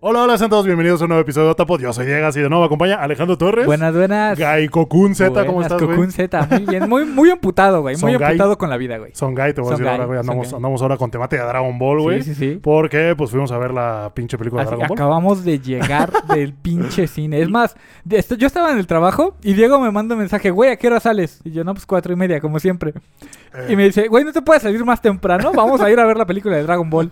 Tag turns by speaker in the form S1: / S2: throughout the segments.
S1: Hola, hola, sean todos bienvenidos a un nuevo episodio de Tapod. Yo soy Diegas y de nuevo me acompaña Alejandro Torres.
S2: Buenas, buenas.
S1: Gai Cocoon Z, ¿cómo
S2: Buenas,
S1: estás,
S2: Cocoon
S1: güey?
S2: Z, muy bien. Muy, muy amputado, güey. Muy
S1: Songhai.
S2: amputado con la vida, güey.
S1: Son Gai, te voy a decir
S2: Songhai,
S1: ahora, güey. Andamos,
S2: Songhai.
S1: andamos ahora con temate de Dragon Ball, güey. Pues,
S2: Sí, sí, sí.
S1: Porque, pues, fuimos a ver la pinche película
S2: Así,
S1: de Dragon Ball.
S2: acabamos de llegar del pinche cine. Es más, de esto- yo estaba en el trabajo y Diego me manda un mensaje, güey, ¿a qué hora sales? Y yo, no, pues cuatro y media, como siempre.
S1: Eh,
S2: Y me dice, güey, ¿no te puedes salir más temprano? Vamos a ir a ver la película de Dragon Ball.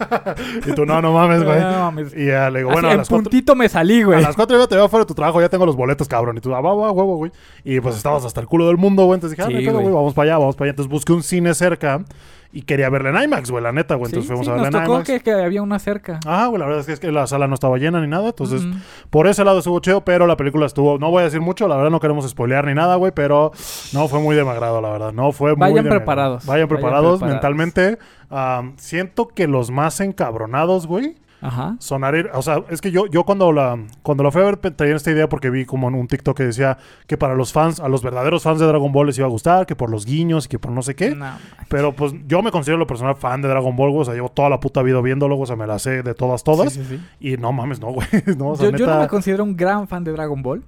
S1: Y tú, no, no mames, güey.
S2: No mames.
S1: Y ya le digo, bueno, a
S2: Así, en
S1: las cuatro-
S2: puntito me salí,
S1: A
S2: güey.
S1: las 4 yo te veo fuera de tu trabajo, ya tengo los boletos, cabrón. Y tú, ah, va, va, huevo, güey. Y pues estabas hasta el culo del mundo, güey. Entonces dije, ah,
S2: Sí,
S1: no hay pedo,
S2: güey.
S1: güey, vamos para allá, vamos para allá. Entonces busqué un cine cerca y quería verla en IMAX, güey, la neta, güey.
S2: Sí,
S1: Entonces fuimos
S2: sí,
S1: a verla
S2: nos
S1: en
S2: tocó
S1: IMAX.
S2: que, que había una cerca.
S1: Ah, güey, la verdad es que, es que la sala no estaba llena ni nada. Entonces,
S2: Mm.
S1: por ese lado estuvo cheo, pero la película estuvo. No voy a decir mucho, la verdad no queremos spoilear ni nada, güey, pero no fue muy de mi agrado, la verdad. No fue muy.
S2: Vayan
S1: de mi agrado.
S2: preparados.
S1: Vayan
S2: Vayan
S1: preparados
S2: preparados.
S1: mentalmente. Am, siento que los más encabronados, güey,
S2: Ajá.
S1: sonar, ir- o sea, es que yo, yo cuando la cuando la fui a ver pe- traía esta idea porque vi como en un TikTok que decía que para los fans, a los verdaderos fans de Dragon Ball les iba a gustar, que por los guiños y que por no sé qué.
S2: No, man.
S1: Pero pues yo me considero en lo personal fan de Dragon Ball, güey, o sea, llevo toda la puta vida viéndolo, güey, o sea, me la sé de todas todas
S2: Sí, sí, sí.
S1: y no mames, no, güey, no, o sea,
S2: yo, yo no
S1: neta,
S2: me considero un gran fan de Dragon Ball.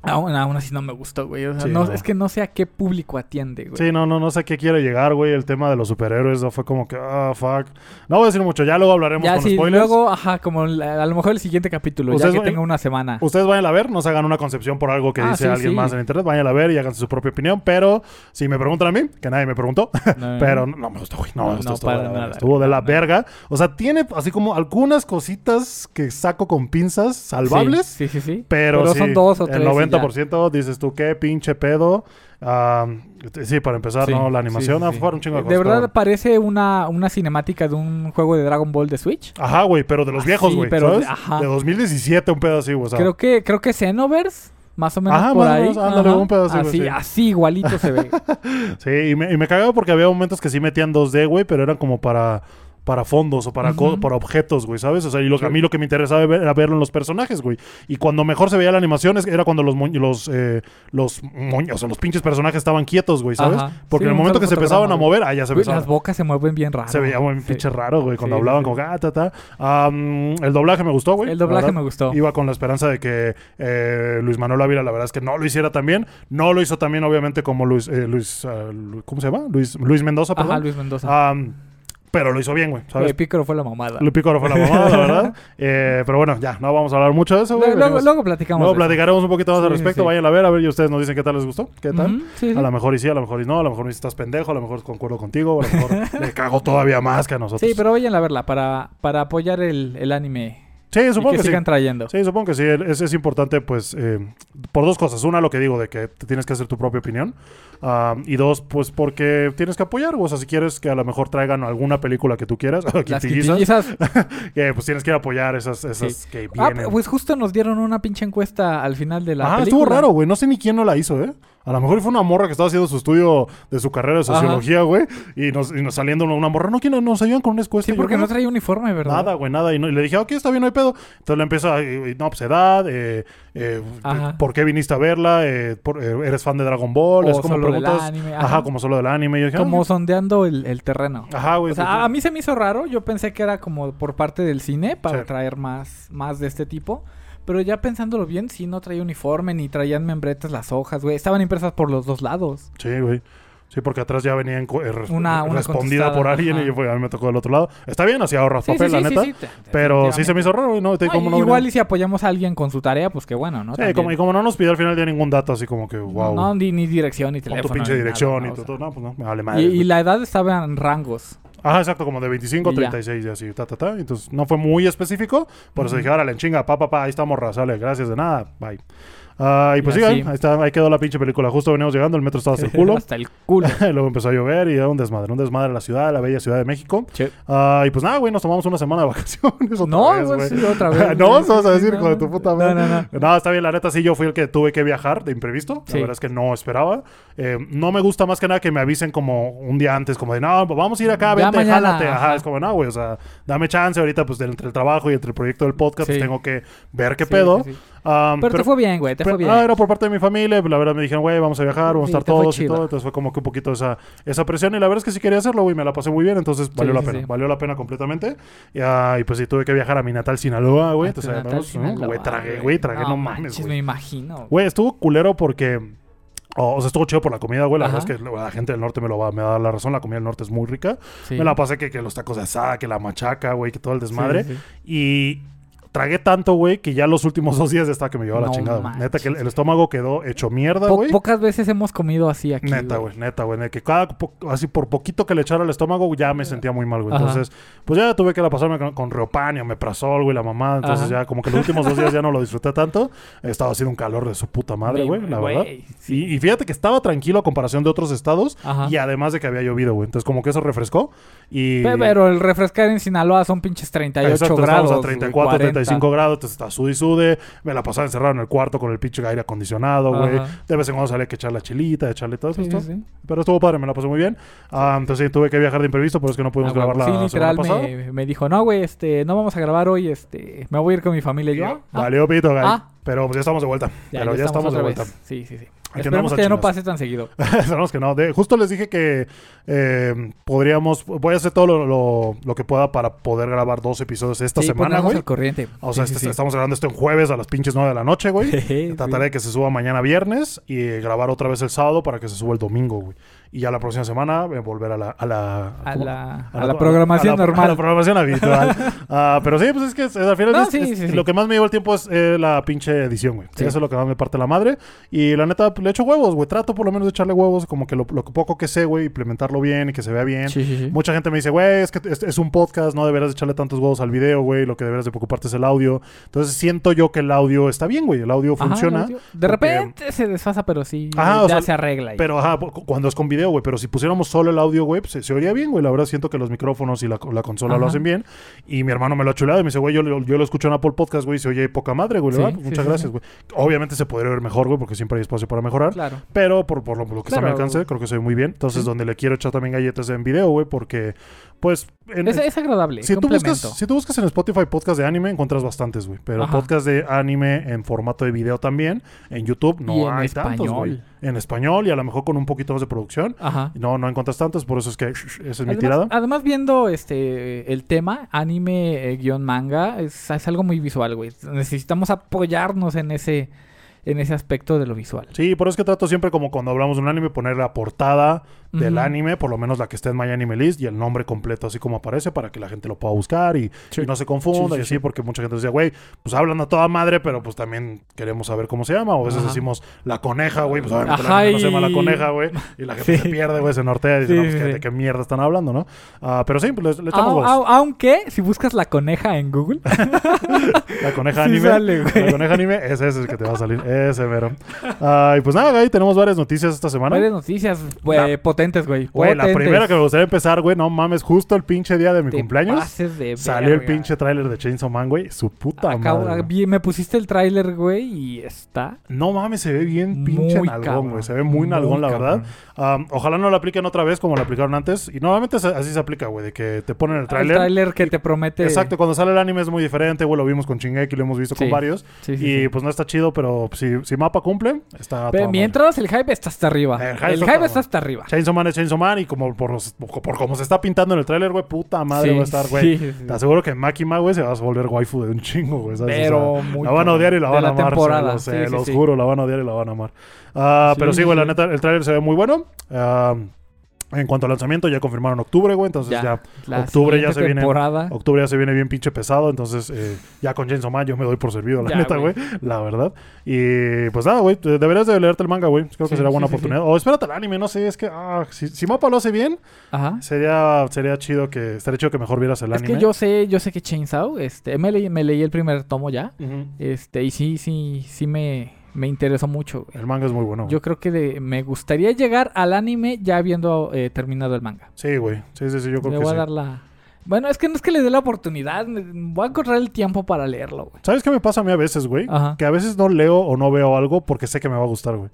S2: Aún, aún así no me gustó, güey. O sea,
S1: Sí,
S2: no-
S1: no.
S2: es que no sé a qué público atiende, güey.
S1: Sí, no, no, no sé a qué quiere llegar, güey, el tema de los superhéroes, no fue como que ah, fuck. No voy a decir mucho, ya luego hablaremos
S2: Ya
S1: con
S2: sí,
S1: spoilers. Pues
S2: luego, ajá, como la- a lo mejor el siguiente capítulo, ya
S1: Ustedes
S2: que
S1: vayan-
S2: tenga una semana.
S1: Ustedes vayan a ver, no se hagan una concepción por algo que
S2: Ah,
S1: dice
S2: sí,
S1: alguien
S2: sí.
S1: más en internet, vayan a ver y háganse su propia opinión, pero si me preguntan a mí, que nadie me preguntó,
S2: No,
S1: pero no, no me gustó, güey, no, me
S2: Ah. No,
S1: gustó,
S2: no,
S1: estuvo, de
S2: para
S1: la verga,
S2: nada,
S1: estuvo de la
S2: no, no.
S1: verga, o sea, tiene así como algunas cositas que saco con pinzas salvables,
S2: Sí, sí, sí.
S1: pero, sí,
S2: son dos o tres. y
S1: el
S2: ya.
S1: 90% dices tú, qué pinche pedo, Ah, sí, para empezar,
S2: Sí,
S1: no, la
S2: sí,
S1: animación,
S2: sí,
S1: ah,
S2: sí.
S1: fueron un chingo de
S2: De
S1: cosas,
S2: verdad
S1: pero-
S2: parece una, una cinemática de un juego de Dragon Ball de Switch.
S1: Ajá, güey, pero de los
S2: Ah,
S1: viejos,
S2: sí,
S1: güey,
S2: pero-
S1: ¿sabes?
S2: ajá.
S1: De 2017, un pedo así, güey, o sea,
S2: Creo que creo que Xenoverse, más o menos
S1: Ajá,
S2: por
S1: más o
S2: ahí.
S1: menos, ándale,
S2: Ajá.
S1: un pedazo, güey,
S2: así,
S1: sí.
S2: así igualito se ve.
S1: Sí, y me, y me cagaba porque había momentos que sí metían 2D, güey, pero eran como para, para fondos o para, co-
S2: Ujú.
S1: para objetos, güey, ¿sabes? O sea, y lo que a
S2: Sí.
S1: mí lo que me interesaba ver- era verlo en los personajes, güey. Y cuando mejor se veía la animación es- era cuando los mo- los, eh, los moños, o sea, los pinches personajes estaban quietos, güey, ¿sabes?
S2: Ajá.
S1: Porque
S2: Sí,
S1: en el
S2: un
S1: momento que se
S2: fotograma,
S1: empezaban a
S2: güey.
S1: mover, ah, ya se
S2: Güey, las
S1: empezaban.
S2: bocas se mueven bien raro.
S1: Se veía muy
S2: Sí.
S1: pinche raro, güey, cuando
S2: Sí, sí,
S1: hablaban
S2: sí.
S1: como gata, ta, ta. Am, el doblaje me gustó, güey.
S2: El
S1: la
S2: doblaje
S1: verdad.
S2: me gustó.
S1: Iba con la esperanza de que eh, Luis Manuel Ávila, la verdad es que no lo hiciera también. No lo hizo también, obviamente, como Luis. eh, Luis ah, Lu- ¿Cómo se llama? Luis, Luis Mendoza, ah, perdón.
S2: Ajá, Luis Mendoza.
S1: Am, pero lo hizo bien, güey, ¿sabes?
S2: Güey, Pícaro fue la mamada.
S1: Luis Pícaro fue la mamada, la verdad. Eh, pero bueno, ya, no vamos a hablar mucho de eso, güey.
S2: Luego, luego,
S1: Venimos-
S2: luego platicamos.
S1: luego
S2: de eso.
S1: platicaremos un poquito más al
S2: Sí, sí,
S1: respecto.
S2: sí.
S1: Vayan a ver, a ver, y ustedes nos dicen qué tal les gustó, qué tal.
S2: Ujú, sí, sí.
S1: A lo mejor y sí, a lo mejor y no, a lo mejor y estás pendejo, a lo mejor concuerdo contigo, a lo mejor le cago todavía más que a nosotros.
S2: Sí, pero vayan a verla para, para apoyar el, el anime.
S1: Sí,
S2: Y
S1: supongo
S2: que,
S1: que sí.
S2: sigan trayendo.
S1: Sí, supongo que sí. el- Es, es importante, pues, eh, por dos cosas. Una, lo que digo de que te tienes que hacer tu propia opinión. Ah, y dos, pues, porque tienes que apoyar. O sea, si quieres que a lo mejor traigan alguna película que tú quieras, que
S2: Las
S1: utilizas,
S2: quitillizas.
S1: que, pues tienes que ir a apoyar esas, esas que
S2: Ah,
S1: vienen.
S2: pues justo nos dieron una pinche encuesta al final de la
S1: Ajá,
S2: película.
S1: estuvo raro, güey. No sé ni quién no la hizo, ¿eh? A lo mejor fue una morra que estaba haciendo su estudio de su carrera de
S2: Ajá.
S1: sociología, güey. Y nos, y nos saliendo una- una morra. No, ¿quién nos ayudan con una encuesta?
S2: Sí,
S1: Y yo,
S2: porque
S1: ¿cómo?
S2: no traía uniforme, ¿verdad?
S1: Nada, güey, nada. Y, no- y le dije, "Ah, ok, está bien, no hay pedo. Entonces le empiezo a, y- y, no, pues edad, eh, eh,
S2: Ajá.
S1: ¿por qué viniste a verla? Eh, por- eh, ¿Eres fan de Dragon Ball?
S2: O
S1: es como
S2: solo del
S1: preguntas.
S2: anime,
S1: Ajá.
S2: ajá.
S1: como solo del anime. Y yo dije,
S2: Como
S1: ah,
S2: sondeando el, el terreno.
S1: Ajá, güey. pues,
S2: O
S1: sí, sí.
S2: sea, a mí se me hizo raro. Yo pensé que era como por parte del cine para
S1: Sí.
S2: traer más, más de este tipo. Pero ya pensándolo bien, sí, no traía uniforme ni traían membretas las hojas, güey. Estaban impresas por los dos lados.
S1: Sí, güey. Sí, porque atrás ya venía encu- eh, res-
S2: ah, Una- una
S1: respondida por
S2: contestada,
S1: alguien
S2: ajá.
S1: y yo, fui- a mí me tocó del otro lado. Está bien, así ahorras
S2: Sí,
S1: papel,
S2: sí,
S1: la
S2: sí, sí,
S1: neta.
S2: sí, te-
S1: pero sí se me hizo raro, güey. No, te-
S2: No,
S1: como
S2: y-
S1: no
S2: igual
S1: venía-
S2: y si apoyamos a alguien con su tarea, pues qué bueno, ¿no?
S1: Sí,
S2: También.
S1: como, y como no nos pidió al final de ningún dato, así como que, wow.
S2: No, ni, ni dirección ni
S1: con
S2: teléfono.
S1: tu pinche
S2: ni nada,
S1: dirección
S2: ¿no?
S1: y
S2: O sea,
S1: todo. No, pues no, me vale
S2: y,
S1: madre,
S2: y
S1: güey.
S2: la edad estaba en rangos.
S1: Ajá, exacto, como de 25 a
S2: Y ya.
S1: 36 y así, ta, ta, ta. Entonces no fue muy específico, por eso dije, órale, en chinga, pa, pa, pa, ahí estamos, sale, gracias de nada, bye. Ah, y pues
S2: Y
S1: sí, ahí,
S2: así.
S1: ahí está, ahí quedó la pinche película, justo veníamos llegando, el metro estaba hasta el culo,
S2: Hasta el culo.
S1: luego empezó a llover y era un desmadre, un desmadre en la ciudad, la bella ciudad de México. Ah, y pues nada, güey, nos tomamos una semana de vacaciones otra
S2: no,
S1: vez,
S2: pues,
S1: güey.
S2: sí, otra vez.
S1: no,
S2: güey.
S1: eso vas a
S2: Sí,
S1: decir,
S2: no,
S1: hijo de
S2: no,
S1: tu puta
S2: no,
S1: madre.
S2: No, no,
S1: No, está bien, la neta, sí, yo fui el que tuve que viajar de imprevisto. La
S2: Sí.
S1: verdad es que no esperaba. Eh, no me gusta más que nada que me avisen como un día antes, como de, no, pues vamos a ir acá,
S2: Ya
S1: vente,
S2: mañana,
S1: jálate. Ajá,
S2: ajá.
S1: es como, no, güey, o sea, dame chance ahorita, pues, del- entre el trabajo y entre el proyecto del podcast,
S2: Sí.
S1: pues, tengo que ver qué
S2: Sí,
S1: pedo.
S2: sí, sí.
S1: Am,
S2: Pero, te fue bien, güey, te
S1: pero-
S2: fue bien.
S1: ah, era por parte de mi familia, pues, la verdad me dijeron, güey, vamos a viajar, vamos
S2: Sí,
S1: a estar
S2: te fue
S1: todos y
S2: chido.
S1: todo. Entonces fue como que un poquito esa, esa presión. Y la verdad es que sí quería hacerlo, güey, me la pasé muy bien. Entonces valió la
S2: sí,
S1: pena,
S2: sí.
S1: valió la pena completamente. Y, ah, y pues sí, tuve que viajar a mi natal Sinaloa, güey.
S2: Ah, tu
S1: Entonces,
S2: natal
S1: además, ¿no?
S2: Sinaloa,
S1: güey, tragué, güey, tragué, no, mames,
S2: manches,
S1: güey.
S2: me imagino.
S1: Güey, estuvo culero porque. oh, O o sea, estuvo chido por la comida, güey. La
S2: Ajá.
S1: verdad es que la gente del norte me lo va, me da la razón. La comida del norte es muy rica.
S2: Sí.
S1: Me la pasé que, que los tacos de asada, que la machaca, güey, que todo el
S2: Sí,
S1: desmadre.
S2: sí.
S1: Y tragué tanto, güey, que ya los últimos dos días estaba que me llevaba
S2: No
S1: la chingada. güey. Neta, que el,
S2: manches,
S1: el estómago quedó hecho mierda,
S2: Po-
S1: güey.
S2: pocas veces hemos comido así aquí.
S1: Neta, güey, neta, güey. de Que cada, po- así por poquito que le echara al estómago, ya me sentía muy mal, güey.
S2: Ajá.
S1: Entonces, pues ya tuve que la pasarme con, con Reopan y omeprazol, güey, la mamada. Entonces,
S2: Ajá.
S1: ya como que los últimos dos días ya no lo disfruté tanto. Estaba haciendo un calor de su puta madre,
S2: Me-
S1: güey, la
S2: güey,
S1: verdad.
S2: sí.
S1: Y, y fíjate que estaba tranquilo a comparación de otros estados.
S2: Ajá.
S1: Y además de que había llovido, güey. Entonces, como que eso refrescó. Y.
S2: Pe- Pero el refrescar en Sinaloa son pinches 38
S1: Exacto,
S2: grados.
S1: estábamos a
S2: güey,
S1: 34,
S2: 40.
S1: 35 grados, entonces está sude y sude. Me la pasaba encerrado en el cuarto con el pinche aire acondicionado, güey.
S2: Ajá.
S1: De vez en cuando salía que echar la chilita, echarle todo
S2: Sí,
S1: esto.
S2: sí, sí.
S1: Pero estuvo padre, me la pasé muy bien. Ah, entonces sí, tuve que viajar de imprevisto, por eso es que no pudimos
S2: Ah,
S1: grabar
S2: huevo.
S1: la
S2: sí,
S1: semana
S2: literal
S1: pasada.
S2: me, me dijo, no, güey, este, no vamos a grabar hoy, este, me voy a ir con mi familia. Y yo,
S1: Vale,
S2: "Ah,
S1: Valió pito, güey.
S2: Ah.
S1: Pero pues, ya estamos de vuelta. Pero ya, estamos, de
S2: otra
S1: vuelta.
S2: vez. Sí, sí, sí.
S1: Aquí andamos
S2: Esperemos
S1: a
S2: que ya no
S1: chingas.
S2: pase tan seguido.
S1: Esperamos que no. De- justo les dije que eh, podríamos. Voy a hacer todo lo, lo- lo que pueda para poder grabar dos episodios esta
S2: Sí, pues
S1: semana,
S2: ponernos
S1: güey.
S2: al corriente.
S1: O sea,
S2: Sí,
S1: este-
S2: sí, sí.
S1: estamos grabando esto en jueves a las pinches 9 de la noche, güey.
S2: Jeje,
S1: Trataré de que se suba mañana viernes y eh, grabar otra vez el sábado para que se suba el domingo, güey. Y ya la próxima semana eh, volver a la... A la,
S2: A
S1: ¿cómo?
S2: la- a la programación
S1: a la-
S2: normal.
S1: A la programación habitual. Ah, pero sí, pues es que es- al final
S2: No,
S1: es-
S2: sí,
S1: es-
S2: sí, sí.
S1: lo que más me lleva el tiempo es eh, la pinche edición, güey.
S2: Sí.
S1: Eso es lo que más me parte la madre. Y la neta, pues, le echo huevos, güey. Trato por lo menos de echarle huevos, como que lo, lo poco que sé, güey, implementarlo bien y que se vea bien.
S2: Sí, sí, sí.
S1: Mucha gente me dice, güey, es que es, es un podcast, no deberás echarle tantos huevos al video, güey, lo que deberás de preocuparte es el audio. Entonces siento yo que el audio está bien, güey, el audio
S2: Ajá,
S1: funciona.
S2: no, tío.
S1: porque-
S2: de repente se desfasa, pero sí.
S1: Ajá,
S2: ya
S1: o sea,
S2: se arregla. ahí.
S1: Pero, ajá, cu- cuando es con video, güey. Pero si pusiéramos solo el audio, güey, pues, se, se oiría bien, güey. La verdad siento que los micrófonos y la, la consola lo
S2: Ajá.
S1: hacen bien. Y mi hermano me lo ha chulado y me dice, güey, yo, lo- yo lo escucho en Apple Podcast, güey, y se oye poca madre, güey. Le
S2: Sí,
S1: va,
S2: sí,
S1: muchas
S2: sí,
S1: gracias,
S2: sí.
S1: güey. Obviamente se podría ver mejor, güey, porque siempre hay espacio para mejorar.
S2: Claro.
S1: Pero por, por lo, lo que está a mi
S2: Claro.
S1: alcance, creo que soy muy bien. Entonces,
S2: Sí.
S1: donde le quiero echar también galletas en video, güey, porque, pues, en,
S2: Es, es agradable.
S1: si tú,
S2: complemento.
S1: buscas, si tú buscas en Spotify podcast de anime, encuentras bastantes, güey. Pero
S2: Ajá.
S1: podcast de anime en formato de video también. En YouTube no
S2: Y en
S1: hay tantos, güey.
S2: español.
S1: En español y a lo mejor con un poquito más de producción.
S2: Ajá.
S1: No, no encuentras tantos, por eso es que esa es mi
S2: Además-
S1: tirada.
S2: Además, viendo este el tema, anime eh, guión manga, es, es algo muy visual, güey. Necesitamos apoyarnos en ese, en ese aspecto de lo visual.
S1: Sí, por eso es que trato siempre como cuando hablamos de un anime poner la portada del
S2: Ujú.
S1: anime, por lo menos la que esté en My Anime List y el nombre completo así como aparece para que la gente lo pueda buscar y,
S2: Sí.
S1: y no se confunda
S2: Sí, sí,
S1: y así
S2: sí.
S1: porque mucha gente decía, güey, pues hablan a toda madre, pero pues también queremos saber cómo se llama. O a veces
S2: Ajá.
S1: decimos la coneja, güey, pues obviamente
S2: Ajá,
S1: la gente no se llama la
S2: y-
S1: coneja, güey. Y la gente
S2: Sí.
S1: se pierde, güey, se nortea y dice,
S2: Sí,
S1: no, pues,
S2: sí,
S1: ¿qué-
S2: sí.
S1: ¿de qué mierda están hablando, no? Ah, pero sí, pues le, le echamos
S2: Au-
S1: huevos.
S2: au- aunque, si buscas la coneja en Google,
S1: La coneja
S2: Sí
S1: anime.
S2: sale, güey.
S1: la coneja anime, ese es el que te va a salir. Ese mero. Ah, y pues nada, güey, tenemos varias noticias esta semana.
S2: varias noticias güey, potentes, güey.
S1: Güey, la
S2: potentes.
S1: primera que me gustaría empezar, güey, no mames, justo el pinche día de mi
S2: Te
S1: cumpleaños.
S2: pases de
S1: Salió el
S2: verga.
S1: pinche tráiler de Chainsaw Man, güey. Su puta
S2: Acabo-
S1: madre. güey.
S2: vi- me pusiste el tráiler, güey, y está.
S1: No mames, se ve bien pinche
S2: Muy
S1: nalgón, güey.
S2: cabrón,
S1: Se ve muy nalgón,
S2: muy
S1: la verdad.
S2: cabrón.
S1: Am, ojalá no lo apliquen otra vez como lo aplicaron antes. Y normalmente se- así se aplica, güey, de que te ponen el
S2: El
S1: tráiler.
S2: tráiler que te promete.
S1: Exacto, cuando sale el anime es muy diferente, güey. Lo vimos con Shingeki, lo hemos visto con
S2: Sí.
S1: varios.
S2: Sí, sí,
S1: y
S2: sí.
S1: pues no está chido, pero si, si mapa cumple, está. a toda
S2: Pero
S1: madre.
S2: mientras el hype está hasta arriba.
S1: El
S2: El
S1: hype
S2: hype,
S1: está hasta
S2: está hasta arriba.
S1: Chainsaw Man es Chainsaw Man y como por, los- por como se está pintando en el tráiler, güey, puta madre
S2: Sí,
S1: va a estar, güey.
S2: sí, sí.
S1: Te aseguro que Makima, güey, se va a volver waifu de un chingo, güey. ¿sabes? O sea,
S2: Pero muy
S1: la van a odiar y la
S2: cabrón.
S1: van a
S2: De la
S1: amar. se
S2: temporada,
S1: los-
S2: sí,
S1: se
S2: sí,
S1: los
S2: sí.
S1: juro, la van a odiar y la van a amar. Ah,
S2: Sí,
S1: pero sí,
S2: sí,
S1: güey, la
S2: sí.
S1: neta, el tráiler se ve muy bueno. Ah, en cuanto al lanzamiento, ya confirmaron octubre, güey. Entonces ya,
S2: la
S1: octubre ya
S2: siguiente
S1: se viene.
S2: temporada.
S1: Octubre ya se viene bien pinche pesado, entonces eh, ya con Chainsaw Man yo me doy por servido, la
S2: Ya,
S1: neta, güey.
S2: güey.
S1: La verdad. Y pues nada, güey, te- deberías de leerte el manga, güey. Creo que
S2: Sí,
S1: será buena
S2: sí, sí,
S1: oportunidad. O espérate el anime, no sé, es que ah, si, si Mapa lo hace bien,
S2: Ajá.
S1: sería sería chido que estaría chido que mejor vieras el
S2: Es
S1: anime.
S2: que yo sé, yo sé que Chainsaw, este, me leí, me leí el primer tomo ya.
S1: Ujú.
S2: Este, y sí, sí, sí me, me interesó mucho. güey.
S1: El manga es muy bueno. güey.
S2: Yo creo que de- me gustaría llegar al anime ya habiendo eh, terminado el manga.
S1: Sí, güey. Sí, sí, sí, yo creo
S2: Le
S1: que
S2: voy a
S1: sí.
S2: dar la. Bueno, es que no es que le dé la oportunidad, me- voy a correr el tiempo para leerlo, güey.
S1: ¿Sabes qué me pasa a mí a veces, güey?
S2: Ajá.
S1: Que a veces no leo o no veo algo porque sé que me va a gustar, güey.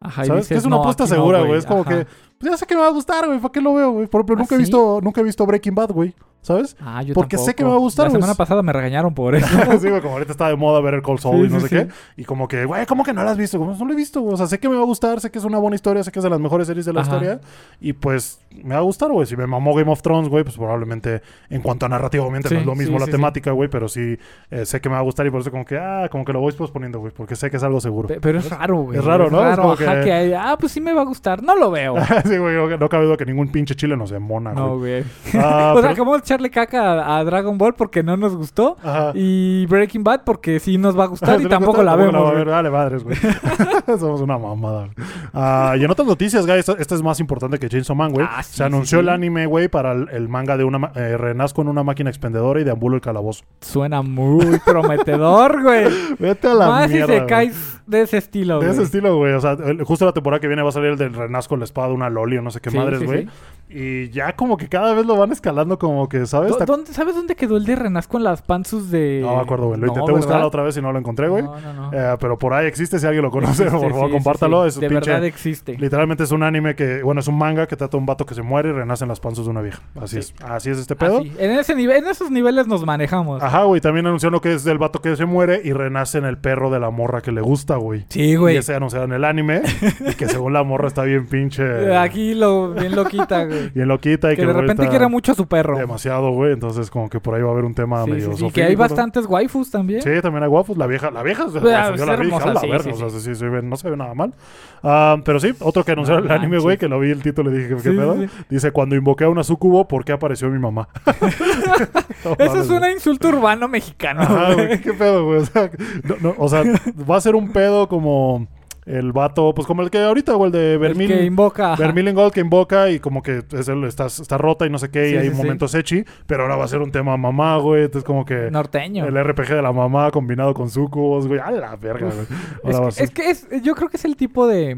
S2: Ajá, y
S1: ¿Sabes? que
S2: dices,
S1: es una
S2: "No,
S1: apuesta
S2: aquí no,
S1: segura, güey. es como
S2: Ajá.
S1: que pues ya sé que me va a gustar, güey. ¿Para qué lo veo, güey? Por ejemplo,
S2: ¿Ah,
S1: nunca, he
S2: sí?
S1: visto, nunca he visto Breaking Bad, güey. ¿Sabes?
S2: Ah, yo
S1: Porque sé
S2: tampoco.
S1: que me va a gustar,
S2: La
S1: pues.
S2: semana pasada me regañaron por eso.
S1: sí, güey, como ahorita estaba de moda ver el Cold Soul
S2: Sí,
S1: y no sé
S2: sí, sí.
S1: qué. Y como que, güey, ¿cómo que no la has visto? Como, no lo he visto, güey. O sea, sé que me va a gustar, sé que es una buena historia, sé que es de las mejores series de la
S2: Ajá.
S1: historia. Y pues, me va a gustar, güey. Si me mamó Game of Thrones, güey, pues probablemente en cuanto a narrativa, obviamente no
S2: Sí,
S1: es lo mismo
S2: sí,
S1: la
S2: sí, sí.
S1: temática, güey, pero sí eh, sé que me va a gustar y por eso como que, ah, como que lo voy posponiendo, güey, porque sé que es algo seguro.
S2: Pe- Pero es raro, güey.
S1: Es raro, ¿no? Es como
S2: Raro, ajá,
S1: que-
S2: que hay- Ah, pues sí me va a gustar. No lo veo.
S1: sí, güey, no, no cabe duda que ningún pinche chile nos emona,
S2: no,
S1: güey.
S2: güey.
S1: Ah,
S2: o sea,
S1: pero-
S2: como echarle caca a, a Dragon Ball porque no nos gustó.
S1: Ajá.
S2: Y Breaking Bad porque sí nos va a
S1: Ah,
S2: gustar
S1: ¿te
S2: y
S1: das
S2: tampoco
S1: cuenta?
S2: la
S1: Tampoco
S2: vemos.
S1: va a
S2: güey.
S1: ver. Dale, madres, güey. Somos una mamada. güey. Ah, y en otras noticias, guys, esta, esta es más importante que Chainsaw Man, güey.
S2: Ah, sí,
S1: Se anunció
S2: sí,
S1: el
S2: sí.
S1: anime, güey, para el, el manga de una... ma- eh, renazco en una máquina expendedora y deambulo el calabozo.
S2: Suena muy prometedor, güey.
S1: Vete a la
S2: Eh, Más si
S1: mierda,
S2: se
S1: güey.
S2: caes de ese estilo,
S1: De
S2: güey.
S1: ese estilo, güey. O sea, el- justo la temporada que viene va a salir el del renazco en la espada, una loli o no sé qué
S2: Sí,
S1: madres,
S2: sí,
S1: güey.
S2: sí.
S1: Y ya como que cada vez lo van escalando como que, ¿sabes?
S2: ¿Dó-
S1: Está-
S2: dónde- ¿Sabes dónde quedó el de Renazco en las panzas de...?
S1: No me acuerdo, güey. Lo intenté buscar
S2: ¿verdad?
S1: otra vez y no lo encontré, güey.
S2: No, no, no.
S1: Eh, pero por ahí existe, si alguien lo conoce,
S2: Existe,
S1: por favor,
S2: sí, sí,
S1: compártalo.
S2: sí.
S1: Es un
S2: de
S1: pinche-
S2: verdad existe.
S1: Literalmente es un anime que, bueno, es un manga que trata de un vato que se muere y renace en las panzas de una vieja. Así es. Así es este pedo. Ah,
S2: Así. Ah, En, ese nivel, en esos niveles nos manejamos.
S1: Ajá, güey. También anunciaron lo que es del vato que se muere y renace en el perro de la morra que le gusta, güey.
S2: sí,
S1: Y
S2: güey.
S1: ese anunciaron en el anime. y que según la morra está bien pinche.
S2: Eh, Aquí lo bien lo quita, güey.
S1: Bien loquita. Y
S2: que
S1: que,
S2: de
S1: el güey
S2: repente
S1: está
S2: quiere mucho a su perro.
S1: Demasiado, güey. Entonces, como que por ahí va a haber un tema
S2: Sí, sí,
S1: medio.
S2: sí, que
S1: zoofílico,
S2: hay
S1: ¿no?
S2: bastantes waifus también.
S1: Sí, también hay guapos. La vieja, la vieja, se-
S2: Ah,
S1: güey,
S2: es
S1: yo la vi, y dije,
S2: hermosa,
S1: "A la
S2: sí,
S1: verga",
S2: sí,
S1: o sea,
S2: sí.
S1: sí, se ve- no se ve nada mal. Ah, pero sí, otro que anunciaron
S2: No
S1: el anime, güey,
S2: manches.
S1: que lo vi el título y dije, ¿qué
S2: Sí, sí,
S1: pedo?
S2: sí.
S1: Dice, cuando invoqué a una sucubo, ¿por qué apareció mi mamá? No
S2: Eso
S1: mames,
S2: es un insulto urbano mexicano.
S1: güey. Ajá,
S2: güey.
S1: güey, ¿Qué pedo, güey? O sea, no, no, o sea, va a ser un pedo como el vato, pues como el que ahorita, güey, el de
S2: El
S1: Vermil.
S2: que invoca. ajá.
S1: Vermilion Gold que invoca y como que es el- está, está rota y no sé qué, y
S2: Sí,
S1: hay
S2: sí, sí.
S1: momentos echi, pero ahora va a ser un tema mamá, güey. Entonces, como que.
S2: norteño.
S1: El RPG de la mamá combinado con sucubos, güey. A la verga, güey. Ahora va a
S2: Es que,
S1: ser-
S2: es que es- yo creo que es el tipo de.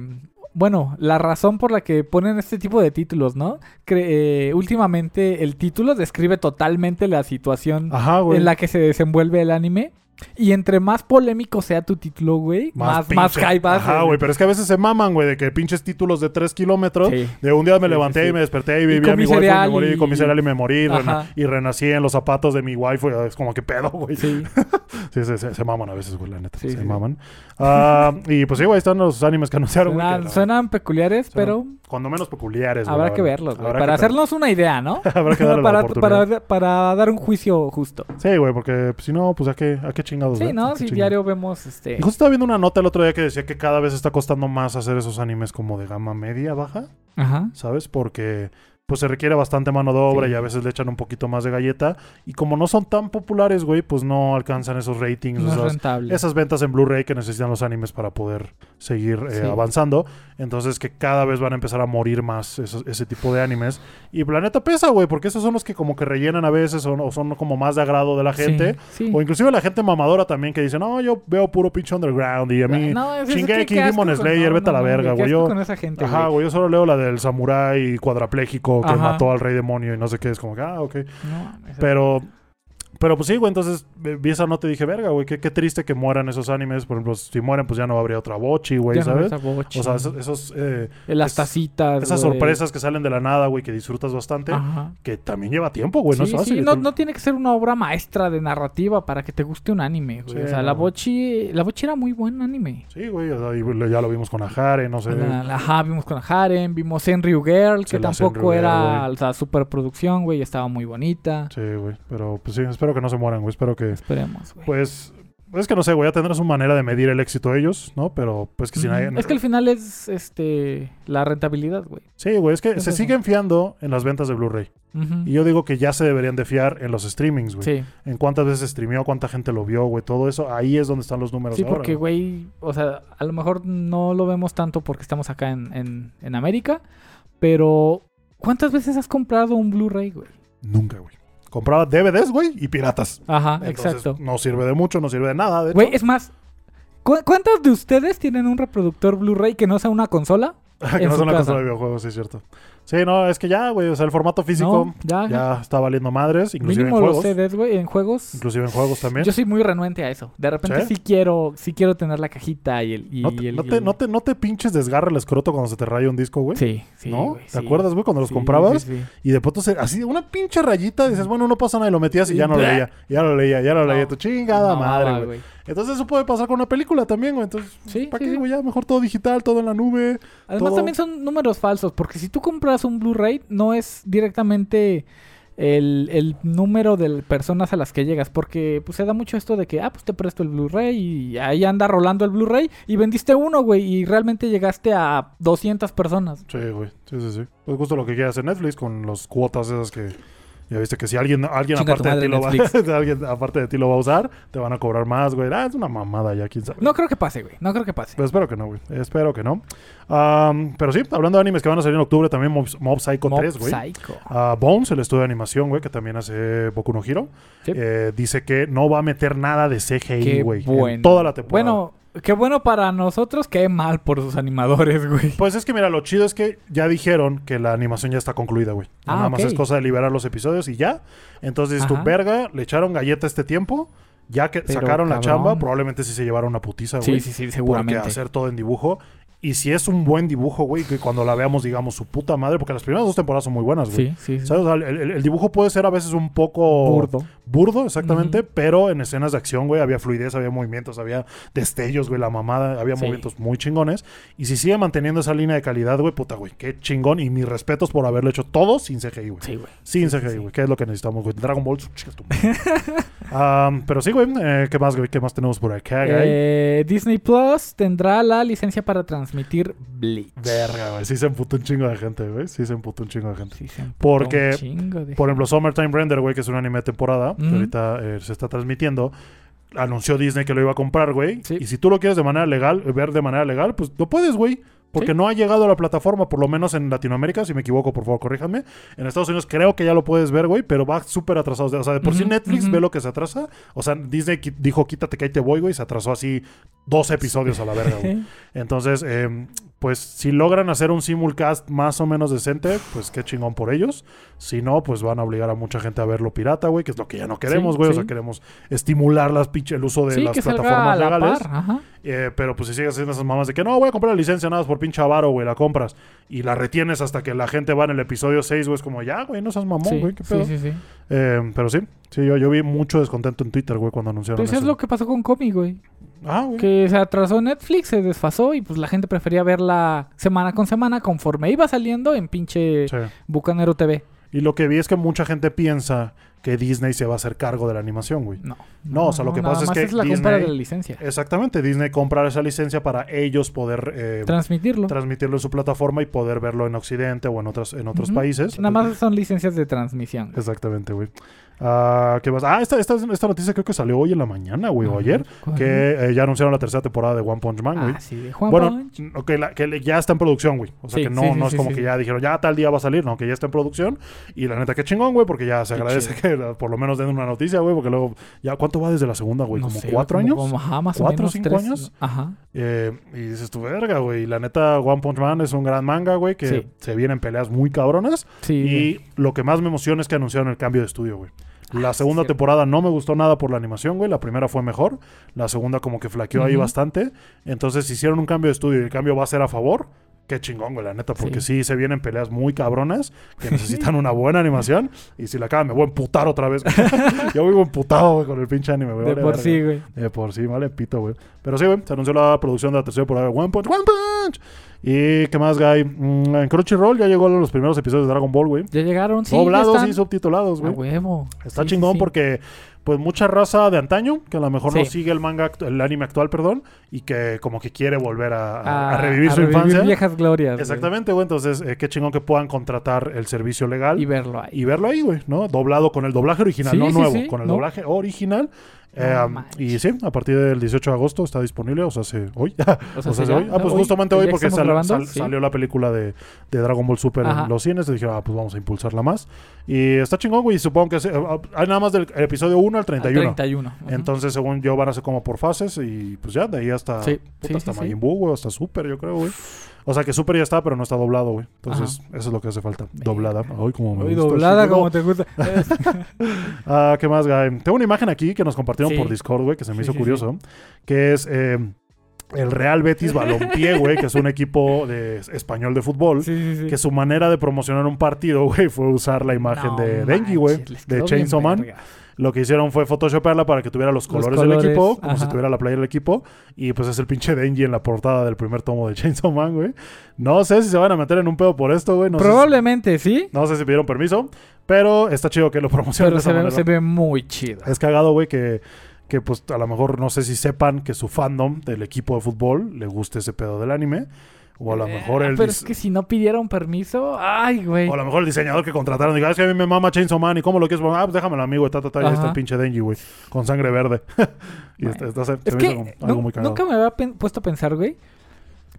S2: Bueno, la razón por la que ponen este tipo de títulos, ¿no? Cre- eh, últimamente el título describe totalmente la situación
S1: Ajá, Ah, güey.
S2: en la que se desenvuelve el anime. Y entre más polémico sea tu título, güey, más, más,
S1: pinche-
S2: hype vas a-
S1: Ajá, güey. Pero es que a veces se maman, güey, de que pinches títulos de 3 kilómetros.
S2: Sí.
S1: De un día me
S2: Sí,
S1: levanté
S2: sí, sí.
S1: y me desperté y
S2: Y
S1: viví a
S2: comí
S1: mi waifu y me
S2: cereal
S1: morí y comí
S2: y-
S1: cereal y me morí y, rena-
S2: Ajá.
S1: y renací en los zapatos de mi waifu. Es como que pedo, güey. Sí,
S2: Sí.
S1: se, se- se maman a veces, güey, la neta.
S2: Sí,
S1: se
S2: sí.
S1: maman. Ah, y pues sí, güey, están los animes que anunciaron, güey. que
S2: Suenan,
S1: la-
S2: suenan peculiares,
S1: suenan
S2: pero
S1: Cuando menos peculiares, güey,
S2: habrá
S1: la
S2: que
S1: verdad.
S2: verlos, güey.
S1: Habrá
S2: Para
S1: que-
S2: hacernos una idea, ¿no?
S1: Habrá que darle la
S2: para,
S1: oportunidad.
S2: para, para dar un juicio justo.
S1: Sí, güey, porque pues, si no, pues a qué, a qué chingados.
S2: Sí,
S1: ve? ¿A
S2: ¿no?
S1: qué
S2: Si
S1: chingados?
S2: diario vemos este...
S1: Y justo estaba viendo una nota el otro día que decía que cada vez está costando más hacer esos animes como de gama media, baja,
S2: Ajá.
S1: ¿sabes? Porque pues se requiere bastante mano de obra
S2: Sí.
S1: y a veces le echan un poquito más de galleta. Y como no son tan populares, güey, pues no alcanzan esos ratings,
S2: No es
S1: esas,
S2: rentable.
S1: esas ventas en Blu-ray que necesitan los animes para poder seguir eh,
S2: Sí.
S1: avanzando. Entonces que cada vez van a empezar a morir más esos- ese tipo de animes. Y Planeta pesa, güey, porque esos son los que como que rellenan a veces o, no- o son como más de agrado de la gente.
S2: Sí, sí.
S1: O inclusive la gente mamadora también que dice, no, yo veo puro pinche underground y a mí...
S2: No, es- es
S1: Shingeki,
S2: que qué asco
S1: Demon
S2: con-
S1: Slayer, vete a la verga,
S2: qué
S1: güey,
S2: asco
S1: yo-
S2: con esa gente,
S1: Ajá,
S2: güey.
S1: güey, yo solo leo la del samurái cuadrapléjico que
S2: Ajá.
S1: mató al rey demonio y no sé qué, es como que, ah, ok.
S2: No, esa-
S1: Pero, pero pues sí, güey, entonces eh, vi esa nota y dije, verga, güey, qué, qué triste que mueran esos animes. Por ejemplo, si mueren, pues ya no habría otra bochi, güey,
S2: ya no
S1: ¿sabes?
S2: esa bocha.
S1: O sea, esos, esos, eh,
S2: las
S1: es-
S2: tacitas,
S1: esas
S2: güey.
S1: sorpresas que salen de la nada, güey, que disfrutas bastante,
S2: Ajá.
S1: que también lleva tiempo, ¿eh? güey, no es
S2: sí,
S1: fácil.
S2: sí, no,
S1: Tú-
S2: no tiene que ser una obra maestra de narrativa para que te guste un anime, güey.
S1: Sí,
S2: o sea,
S1: no.
S2: la bochi, la bochi era muy buen anime.
S1: Sí, güey, o sea, y lo- ya lo vimos con Ajare, no sé.
S2: La- la- ajá, vimos con Harem, vimos Senryu Girl,
S1: Sí,
S2: que
S1: la
S2: tampoco
S1: Senryu Girl,
S2: era,
S1: güey.
S2: o sea, superproducción, güey, estaba muy bonita.
S1: Sí, güey, pero pues sí, espero que no se mueran, güey, espero que...
S2: Esperemos, güey.
S1: Pues es que no sé, güey, ya tendrán su manera de medir el éxito de ellos, ¿no? Pero pues que si
S2: Ujú.
S1: nadie...
S2: Es que al final es este la rentabilidad, güey.
S1: Sí, güey, es que
S2: es
S1: se
S2: eso.
S1: siguen fiando en las ventas de Blu-ray.
S2: Ujú.
S1: Y yo digo que ya se deberían de fiar en los streamings, güey.
S2: Sí,
S1: En cuántas veces streameó, cuánta gente lo vio, güey, todo eso. Ahí es donde están los números.
S2: sí,
S1: ahora,
S2: porque, güey, o sea, a lo mejor no lo vemos tanto porque estamos acá en, en, en América, pero ¿cuántas veces has comprado un Blu-ray, güey?
S1: Nunca, güey. Compraba DVDs, güey, y piratas.
S2: Ajá,
S1: Entonces,
S2: exacto.
S1: No sirve de mucho, no sirve de nada. De hecho.
S2: Güey, es más, ¿cu- ¿cuántos de ustedes tienen un reproductor Bluray que no sea una consola?
S1: que
S2: en
S1: no
S2: su
S1: son una
S2: casa.
S1: consola de videojuegos, sí, es cierto. Sí, no, es que ya, güey, o sea, el formato físico
S2: No, ya.
S1: ya está valiendo madres, inclusive
S2: Mínimo
S1: en
S2: los
S1: juegos.
S2: CDs, güey, en juegos.
S1: Inclusive en juegos también.
S2: Yo soy muy renuente a eso. De repente
S1: ¿Sí?
S2: sí, quiero, sí quiero tener la cajita y el. y
S1: no, te,
S2: el-
S1: no, te, no, te, no te pinches desgarra el escroto cuando se te raya un disco, güey.
S2: Sí, sí.
S1: ¿No?
S2: güey,
S1: ¿Te
S2: sí.
S1: acuerdas, güey, cuando los
S2: Sí,
S1: comprabas?
S2: sí, sí.
S1: Y de pronto, se- así, una pinche rayita, dices, bueno, no pasa nada, y lo metías y ya no lo
S2: Bleh.
S1: leía. Ya lo leía, ya lo
S2: No.
S1: leía. Tu chingada
S2: No, va,
S1: madre, güey. Entonces, eso puede pasar con una película también, güey. Entonces,
S2: Sí,
S1: ¿para
S2: sí,
S1: qué,
S2: sí.
S1: güey? Ya mejor todo digital, todo en la nube.
S2: Además
S1: todo-
S2: también son números falsos, porque si tú compras un Blu-ray, no es directamente el, el número de personas a las que llegas, porque pues se da mucho esto de que, ah, pues te presto el Blu-ray y ahí anda rolando el Blu-ray y vendiste uno, güey, y realmente llegaste a 200 personas.
S1: Sí, güey. Sí, sí, sí. Pues justo lo que quieras en Netflix con las cuotas esas que. Ya viste que si alguien, alguien
S2: Chinga tu
S1: aparte de ti
S2: madre,
S1: lo va, alguien aparte de ti lo va a usar, te van a cobrar más, güey. Ah, es una mamada ya, quién sabe.
S2: No creo que pase, güey, no creo que pase.
S1: Pues espero que no, güey. Espero que no. Am, pero sí, hablando de animes que van a salir en octubre, también Mob, Mob Psycho
S2: Mob
S1: 3, güey.
S2: Psycho.
S1: Ah, Bones, el estudio de animación, güey, que también hace Boku no Hero,
S2: Sí.
S1: eh, dice que no va a meter nada de CGI,
S2: Qué
S1: güey. En
S2: bueno.
S1: toda la temporada.
S2: Bueno, qué bueno para nosotros, qué mal por sus animadores, güey.
S1: Pues es que mira, lo chido es que ya dijeron que la animación ya está concluida, güey.
S2: Ah,
S1: Nada más
S2: ok.
S1: es cosa de liberar los episodios y ya. Entonces, dices tú,
S2: Ajá.
S1: verga, le echaron galleta este tiempo. Ya que
S2: Pero,
S1: sacaron la
S2: cabrón.
S1: chamba, probablemente sí se llevaron una putiza, güey.
S2: Sí, sí, sí,
S1: Porque
S2: seguramente.
S1: hacer todo en dibujo. Y si es un buen dibujo, güey, que cuando la veamos digamos su puta madre, porque las primeras dos temporadas son muy buenas, güey.
S2: Sí, sí. sí.
S1: ¿Sabes? O sea, el, el- el dibujo puede ser a veces un poco
S2: Burdo.
S1: burdo, exactamente,
S2: Ujú.
S1: pero en escenas de acción, güey, había fluidez, había movimientos, había destellos, güey, la mamada, había
S2: Sí.
S1: movimientos muy chingones. Y si sigue manteniendo esa línea de calidad, güey, puta, güey, qué chingón. Y mis respetos por haberlo hecho todo sin CGI, güey.
S2: Sí, güey.
S1: Sin
S2: sí,
S1: CGI,
S2: sí.
S1: güey, que es lo que necesitamos, güey. Dragon Ball, su chica, tu madre. Am, pero sí, güey, eh, ¿qué más, güey? ¿Qué más tenemos por acá, güey?
S2: Eh, Disney Plus tendrá la licencia para transmitir Bleach.
S1: Verga, güey, sí se emputó un chingo de gente, güey. Sí se emputó un chingo de gente.
S2: Sí, se emputó
S1: Porque,
S2: un chingo de-
S1: Por ejemplo, Summertime Render, güey, que es un anime de temporada, que
S2: Ujú.
S1: ahorita eh, se está transmitiendo. Anunció Disney que lo iba a comprar, güey.
S2: Sí.
S1: Y si tú lo quieres de manera legal, eh, ver de manera legal, pues lo puedes, güey. Porque
S2: Sí.
S1: no ha llegado a la plataforma, por lo menos en Latinoamérica, si me equivoco, por favor, corríjanme. En Estados Unidos creo que ya lo puedes ver, güey, pero va súper atrasado. O sea, de por sí
S2: Ujú,
S1: Netflix
S2: ujú.
S1: ve lo que se atrasa. O sea, Disney qui- dijo, quítate que ahí te voy, güey, y se atrasó así dos episodios a la verga, güey.
S2: Sí.
S1: Entonces, eh, pues si logran hacer un simulcast más o menos decente, pues qué chingón por ellos. Si no, pues van a obligar a mucha gente a verlo pirata, güey, que es lo que ya no queremos,
S2: Sí,
S1: güey. O
S2: sí.
S1: sea, queremos estimular las pinche, el uso de
S2: Sí,
S1: las
S2: que salga
S1: plataformas
S2: a la
S1: legales.
S2: par. Ajá.
S1: Eh, pero pues si sigues haciendo esas mamás de que no, voy a comprar la licencia nada más por pinche avaro, güey, la compras y la retienes hasta que la gente va en el episodio 6, güey, es como ya, güey, no seas mamón,
S2: Sí,
S1: güey, qué
S2: sí,
S1: pedo.
S2: sí, sí.
S1: Eh, pero sí, sí, yo, yo vi mucho descontento en Twitter, güey, cuando anunciaron
S2: Pues
S1: eso.
S2: es lo que pasó con Comi, güey.
S1: Ah, güey.
S2: Que se atrasó Netflix, se desfasó y pues la gente prefería verla semana con semana conforme iba saliendo en pinche
S1: Sí.
S2: Bucanero TV.
S1: Y lo que vi es que mucha gente piensa que Disney se va a hacer cargo de la animación, güey.
S2: No.
S1: No, o sea, lo que
S2: nada
S1: pasa es
S2: más
S1: que
S2: la compra de
S1: Disney-
S2: la licencia.
S1: Exactamente, Disney compra esa licencia para ellos poder eh,
S2: Transmitirlo.
S1: transmitirlo en su plataforma y poder verlo en Occidente o en otros, en otros
S2: Ujú.
S1: países.
S2: Nada más son licencias de transmisión. güey.
S1: Exactamente, güey. Ah, ¿qué más? Ah, esta, esta, esta noticia creo que salió hoy en la mañana, güey, o ayer,
S2: ¿Cuál?
S1: que eh, ya anunciaron la tercera temporada de One Punch Man, güey.
S2: Ah, sí, de Juan
S1: bueno,
S2: Punch.
S1: n- ok, la- que le- ya está en producción, güey. O sea
S2: Sí,
S1: que no,
S2: sí, sí,
S1: no es
S2: sí,
S1: como
S2: sí.
S1: que ya dijeron, ya tal día va a salir, no, que ya está en producción. Y la neta, qué chingón, güey, porque ya se
S2: Qué
S1: agradece
S2: chido.
S1: que la- por lo menos den una noticia, güey, porque luego, ya, ¿cuánto va desde la segunda, güey?
S2: No
S1: ¿Como
S2: sé,
S1: cuatro
S2: como-
S1: años?
S2: como, ajá, más o
S1: ¿Cuatro,
S2: menos,
S1: cinco
S2: tres.
S1: años?
S2: Ajá.
S1: Eh, y dices, tu verga, güey. Y la neta, One Punch Man es un gran manga, güey, que
S2: Sí.
S1: se vienen peleas muy cabronas.
S2: Sí.
S1: Y lo que más me emociona es que anunciaron el cambio de estudio, güey. La
S2: Ah, sí,
S1: segunda
S2: cierto.
S1: temporada no me gustó nada por la animación, güey. La primera fue mejor. La segunda como que flaqueó ahí
S2: Ujú.
S1: bastante. Entonces hicieron un cambio de estudio y el cambio va a ser a favor. Qué chingón, güey, la neta. Porque sí, se vienen peleas muy cabronas que necesitan una buena animación. Y si la acaban, me voy a emputar otra vez. güey. Yo vivo emputado, güey, con el pinche anime, güey.
S2: de
S1: Vale,
S2: por
S1: verga.
S2: sí, güey.
S1: De por sí, vale, pito, güey. Pero sí, güey, se anunció la producción de la tercera temporada de One Punch. ¡One Punch! ¿Y qué más, Guy? Mm, en Crunchyroll ya llegó los primeros episodios de Dragon Ball, güey.
S2: Ya llegaron, sí. ya
S1: Doblados
S2: están.
S1: y subtitulados,
S2: A
S1: güey.
S2: huevo.
S1: Está
S2: Sí, sí,
S1: chingón
S2: sí.
S1: porque, pues, mucha raza de antaño, que a lo mejor no
S2: Sí.
S1: sigue el manga, actu- el anime actual, perdón, y que como que quiere volver a, a- a
S2: Ah,
S1: revivir su infancia.
S2: viejas glorias. güey.
S1: Exactamente, güey. Entonces, eh, qué chingón que puedan contratar el servicio legal
S2: Y verlo ahí.
S1: y verlo ahí, güey, ¿no? Doblado con el doblaje original,
S2: Sí,
S1: no
S2: sí,
S1: nuevo,
S2: sí,
S1: con el
S2: ¿no?
S1: doblaje original.
S2: No
S1: Eh,
S2: manches.
S1: y sí, a partir del 18 de agosto está disponible, o sea, hace hoy.
S2: O
S1: O sea,
S2: si ya-
S1: hoy. Ah, pues
S2: hoy,
S1: justamente
S2: que
S1: hoy
S2: ya
S1: porque
S2: estamos
S1: sal-
S2: grabando,
S1: sal-
S2: sí.
S1: salió la película de, de Dragon Ball Super
S2: Ajá.
S1: en los cines. Y dijeron, ah, pues vamos a impulsarla más. Y está chingón, güey. y Supongo que es- eh, ah, hay nada más del episodio 1 al
S2: Al
S1: 31.
S2: 31. ujú.
S1: Entonces, según yo, van a ser como por fases. Y pues ya, de ahí hasta,
S2: Sí,
S1: puta,
S2: sí,
S1: hasta
S2: sí, sí.
S1: Majin Buu, güey, hasta Super, yo creo, güey. O sea que Super ya está, pero no está doblado, güey. Entonces, eso es lo que hace falta. Doblada. Ay, como pues, me
S2: Uy,
S1: gusta
S2: doblada
S1: ese
S2: como
S1: juego.
S2: te gusta. Es-
S1: Ah, ¿qué más, Guy? Tengo una imagen aquí que nos compartieron
S2: Sí.
S1: por Discord, güey, que se me
S2: Sí,
S1: hizo
S2: sí,
S1: curioso. Que es eh, el Real Betis Balompié, güey, que es un equipo de, español de fútbol.
S2: sí, sí, sí.
S1: Que su manera de promocionar un partido, güey, fue usar la imagen
S2: No
S1: de Denji, güey,
S2: manches, les
S1: de
S2: quedó
S1: Chainsaw
S2: bien
S1: Man.
S2: verga.
S1: Lo que hicieron fue photoshopearla para que tuviera los
S2: Los
S1: colores,
S2: colores,
S1: del equipo, como si
S2: ajá.
S1: tuviera la playa del equipo. Y pues es el pinche Denji en la portada del primer tomo de Chainsaw Man, güey. No sé si se van a meter en un pedo por esto, güey. No, sé si-
S2: Probablemente sí,
S1: no sé si pidieron permiso, pero está chido que lo promocionen
S2: pero
S1: de esa
S2: se ve,
S1: manera.
S2: se ve muy chido.
S1: Es cagado, güey, que, que pues a lo mejor no sé si sepan que su fandom del equipo de fútbol le guste ese pedo del anime. O a lo mejor
S2: Eh,
S1: el,
S2: Pero
S1: dis-
S2: es que si no pidieron permiso, ay, güey.
S1: o a lo mejor el diseñador que contrataron diga, es que a mí me mama Chainsaw Man y cómo lo quieres poner. Ah, pues déjamelo, amigo. y Ta, ta, ta, y ahí está
S2: Ajá.
S1: el pinche Denji, güey. Con sangre verde. y está, está- se,
S2: Es
S1: se me
S2: que
S1: hizo como
S2: eh,
S1: algo
S2: nu-
S1: muy cagado.
S2: nunca me había pen- puesto a pensar, güey.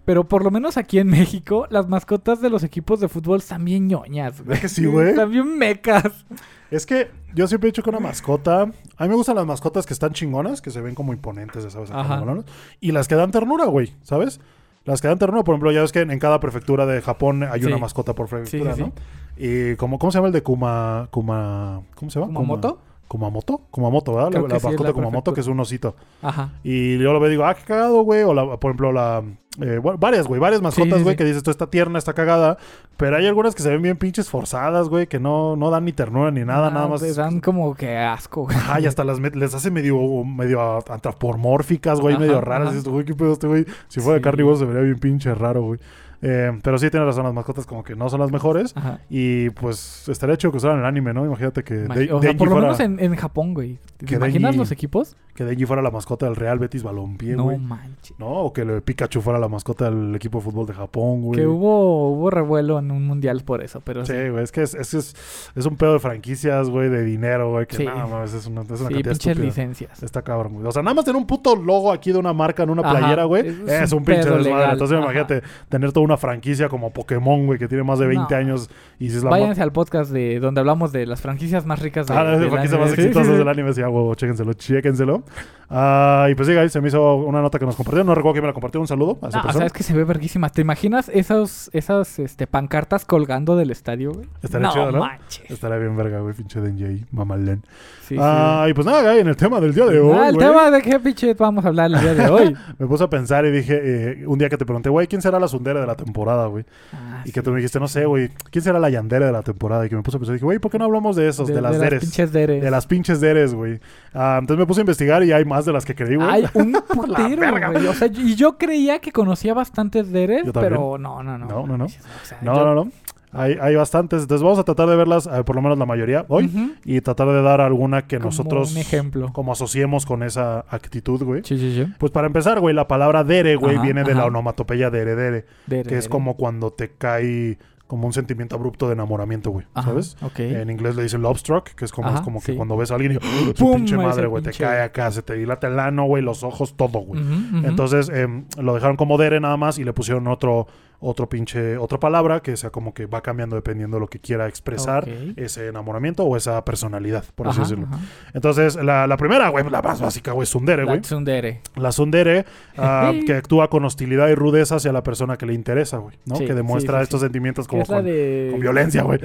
S2: Pero por lo menos aquí en México, las mascotas de los equipos de fútbol están bien ñoñas, güey.
S1: ¿Verdad que sí, güey?
S2: Están bien mecas.
S1: Es que yo siempre he dicho que una mascota. A mí me gustan las mascotas que están chingonas, que se ven como imponentes, ya sabes, acá,
S2: Ajá.
S1: mamalonas, y las que dan ternura, güey, ¿sabes? Las que dan ternura, por ejemplo, ya ves que en, en cada prefectura de Japón hay
S2: Sí.
S1: una mascota por prefectura,
S2: Sí, sí,
S1: ¿no? Y como, ¿cómo se llama el de Kuma. Kuma ¿Cómo se llama? Kuma-
S2: ¿Kumamoto?
S1: Kumamoto, Kumamoto, ¿verdad? La,
S2: Creo que
S1: la
S2: sí, es
S1: mascota
S2: la
S1: Kumamoto,
S2: prefectura.
S1: que es un osito.
S2: Ajá.
S1: Y yo lo veo y digo, ah, qué cagado, güey. O, la, por ejemplo, la. eh, bueno, varias, güey, varias mascotas,
S2: sí,
S1: güey,
S2: sí.
S1: que dices, esto está tierna, está cagada. Pero hay algunas que se ven bien pinches forzadas, güey, que no, no dan ni ternura ni nada,
S2: Ah,
S1: nada más.
S2: te dan como que asco, güey.
S1: Ajá, y hasta las met- les hace medio, medio a- antropomórficas, güey,
S2: Ajá,
S1: medio raras.
S2: ajá.
S1: Dices, güey, qué pedo este güey. Si fuera de
S2: Sí.
S1: carne y hueso, se vería bien pinche raro, güey. Eh, pero sí tienes razón, las mascotas como que no son las mejores.
S2: Ajá.
S1: Y pues estaría chido que usaran el anime, ¿no? Imagínate que,
S2: Ma-
S1: De-
S2: o sea,
S1: Denji
S2: por lo
S1: Eh, fuera,
S2: menos en, en Japón, güey. ¿Te
S1: que
S2: imaginas
S1: Denji-
S2: los equipos?
S1: que Denji fuera la mascota del Real Betis Balompié,
S2: no
S1: güey.
S2: manches.
S1: No, o que el Pikachu fuera la mascota del equipo de fútbol de Japón, güey.
S2: Que hubo, hubo revuelo en un mundial por eso, pero sí.
S1: Sí, güey, es que es, es, es, es un pedo de franquicias, güey, de dinero, güey, que
S2: Sí.
S1: nada más es una, es una
S2: Sí,
S1: cantidad
S2: pinches
S1: estúpida.
S2: licencias.
S1: Está cabrón, güey. O sea, nada más tener un puto logo aquí de una marca en una
S2: Ajá.
S1: playera, güey.
S2: Eso
S1: Es, un pinche
S2: pedo
S1: desmadre.
S2: legal.
S1: Entonces,
S2: Ajá.
S1: imagínate tener toda una franquicia como Pokémon, güey, que tiene más de 20
S2: No.
S1: años y si es la ma-
S2: Váyanse al podcast de donde hablamos de las franquicias más ricas de,
S1: Ah, las
S2: del
S1: franquicias
S2: anime.
S1: más
S2: Sí, sí,
S1: exitosas
S2: sí.
S1: del anime, sí, a huevo, chéquenselo, chéquenselo. Ah, y pues sí, ahí se me hizo una nota que nos compartió. No recuerdo que me la compartió, un saludo a esa
S2: No, o
S1: persona.
S2: sea, es que se ve verguísima. ¿Te imaginas esos, esas este, pancartas colgando del estadio, güey?
S1: Estaría chido, ¿no?
S2: manches.
S1: Estaría bien verga, güey, pinche Denji ahí, mamalén.
S2: Sí, sí.
S1: ah, y pues nada, güey, en el tema del día de hoy,
S2: Ah, el
S1: güey,
S2: tema de qué pinche vamos a hablar el día de hoy.
S1: me puse a pensar y dije, eh, un día que te pregunté, güey, ¿quién será la sundera de la temporada, güey?
S2: Ah,
S1: Y
S2: sí.
S1: que tú me dijiste, no sé, güey, ¿quién será la yandera de la temporada? Y que me puse a pensar, dije, güey, ¿por qué no hablamos de esos, de, las deres?
S2: pinches deres.
S1: De las pinches deres, güey. Ah, entonces me puse a investigar y hay más de las que creí, güey.
S2: Hay un putero, güey. O sea, y yo creía que conocía bastantes deres,
S1: Yo también.
S2: pero no, no, no.
S1: No, no, no.
S2: manches, o sea,
S1: No,
S2: yo-
S1: no, no. Hay, hay bastantes. Entonces vamos a tratar de verlas, eh, por lo menos la mayoría, hoy.
S2: Ujú.
S1: Y tratar de dar alguna que
S2: Como
S1: nosotros...
S2: un ejemplo.
S1: Como asociemos con esa actitud, güey.
S2: Sí, sí, sí.
S1: Pues para empezar, güey, la palabra dere, güey,
S2: Ajá,
S1: viene de la
S2: ajá.
S1: onomatopeya dere dere,
S2: Dere,
S1: que es
S2: dere.
S1: como cuando te cae como un sentimiento abrupto de enamoramiento, güey,
S2: Ajá,
S1: ¿sabes?
S2: Ok.
S1: En inglés le dicen love struck, que es como,
S2: Ajá,
S1: es como que
S2: sí.
S1: cuando ves a alguien y ¡Ah, su
S2: Pum,
S1: pinche
S2: ahí se
S1: madre, güey, te
S2: pinche-
S1: cae acá, se te dilata el ano, güey, los ojos, todo, güey.
S2: Ujú, ujú.
S1: Entonces em, lo dejaron como dere nada más y le pusieron otro, otro pinche, otra palabra que sea como que va cambiando dependiendo de lo que quiera expresar
S2: Ok.
S1: ese enamoramiento o esa personalidad, por así
S2: Ajá,
S1: decirlo.
S2: ajá.
S1: Entonces la, la primera, güey, la más básica, güey, es un dere, güey.
S2: La tsundere.
S1: La Sundere, ah, que actúa con hostilidad y rudeza hacia la persona que le interesa, güey, ¿no?
S2: Sí,
S1: que demuestra
S2: sí, sí,
S1: estos sentimientos
S2: Que
S1: como
S2: es la
S1: con,
S2: de... Ah.
S1: con violencia, güey.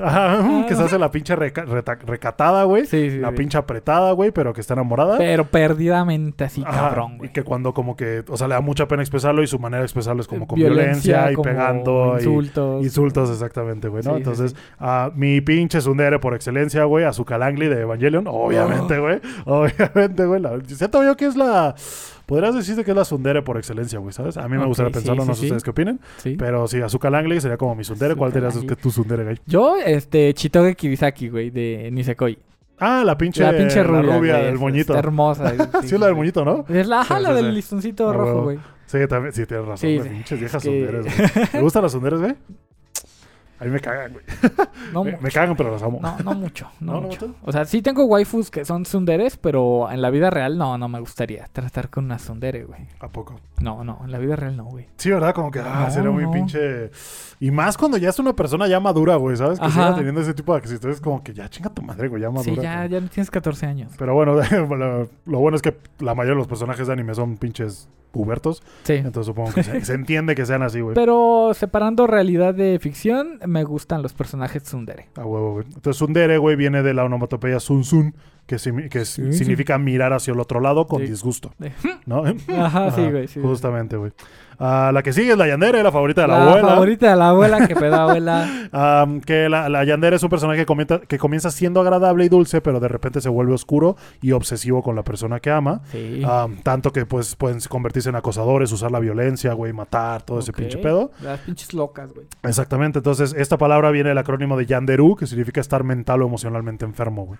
S1: Ajá, que se hace la pinche reca- reta- recatada, güey.
S2: Sí, sí,
S1: la
S2: sí.
S1: pinche apretada, güey, pero que está enamorada.
S2: Pero perdidamente así,
S1: Ah. Ajá,
S2: cabrón,
S1: y
S2: güey.
S1: que cuando como que, o sea, le da mucha pena expresarlo y su manera de expresarlo es como con violencia,
S2: Eh, Violencia,
S1: y
S2: como
S1: pegando y-
S2: insultos.
S1: Insultos, exactamente, güey, ¿no?
S2: Sí, sí,
S1: Entonces, a mi pinche Sundere por excelencia, güey, a su Calangli de Evangelion, obviamente, güey, obviamente, güey. la- Siento yo que es la... Podrías decirte que es la Sundere por excelencia, güey, ¿sabes? A mí me
S2: Ok,
S1: gustaría
S2: sí,
S1: pensarlo,
S2: sí,
S1: no sé
S2: sí.
S1: ustedes qué opinen,
S2: Sí.
S1: pero sí, a su Calangli sería como mi Sundere. ¿Cuál
S2: Azuka
S1: dirías
S2: Langley.
S1: que es tu Sundere, güey?
S2: Yo, este, Chitoge Kibisaki, güey, de Nisekoi.
S1: Ah, la pinche,
S2: la pinche
S1: la
S2: rubia,
S1: rubia
S2: güey,
S1: del
S2: es-
S1: moñito.
S2: Está hermosa. güey,
S1: Sí, la del moñito, ¿no?
S2: Es la, ajá,
S1: Sí,
S2: la
S1: sí,
S2: del
S1: sí.
S2: listoncito
S1: Ah, huevo.
S2: rojo, güey.
S1: Sí, también, sí, tienes razón,
S2: Sí,
S1: güey,
S2: sí,
S1: pinches
S2: es
S1: viejas
S2: que-
S1: Sunderes, güey. ¿Te gustan las Sunderes, güey? A mí me cagan, güey.
S2: No,
S1: Me,
S2: mu-
S1: me cagan, pero las amo.
S2: no, no mucho, no,
S1: ¿No, no
S2: mucho.
S1: mucho?
S2: o sea, sí tengo waifus que son sunderes, pero en la vida real no, no me gustaría tratar con una sundere, güey.
S1: ¿A poco?
S2: No, no, en la vida real no, güey.
S1: Sí, ¿verdad? Como que, ah,
S2: No,
S1: sería muy
S2: no.
S1: pinche. Y más cuando ya es una persona ya madura, güey, ¿sabes? Que
S2: Ajá.
S1: siga teniendo ese tipo de actitudes, como que ya chinga tu madre, güey, ya madura.
S2: sí, ya,
S1: güey.
S2: ya tienes 14 años.
S1: Pero bueno, lo, lo bueno es que la mayoría de los personajes de anime son pinches pubertos.
S2: Sí.
S1: Entonces supongo que se, se entiende que sean así, güey.
S2: Pero separando realidad de ficción, me gustan los personajes tsundere.
S1: A huevo, güey. Entonces, Sundere, güey, viene de la onomatopeya Sun Sun, que, simi- que
S2: Sí, sí.
S1: significa mirar hacia el otro lado con
S2: Sí.
S1: disgusto,
S2: De-
S1: ¿no?
S2: Mm. Ajá, sí, güey. Sí,
S1: Justamente, güey. Ah, la que sigue es la Yandere, la favorita de la,
S2: la
S1: abuela.
S2: favorita de la abuela, que pedo abuela.
S1: Am, que la, la Yandere es un personaje que, comienza- que comienza siendo agradable y dulce, pero de repente se vuelve oscuro y obsesivo con la persona que ama.
S2: Sí.
S1: Am, tanto que pues pueden convertirse en acosadores, usar la violencia, güey, matar, todo ese
S2: Ok.
S1: pinche pedo.
S2: Las pinches locas, güey.
S1: Exactamente, entonces esta palabra viene del acrónimo de Yanderu, que significa estar mental o emocionalmente enfermo, güey.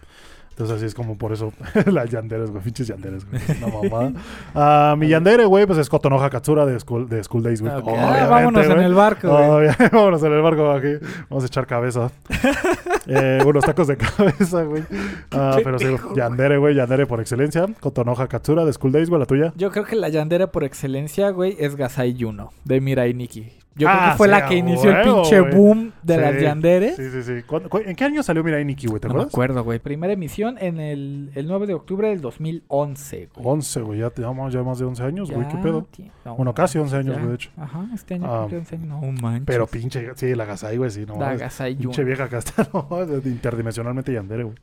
S1: Entonces así es como por eso las yanderes, güey, pinches yanderes, güey. es Una mamada. Ah, mi yandere, güey, pues es Kotonoha Katsura de School, de School Days, güey.
S2: Ok.
S1: Obviamente,
S2: Ah, vámonos en
S1: güey.
S2: el barco, güey.
S1: Obvia- vámonos en el barco aquí. Vamos a echar cabeza. Eh, unos tacos de cabeza, güey. Ah, pero sí,
S2: pendejo,
S1: Yandere, güey, Yandere por excelencia. Kotonoha Katsura de School Days, güey, la tuya.
S2: Yo creo que la yandera por excelencia, güey, es Gasai Yuno, de Mirai Nikki. Yo creo
S1: Ah,
S2: que fue
S1: sí,
S2: la que
S1: a
S2: inició el
S1: huevo,
S2: pinche
S1: güey.
S2: boom de
S1: Sí,
S2: las yanderes.
S1: Sí, sí, sí. ¿Cuándo- cu- ¿En qué año salió Mirai Nikki, güey? ¿Te
S2: ¿Eh? No me
S1: acuerdas?
S2: acuerdo, güey. Primera emisión en el, el 9 de octubre del 2011, güey.
S1: 11, güey, ya, te- ya más- ya más de 11 años, güey, qué
S2: Ya
S1: pedo.
S2: tiene- no,
S1: Bueno, casi 11 años,
S2: ya.
S1: güey, de hecho.
S2: Ajá, este año
S1: Ah,
S2: cumplió 11 años. No manches.
S1: Pero pinche, sí, la gasai, güey, sí, no
S2: Da
S1: mames.
S2: Gasai Yuno.
S1: Pinche vieja acá está, no, mames, interdimensionalmente yandere, güey.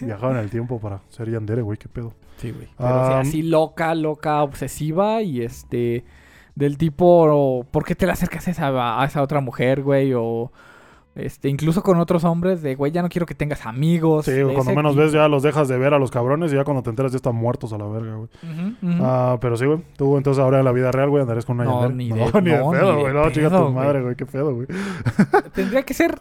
S1: Viajaban en el tiempo para ser yandere, güey, qué pedo.
S2: Sí, güey. Pero sí,
S1: Ah,
S2: así loca, loca, obsesiva y este. Del tipo, o, ¿por qué te le acercas a esa, a esa otra mujer, güey? O. Este, incluso con otros hombres, de güey, ya no quiero que tengas amigos.
S1: Sí,
S2: de
S1: güey, cuando
S2: ese
S1: menos
S2: tipo.
S1: ves ya los dejas de ver a los cabrones y ya cuando te enteras ya están muertos a la verga, güey.
S2: Ujú, ujú.
S1: Ah, pero sí, güey. Tú entonces ahora en la vida real, güey, andarás con una
S2: No,
S1: yandere.
S2: ni
S1: no,
S2: de-
S1: ni de
S2: no, ni
S1: pedo,
S2: de
S1: güey. No, chica
S2: pedo,
S1: tu
S2: güey.
S1: madre, güey, qué pedo, güey.
S2: Tendría que ser.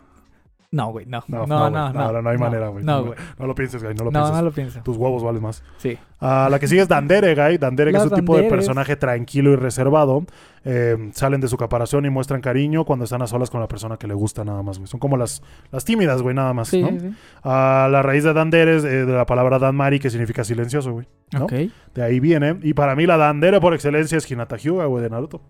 S2: No, güey, no.
S1: No, no,
S2: No, no, no.
S1: güey. No, no, no hay manera, güey.
S2: No,
S1: No,
S2: güey.
S1: No lo pienses, güey, no lo
S2: No,
S1: pienses.
S2: no lo pienso.
S1: Tus huevos valen más.
S2: Sí.
S1: Ah, la que sigue es Dandere, Guy. Dandere, que
S2: Las
S1: es un tipo de
S2: Danderes.
S1: personaje tranquilo y reservado. Eh, salen de su caparación y muestran cariño cuando están a solas con la persona que le gusta, nada más, güey. Son como las, las tímidas, güey, nada más,
S2: Sí,
S1: ¿no?
S2: sí, sí.
S1: Ah, la raíz de Dandere es eh, de la palabra Danmari, que significa silencioso, güey. ¿no?
S2: Ok.
S1: De ahí viene. Y para mí, la Dandere por excelencia es Hinata Hyuga, güey, de Naruto.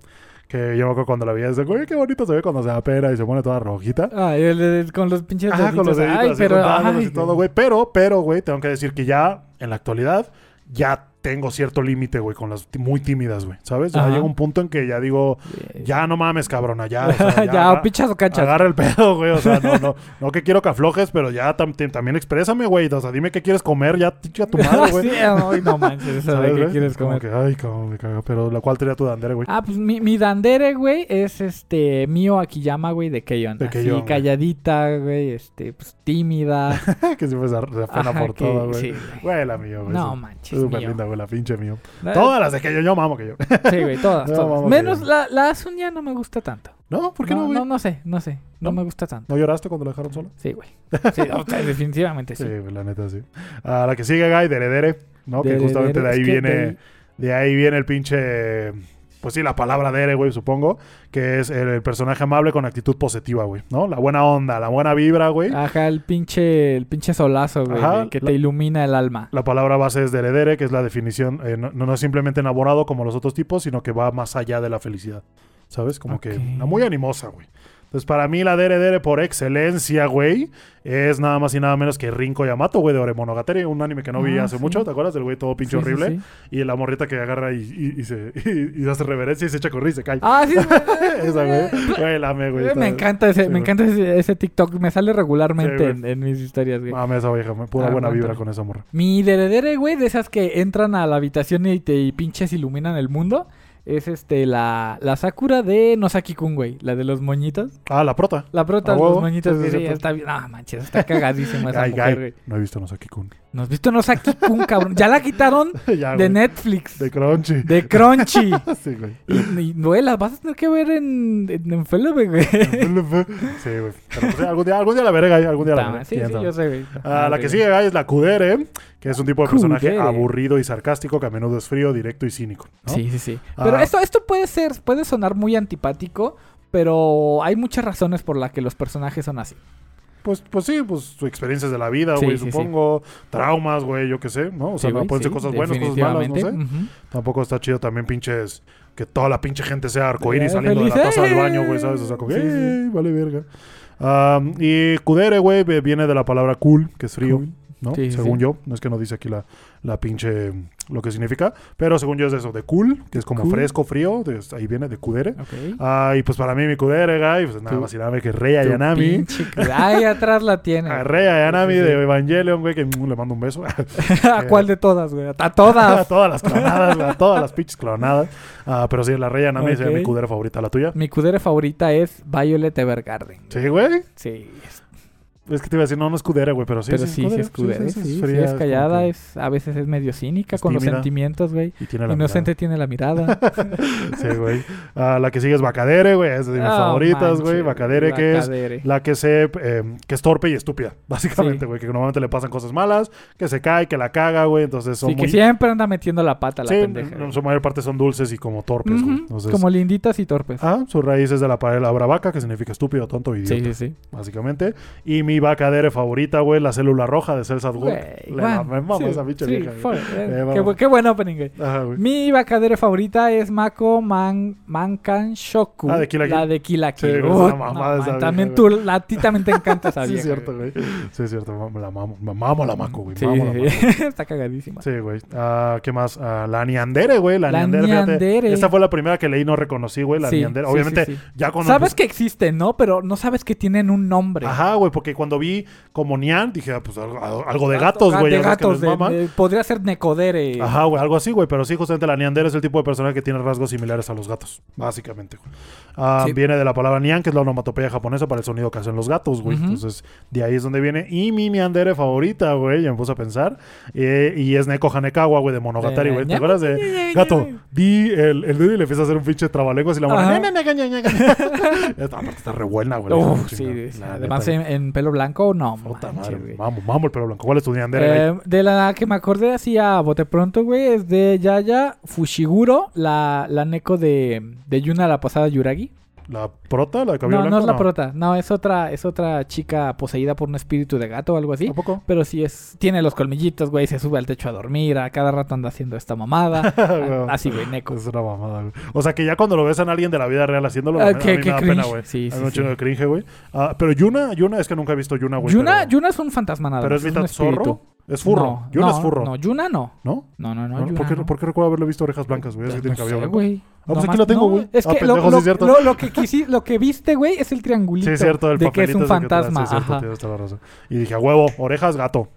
S1: Que yo me acuerdo cuando la vi, es de, güey, qué bonito se ve cuando se apera y se pone toda rojita.
S2: Ah, el- el- con los pinches
S1: Ajá, con los
S2: deditos.
S1: deditos
S2: Ay,
S1: así,
S2: pero,
S1: juntándolos
S2: ay,
S1: y todo, güey. Pero, pero, güey, tengo que decir que ya en la actualidad ya tengo cierto límite, güey, con las tí- muy tímidas, güey, ¿sabes? Ya
S2: Ajá.
S1: llega un punto en que ya digo,
S2: güey.
S1: ya no mames, cabrona, ya. Ah, o sea,
S2: ya,
S1: agarra-
S2: pichas o cachas.
S1: Agarra el pedo, güey. O sea, no, no, no que quiero que aflojes, pero ya tam- te- también exprésame, güey. O sea, dime qué quieres comer, ya chicha tu madre, güey.
S2: Sí, no, y no manches, eso
S1: ¿Sabes,
S2: de qué
S1: güey?
S2: quieres
S1: Es como
S2: comer.
S1: que, ay, cabrón, me caga. Pero la cual sería tu dandere, güey.
S2: Ah, pues mi, mi dandere, güey, es este Mio Akiyama, güey, de Keyon.
S1: De
S2: Así,
S1: Keion, güey.
S2: calladita, güey, este, pues tímida.
S1: que siempre se se afana
S2: Ajá,
S1: por
S2: que-
S1: todo,
S2: sí,
S1: güey.
S2: güey.
S1: Güey, la mía, güey.
S2: No
S1: sí.
S2: manches,
S1: Es súper
S2: Mio.
S1: linda, güey, la pinche mío.
S2: Eh,
S1: Todas las de que yo, yo mamo que yo.
S2: Sí, güey, todas,
S1: No,
S2: todas.
S1: vamos,
S2: Menos
S1: güey.
S2: la, la Asun ya no me gusta tanto.
S1: No, ¿por qué no,
S2: no,
S1: güey?
S2: no, no sé, no sé. No,
S1: ¿No?
S2: me gusta tanto.
S1: ¿No lloraste cuando la dejaron sola?
S2: Sí, güey. Sí, no, definitivamente sí.
S1: Sí, güey, la neta sí. A la que sigue, Guy, Deredere, ¿no? que
S2: Dere,
S1: justamente
S2: dere,
S1: de ahí
S2: es que
S1: viene.
S2: de ahí-
S1: De ahí viene el pinche. Pues sí, la palabra Dere, güey, supongo. Que es el, el personaje amable con actitud positiva, güey, ¿no? La buena onda, la buena vibra, güey.
S2: Ajá, el pinche, el pinche solazo, güey,
S1: Ajá,
S2: de que
S1: la-
S2: te ilumina el alma.
S1: La palabra base es Deredere, que es la definición. eh, no, no es simplemente enamorado como los otros tipos, sino que va más allá de la felicidad. ¿Sabes? Como que.
S2: Ok.
S1: una muy animosa, güey. Entonces, para mí, la Deredere por excelencia, güey, es nada más y nada menos que Rinko Yamato, güey, de Oremonogatari, un anime que no vi
S2: Ah,
S1: hace
S2: sí.
S1: mucho. ¿Te acuerdas del güey todo pinche
S2: Sí, sí,
S1: horrible?
S2: sí.
S1: Y la morrita que agarra y, y- y se, y, y hace reverencia y se echa a correr y se cae.
S2: Ah, sí.
S1: Esa, güey. Güey, la amé, güey.
S2: Eh,
S1: Está-
S2: me encanta ese,
S1: Sí,
S2: me
S1: güey.
S2: encanta ese, ese TikTok, me sale
S1: Sí,
S2: regularmente
S1: güey.
S2: en, en mis historias, güey.
S1: Amé esa vieja, me- pura
S2: Ah,
S1: buena
S2: aguántame.
S1: vibra con esa morra.
S2: Mi deredere, güey, de esas que entran a la habitación y te y pinches iluminan el mundo, es este la, la Sakura de Nosaki Kun, güey, la de los moñitos.
S1: Ah, la prota.
S2: La prota
S1: ¿A
S2: de los
S1: huevo? Sí,
S2: moñitos,
S1: sí,
S2: que
S1: es
S2: sí,
S1: cierto.
S2: está bien. No, manches, está cagadísima esa
S1: Ay,
S2: mujer,
S1: gay.
S2: güey.
S1: No he visto a Nosaki Kun.
S2: ¿No has visto Nosaki Kun, cabrón? Ya la quitaron
S1: ya,
S2: de
S1: Ah, güey.
S2: Netflix,
S1: De
S2: de,
S1: Crunchy.
S2: Crunchy.
S1: sí, güey.
S2: y, y, güey, las vas a tener que ver en, en, en Felipe, güey.
S1: sí, güey. Pero, pues, algún, día, algún día la veré, Guy, Algún día la veré.
S2: Sí,
S1: Quién
S2: sí,
S1: sabe.
S2: yo sé, güey.
S1: Ah, la
S2: Ándale.
S1: que sigue, Guy, es la Kudere, que es un tipo de personaje
S2: Kudere.
S1: aburrido y sarcástico que a menudo es frío, directo y cínico. ¿no?
S2: Sí, sí, sí. Pero
S1: Ah.
S2: esto, esto puede ser, puede sonar muy antipático, pero hay muchas razones por las que los personajes son así.
S1: Pues, pues sí, pues sus experiencias de la vida,
S2: Sí,
S1: güey,
S2: sí, sí.
S1: supongo. Traumas, güey, yo qué sé, ¿no? O sea,
S2: Sí,
S1: no
S2: güey,
S1: pueden ser
S2: sí,
S1: cosas buenas, cosas malas, no sé.
S2: definitivamente. Ujú.
S1: Tampoco está chido también pinches que toda la pinche gente sea arcoíris
S2: Eh,
S1: saliendo de la
S2: feliz,
S1: taza del
S2: ¡eh!
S1: baño, güey, ¿sabes? O sea, como que,
S2: Sí, sí, sí.
S1: "Ey, vale verga. Am, y Kudere, güey, ve- viene de la palabra cool, que es frío.
S2: Cool.
S1: ¿no?
S2: Sí, sí,
S1: según
S2: sí.
S1: yo, no es que no dice aquí la, la pinche mm, lo que significa, pero según yo es eso, de cool, que es como
S2: cool.
S1: fresco, frío, de- ahí viene de kudere.
S2: Ok.
S1: Ah, y pues para mí mi kudere, guy, pues nada
S2: Tu-
S1: más y nada más que
S2: Tu
S1: Rey Ayanami.
S2: pinche- Ahí atrás la tiene.
S1: A Rey Ayanami
S2: Sí, sí, sí.
S1: de Evangelion, güey, que mm, le mando un beso.
S2: ¿A cuál de todas, güey? A
S1: a
S2: todas.
S1: todas las clonadas, a todas las pinches clonadas. Ah, pero sí, la Rey Ayanami sería
S2: Ok.
S1: mi kudere favorita, la tuya.
S2: Mi cudere favorita es Violet Evergarden.
S1: Sí, güey.
S2: Sí, es-
S1: Es que te iba a decir, no, no es kudere, güey, pero sí.
S2: pero sí, sí
S1: kudere,
S2: es cudere. Sí, sí,
S1: fría,
S2: es
S1: como
S2: callada,
S1: que-
S2: es, a veces es medio cínica
S1: es
S2: con los
S1: tímida.
S2: sentimientos, güey.
S1: Y tiene la
S2: Inocente
S1: mirada.
S2: tiene la mirada.
S1: Sí, güey. Ah, la que sigue es Bacadere, güey. Es de mis
S2: Ah,
S1: favoritas,
S2: manches,
S1: güey. Bacadere, que es
S2: Bacadere.
S1: la que se eh, que es torpe y estúpida, básicamente,
S2: Sí.
S1: güey. Que normalmente le pasan cosas malas, que se cae, que la caga, güey. Entonces son
S2: Sí,
S1: muy.
S2: que siempre anda metiendo la pata a la
S1: Sí,
S2: pendeja.
S1: en
S2: güey.
S1: su mayor parte son dulces y como torpes, güey.
S2: Ujú,
S1: Entonces.
S2: Como linditas y torpes.
S1: Ah, su raíz es de la palabra vaca, que significa estúpido, tonto, idiota,
S2: sí, sí, sí.
S1: básicamente. Y mi bacadere favorita, güey, la célula roja de Celsa World.
S2: Güey,
S1: Le la
S2: Juan,
S1: me mama
S2: sí,
S1: esa pinche
S2: sí,
S1: vieja, güey.
S2: fue- eh,
S1: Eh,
S2: qué,
S1: vamos.
S2: bu- qué buen opening, güey.
S1: Ajá, güey.
S2: Mi bacadere favorita es Mako Man, Mankan Shoku.
S1: Ah, de Kill la Kill.
S2: La de Kill la
S1: Sí,
S2: Kill.
S1: güey, es
S2: Uy,
S1: una mamada
S2: no,
S1: esa
S2: man,
S1: vieja,
S2: También
S1: güey.
S2: tú, la- a ti también te encanta esa
S1: Sí,
S2: vieja.
S1: es cierto, güey. Sí, es cierto. mam- La mamo, la mamo a la maco, güey.
S2: Sí,
S1: mamo a la
S2: sí,
S1: Maco.
S2: sí. está cagadísima.
S1: Sí, güey. Ah, ¿Qué más? Ah, la Niandere, güey. La,
S2: La
S1: Niandere, fíjate.
S2: Niandere.
S1: Esta fue la primera que leí y no reconocí, güey. La
S2: Sí,
S1: Niandere.
S2: sí,
S1: Obviamente,
S2: sí, sí.
S1: ya cuando.
S2: Sabes
S1: pues,
S2: que existen, ¿no? Pero no sabes que tienen un nombre.
S1: Ajá, güey, porque cuando vi como Nian, dije, ah, pues algo, algo de
S2: Gato-
S1: gatos, güey.
S2: Ah, De
S1: ya sabes que
S2: gatos.
S1: les
S2: de-
S1: maman.
S2: de- podría ser Necodere.
S1: Ajá, güey, algo así, güey. Pero sí, justamente la Niandere es el tipo de personaje que tiene rasgos similares a los gatos, básicamente, güey. Ah,
S2: Sí.
S1: Viene de la palabra Nian, que es la onomatopeya japonesa para el sonido que hacen los gatos, güey.
S2: Ujú.
S1: Entonces, de ahí es donde viene. Y mi Niandere favorita, güey, ya me puse a pensar. eh, y es Neko Hanekawa, güey, de Monogatari,
S2: De-
S1: güey. ¿Te
S2: ñam,
S1: acuerdas de.?
S2: eh,
S1: Gato, di el, el dedo y le empieza a hacer un pinche trabalenguas y la mano.
S2: Ajá.
S1: Aparte está re buena, güey.
S2: Uf, sí,
S1: Chingada,
S2: sí,
S1: la
S2: Además,
S1: neta,
S2: en, en pelo blanco, no.
S1: puta
S2: manches,
S1: madre,
S2: güey.
S1: Vamos, vamos el pelo blanco. ¿Cuál es tu Niandere?
S2: Eh, de la que me acordé así a bote pronto, güey, es de Yaya Fushiguro, la, la neko de, de Yuna la pasada Yuragi.
S1: ¿La prota? ¿La de
S2: No,
S1: cabello blanco?
S2: no es la prota, no, es otra, es otra chica poseída por un espíritu de gato o algo así.
S1: ¿Tampoco?
S2: Pero sí es, tiene los colmillitos, güey, se sube al techo a dormir, a cada rato anda haciendo esta mamada. Ah,
S1: Güey,
S2: así, güey, neko.
S1: Es una mamada, güey. O sea, que ya cuando lo ves a alguien de la vida real haciéndolo,
S2: Ah,
S1: la neta,
S2: qué-
S1: a mí
S2: qué
S1: me da
S2: cringe.
S1: pena, güey.
S2: Sí,
S1: A mí
S2: sí,
S1: me da un
S2: sí.
S1: chingo de cringe, güey. Ah, pero Yuna, Yuna, es que nunca he visto Yuna, güey.
S2: Yuna,
S1: pero,
S2: Yuna es un fantasma nada
S1: pero
S2: más,
S1: es mitad
S2: un espíritu.
S1: zorro. Es furro.
S2: No,
S1: Yuna
S2: no,
S1: es furro.
S2: No,
S1: ¿No?
S2: Yuna no. No, no, no,
S1: ¿No?
S2: Yuna
S1: ¿Por, qué,
S2: no. Pues
S1: por qué recuerdo haberle visto orejas blancas, güey? Es que tiene
S2: No
S1: cabello
S2: sé,
S1: blanco.
S2: güey.
S1: pues aquí
S2: más-
S1: lo tengo, güey.
S2: Es
S1: Ah,
S2: que lo,
S1: pendejo, sí
S2: lo-
S1: es cierto.
S2: lo- lo que quisi- lo que viste, güey, es el triangulito.
S1: Sí, es cierto, el
S2: de que es
S1: papelito
S2: un
S1: ese que traes,
S2: fantasma.
S1: sí, es cierto,
S2: Ajá.
S1: tienes toda la razón. Y dije, a huevo, orejas gato.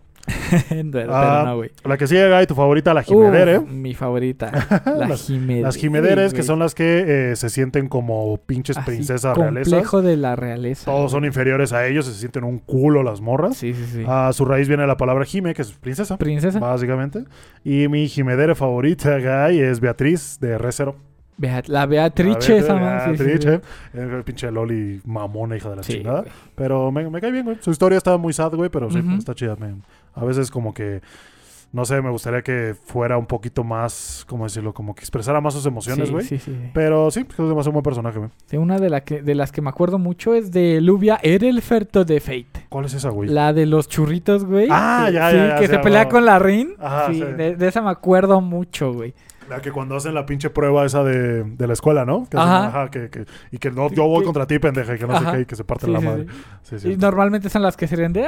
S2: Pero- pero
S1: Ah,
S2: no, güey.
S1: La que sigue, Guy, tu favorita, la jimedere.
S2: Uf, mi favorita. La
S1: Las-
S2: Jimedere.
S1: Las jimederes, que
S2: güey.
S1: son las que eh, se sienten como pinches
S2: Así,
S1: princesas realezas.
S2: complejo de la realeza.
S1: Todos son inferiores a ellos, se sienten un culo las morras.
S2: Sí, sí, sí.
S1: A su raíz viene la palabra jime, que es princesa,
S2: Princesa
S1: básicamente. Y mi jimedere favorita, Guy, es Beatriz de Recero.
S2: Bea- la Beatrice. esa madre, sí, sí, sí.
S1: Beatrice, ah, eh, pinche Loli mamona, hija de la
S2: Sí,
S1: chingada.
S2: güey.
S1: Pero me, me cae bien, güey. Su historia está muy sad, güey, pero sí,
S2: Ujú.
S1: está chida. me- a veces como que, no sé, me gustaría que fuera un poquito más, ¿cómo decirlo? Como que expresara más sus emociones,
S2: Sí,
S1: güey.
S2: sí, sí, sí.
S1: Pero sí, pues, creo que además es un buen personaje, güey.
S2: Sí, una de, la que- de las que me acuerdo mucho es de Luvia Erelferto de Fate.
S1: ¿Cuál es esa, güey?
S2: La de los churritos, güey.
S1: Ah,
S2: Sí,
S1: ya,
S2: sí,
S1: ya, ya,
S2: Que
S1: sí,
S2: se
S1: a
S2: pelea
S1: huevo.
S2: con la Rin.
S1: Ajá,
S2: sí,
S1: sí.
S2: De, de esa me acuerdo mucho, güey.
S1: La que cuando hacen la pinche prueba esa de, de la escuela, ¿no? Que hacen-
S2: Ajá.
S1: que, que- y que no, yo voy
S2: Que-
S1: contra ti, pendeja, y que no
S2: Ajá.
S1: sé qué, y que se parte
S2: Sí,
S1: la
S2: sí,
S1: madre.
S2: sí.
S1: Sí, sí.
S2: Y normalmente son las que se ríen de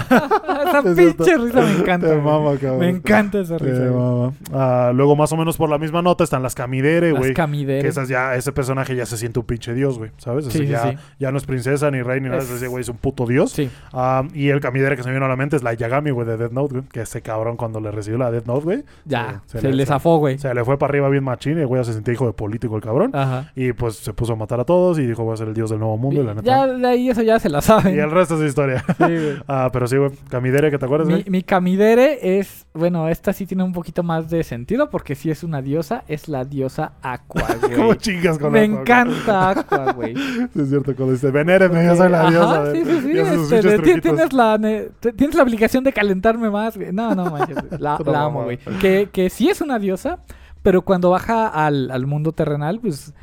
S2: esa
S1: Es cierto.
S2: pinche risa me encanta.
S1: Te
S2: güey.
S1: mama, cabrón.
S2: me encanta esa
S1: Te
S2: risa. güey.
S1: mama. Ah, luego, más o menos por la misma nota, están las Camidere,
S2: Las
S1: güey. Que
S2: camideras.
S1: esas ya, ese personaje ya se siente un pinche dios, güey, ¿sabes? O sea,
S2: Sí, sí,
S1: ya,
S2: sí.
S1: ya no es princesa, ni rey, ni nada.
S2: Es-
S1: Ese güey es un puto dios.
S2: Sí.
S1: Ah, y el camidera que se me vino a la mente es la Yagami, güey, de Death Note, güey. Que ese cabrón cuando le recibió la Death Note, güey.
S2: Ya,
S1: se
S2: se,
S1: le-
S2: le zafó, güey.
S1: Se le fue para arriba bien machín y el güey ya se sentía hijo de político el cabrón.
S2: Ajá.
S1: Y pues se puso a matar a todos y dijo voy a ser el dios del nuevo mundo y la neta.
S2: Ya de ahí eso ya se la saben.
S1: Y el resto es historia.
S2: Sí, güey.
S1: ah, pero sí, güey. Camidere, que te acuerdas,
S2: Mi,
S1: güey.
S2: mi Camidere es, bueno, esta sí tiene un poquito más de sentido porque si es una diosa, es la diosa Aqua,
S1: ¿Cómo
S2: güey.
S1: chingas con
S2: Me
S1: eso, güey?
S2: encanta Aqua, güey.
S1: Sí, es cierto, cuando dice, venéreme, yo soy la
S2: Ajá,
S1: diosa. de-
S2: Sí, sí, sí.
S1: y hace sus
S2: este,
S1: pinches
S2: ti-
S1: truquitos.
S2: tienes, la, ne- te- tienes la obligación de calentarme más. güey. No, no, manches. güey. La,
S1: Otra
S2: la amo,
S1: mamada.
S2: güey. Que, que sí es una diosa, pero cuando baja al, al mundo terrenal, pues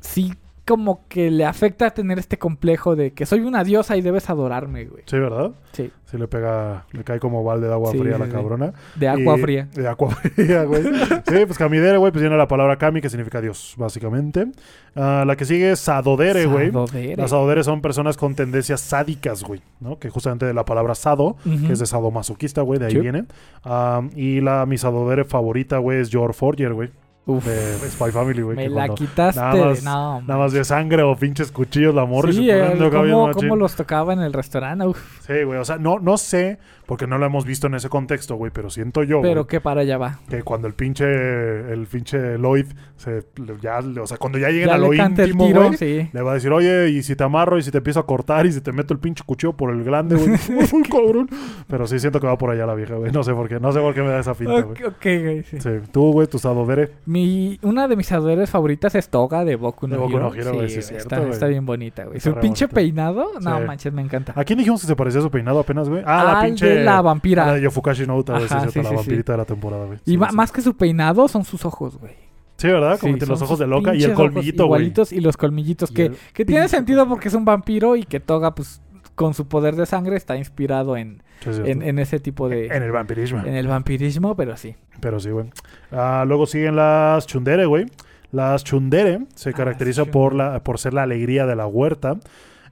S2: sí como que le afecta tener este complejo de que soy una diosa y debes adorarme, güey.
S1: Sí, ¿verdad?
S2: Sí.
S1: Sí le pega, le cae como balde de agua
S2: Sí,
S1: fría a
S2: sí,
S1: la
S2: sí.
S1: cabrona.
S2: De agua
S1: Y-
S2: fría.
S1: De agua fría, güey. sí, pues Kamidere, güey, pues viene la palabra Kami, que significa Dios, básicamente. Ah, la que sigue es Sadodere, güey.
S2: Sadodere.
S1: Las Sadodere son personas con tendencias sádicas, güey, ¿no? Que justamente de la palabra sado,
S2: Ujú.
S1: que es este de sadomasoquista, güey, de ahí
S2: Sí.
S1: viene. Ah, y la mi Sadodere favorita, güey, es George Forger, güey,
S2: Uf,
S1: de Spy Family, güey.
S2: me
S1: que
S2: la
S1: cuando
S2: quitaste.
S1: nada más-
S2: de- no,
S1: Nada más de sangre o pinches cuchillos, la morra. y
S2: Sí,
S1: se
S2: el-
S1: poniendo acá bien
S2: cómo,
S1: machín.
S2: cómo los tocaba en el restaurante. Uf,
S1: Sí, güey, o sea, no, no sé, porque no lo hemos visto en ese contexto, güey, pero siento yo, güey,
S2: pero que para allá va.
S1: que cuando el pinche, el pinche Lloyd, se, le- ya, le- o sea, cuando ya lleguen
S2: Ya
S1: a lo
S2: le canta el
S1: íntimo,
S2: tiro,
S1: güey,
S2: sí.
S1: le va a decir, oye, y si te amarro, y si te empiezo a cortar, y si te meto el pinche cuchillo por el glande, güey, Uy, cabrón. Pero sí siento que va por allá la vieja, güey, no sé por qué, no sé por qué me da esa pinta, güey.
S2: Ok, ok, güey, sí.
S1: Sí, tú, güey, tu sadovere.
S2: Mi, una de mis adoradores favoritas es Toga de Boku no,
S1: De Boku no
S2: Hero.
S1: Hero, güey, sí,
S2: güey,
S1: es cierto,
S2: está,
S1: güey.
S2: está bien bonita, güey.
S1: Está
S2: Su
S1: re
S2: pinche
S1: bonita.
S2: peinado, no
S1: Sí.
S2: manches, me encanta.
S1: ¿A quién dijimos que se parecía su peinado apenas, güey? Ah, la
S2: Al
S1: pinche...
S2: de la vampira.
S1: la de Yofukashi Nouta, güey, sí,
S2: Ajá,
S1: cierto,
S2: sí,
S1: la
S2: sí, sí.
S1: vampirita de la temporada, güey.
S2: y
S1: Sí,
S2: ma-
S1: sí.
S2: más que su peinado son sus ojos, güey.
S1: Sí, ¿verdad? Como
S2: Sí,
S1: tiene
S2: son
S1: los ojos
S2: sus
S1: de loca y el
S2: pinches ojos
S1: colmillito, güey.
S2: Igualitos y los colmillitos
S1: Y
S2: que,
S1: el
S2: que tiene
S1: pinche-
S2: sentido porque es un vampiro y que Toga pues con su poder de sangre está inspirado en,
S1: Sí, es cierto.
S2: en, en ese tipo de
S1: En el vampirismo.
S2: en el vampirismo, pero sí.
S1: Pero sí, güey. Ah, luego siguen las chundere, güey. Las chundere se
S2: Ah, las
S1: caracterizan por, la, por ser la alegría de la huerta.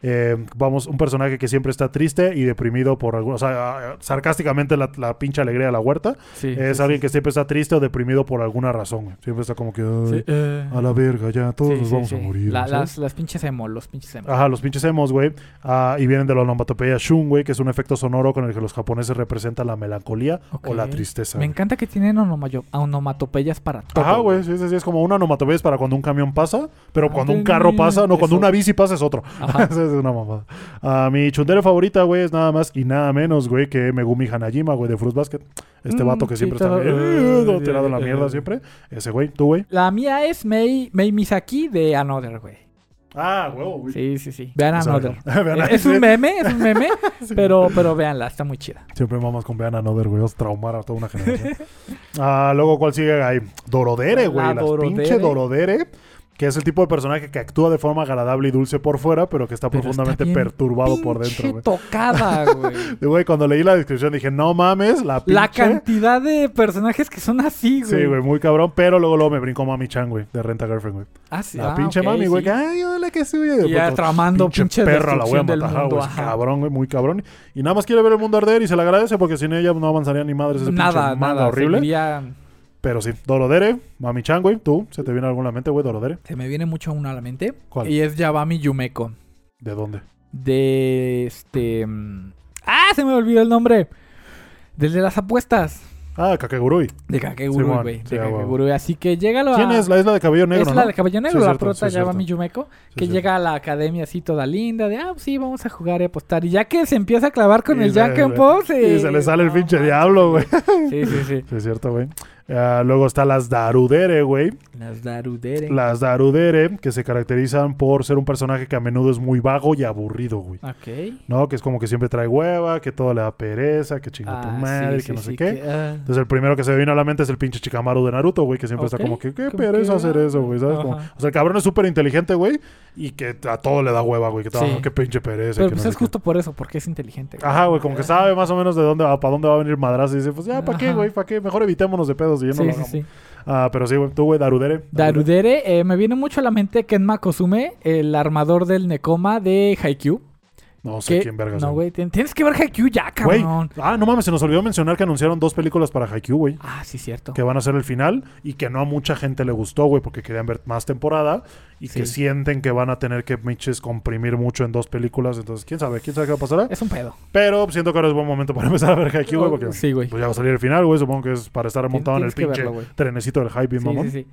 S1: Eh, vamos, un personaje que siempre está triste y deprimido por algún... O sea, ah, ah, sarcásticamente la, la pinche alegría de la huerta.
S2: Sí.
S1: es alguien que siempre está triste o deprimido por alguna razón. güey. Siempre está como que... "Ay,
S2: Sí, eh,
S1: A la verga, ya todos
S2: sí,
S1: nos
S2: sí,
S1: vamos
S2: sí.
S1: a morir.
S2: La-
S1: ¿sabes?
S2: las, las pinches emo, los pinches emo.
S1: Ajá, los pinches emos, güey. Ah, y vienen de la onomatopeya shun, güey, que es un efecto sonoro con el que los japoneses representan la melancolía o
S2: Ok.
S1: la tristeza.
S2: Me
S1: güey.
S2: encanta que tienen onomayo- onomatopeyas para todo.
S1: Ajá, Ah, güey, sí, sí, sí, es como una onomatopeya es para cuando un camión pasa, pero
S2: Ah,
S1: cuando un
S2: ten-
S1: carro pasa, no, cuando
S2: eso.
S1: una bici pasa es otro.
S2: Ajá.
S1: Esa es una mamada. Ah, mi chundere favorita, güey, es nada más y nada menos, güey, que Megumi Hanajima, güey, de Fruit Basket. Este
S2: Mm,
S1: vato que
S2: sí,
S1: siempre está
S2: todo-
S1: eh, todo tirado a la
S2: eh,
S1: mierda
S2: eh.
S1: siempre. Ese güey, tú, güey.
S2: La mía es Mei, Mei Misaki de Another, güey.
S1: Ah, huevo, güey.
S2: Sí, sí, sí. Vean
S1: Esa
S2: Another.
S1: verga. Vean
S2: Es un
S1: Another.
S2: meme, es un meme, pero, pero véanla, está muy chida.
S1: Siempre mamas con Vean Another, güey. Vas a traumar a toda una generación. ah, luego, ¿cuál sigue ahí? Dorodere,
S2: La
S1: güey. La
S2: Dorodere.
S1: pinche Dorodere. Que es el tipo de personaje que actúa de forma agradable y dulce por fuera, pero que está
S2: Pero está
S1: profundamente
S2: bien
S1: perturbado por
S2: pinche
S1: dentro, güey.
S2: tocada, güey.
S1: Y, Güey, cuando leí la descripción dije, no mames, la pinche...
S2: La cantidad de personajes que son así, güey.
S1: Sí, güey, muy cabrón. Pero luego, luego me brincó Mami Chan, güey, de Renta Girlfriend, güey.
S2: Ah, sí.
S1: La
S2: ah,
S1: pinche
S2: ok,
S1: mami, güey,
S2: sí.
S1: que ay, hola, que suya.
S2: Y ya tramando pinche
S1: perro, la voy a
S2: destrucción del
S1: matar, ajá,
S2: mundo,
S1: güey.
S2: ajá.
S1: Cabrón, güey, muy cabrón. Y nada más quiere ver el mundo arder y se le agradece porque sin ella no avanzaría ni madres ese
S2: Nada,
S1: pinche manga
S2: nada.
S1: horrible.
S2: seguiría-
S1: Pero sí, Dorodere, Mami Chan, güey, tú, ¿se te viene algo en la mente, güey, Dorodere?
S2: Se me viene mucho una a la mente.
S1: ¿Cuál?
S2: Mm. Y es Yabami Yumeko.
S1: ¿De dónde?
S2: De este. mm, ¡Ah! Se me olvidó el nombre. Del de las apuestas.
S1: Ah, Kakegurui.
S2: De Kakegurui,
S1: Simón,
S2: güey. De
S1: sí, a huevo.
S2: Kakegurui. Así que llega la.
S1: ¿Quién es? La isla de cabello negro,
S2: Ah, es
S1: ¿no?
S2: la de Cabello Negro,
S1: Sí, es
S2: la
S1: cierto,
S2: prota
S1: sí, es
S2: Yabami
S1: cierto.
S2: Yumeko,
S1: Sí,
S2: que
S1: sí.
S2: llega a la academia así toda linda, de, ah, sí, vamos a jugar y apostar. Y ya que se empieza a clavar con
S1: Y
S2: el
S1: se-
S2: Jack and Post.
S1: Y se le sale el
S2: no,
S1: pinche
S2: man.
S1: diablo, güey.
S2: Ah, Sí, sí, sí.
S1: Sí, es cierto, güey. Ah, luego está las Darudere, güey.
S2: Las Darudere.
S1: Las Darudere, que se caracterizan por ser un personaje que a menudo es muy vago y aburrido, güey.
S2: Ok.
S1: ¿no? Que es como que siempre trae hueva, que todo le da pereza, que chinga tu
S2: Ah,
S1: madre,
S2: sí,
S1: que
S2: sí,
S1: no sé
S2: sí,
S1: qué.
S2: que, ah,
S1: Entonces el primero que se me vino a la mente es el pinche Chikamaru de Naruto, güey, que siempre
S2: Ok,
S1: está como que qué
S2: como
S1: pereza
S2: que,
S1: hacer eso, güey, ¿sabes? Como-
S2: ajá.
S1: o sea, el cabrón es súper inteligente, güey, y que a todo le da hueva, güey, que todo,
S2: Sí.
S1: "Ah, qué pinche pereza.
S2: Pero
S1: que no
S2: pues
S1: sé
S2: es
S1: qué".
S2: justo por eso, porque es inteligente. güey. Ah.
S1: Ajá, güey, como que sabe más o menos de dónde va, para dónde va a venir el madrazo y dice, pues ya, ¿para qué,
S2: Ajá.
S1: güey? ¿Para qué? Mejor evitémonos de pedos y ya no lo
S2: Sí, sí,
S1: hagamos.
S2: sí.
S1: Ah, pero sí, güey, tú, güey, Darudere.
S2: Darudere, eh, me viene mucho a la mente Kenma Kosume, el armador del Nekoma de Haikyuu.
S1: No sé
S2: que-
S1: quién vergas.
S2: No,
S1: güey.
S2: güey, tien- tienes que ver Haikyuu ya,
S1: Güey,
S2: cabrón.
S1: ah, no mames, se nos olvidó mencionar que anunciaron dos películas para Haikyuu, güey.
S2: Ah, sí, cierto.
S1: que van a ser el final y que no a mucha gente le gustó, güey, porque querían ver más temporada y que
S2: Sí.
S1: sienten que van a tener que miches comprimir mucho en dos películas. Entonces, quién sabe, quién sabe qué pasará.
S2: Es un pedo.
S1: Pero siento que ahora es buen momento para empezar a ver Haikyuu, güey,
S2: Oh,
S1: porque
S2: sí, güey.
S1: pues ya va a salir el final, güey. Supongo que es para estar montado en el
S2: tienes que
S1: pinche
S2: verlo, güey.
S1: trenecito del hype, bien
S2: Sí,
S1: mamón.
S2: sí, sí.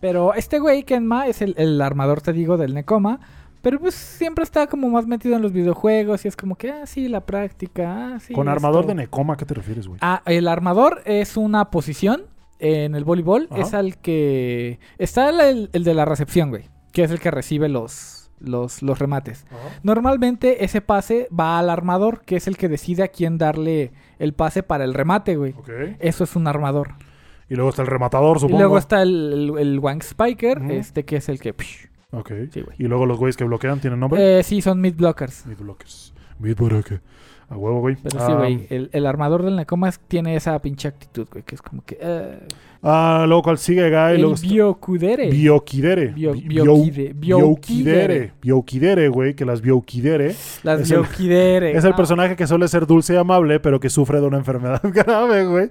S2: Pero este güey, Kenma, es el, el armador, te digo, del Nekoma. Pero pues siempre está como más metido en los videojuegos y es como que, ah, sí, la práctica, ah, sí.
S1: Con armador
S2: esto.
S1: de Nekoma, ¿a qué te refieres, güey?
S2: Ah, el armador es una posición en el voleibol.
S1: Ajá.
S2: Es al que. Está el, el- el de la recepción, güey. Que es el que recibe los, los, los remates. Normalmente ese pase va al armador, que es el que decide a quién darle el pase para el remate, güey.
S1: Ok.
S2: Eso es un armador.
S1: Y luego está el rematador,
S2: Y
S1: supongo.
S2: luego está el, el, el Wang Spiker,
S1: Ujú.
S2: este que es el que. psh,
S1: Ok.
S2: Sí, güey.
S1: Y luego los güeyes que bloquean tienen nombre.
S2: Eh, sí, son mid blockers.
S1: Midblockers. Midblocker. A huevo, güey.
S2: Pero sí,
S1: Ah,
S2: güey, el, el armador del Necomas tiene esa pinche actitud, güey, que es como que... eh,
S1: Ah, luego cuál sigue,
S2: el
S1: Guy. Luego está-
S2: Biokudere.
S1: Biokidere.
S2: Bio-
S1: Bi-
S2: Biokide-
S1: bio-
S2: Biokidere.
S1: Biokidere. Biokidere, güey. Que las Biokidere.
S2: las
S1: es el-
S2: Biokidere.
S1: Es el
S2: no.
S1: personaje que suele ser dulce y amable, pero que sufre de una enfermedad grave, güey.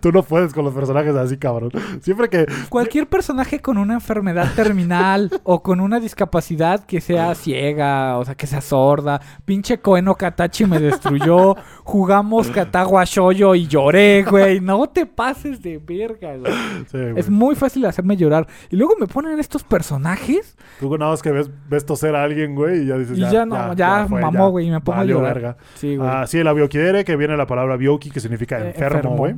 S1: Tú no puedes con los personajes así, cabrón. Siempre que.
S2: Ah, Cualquier personaje con una enfermedad terminal o con una discapacidad que sea ciega, o sea, que sea sorda. Pinche Koeno Katachi me destruyó. Jugamos Katagua Shoyo y lloré, güey. No te pases de verga, güey.
S1: Sí, güey.
S2: Es muy fácil hacerme llorar. Y luego me ponen estos personajes
S1: Tú nada más que ves, ves toser a alguien, güey, y ya dices.
S2: y ya, no, ya,
S1: fue,
S2: mamó, güey, y me pongo
S1: Valió
S2: a llorar.
S1: verga.
S2: Sí, güey.
S1: Ah, sí, la biokidere, que viene la palabra bioki, que significa
S2: Eh,
S1: enfermo,
S2: enfermo.
S1: güey.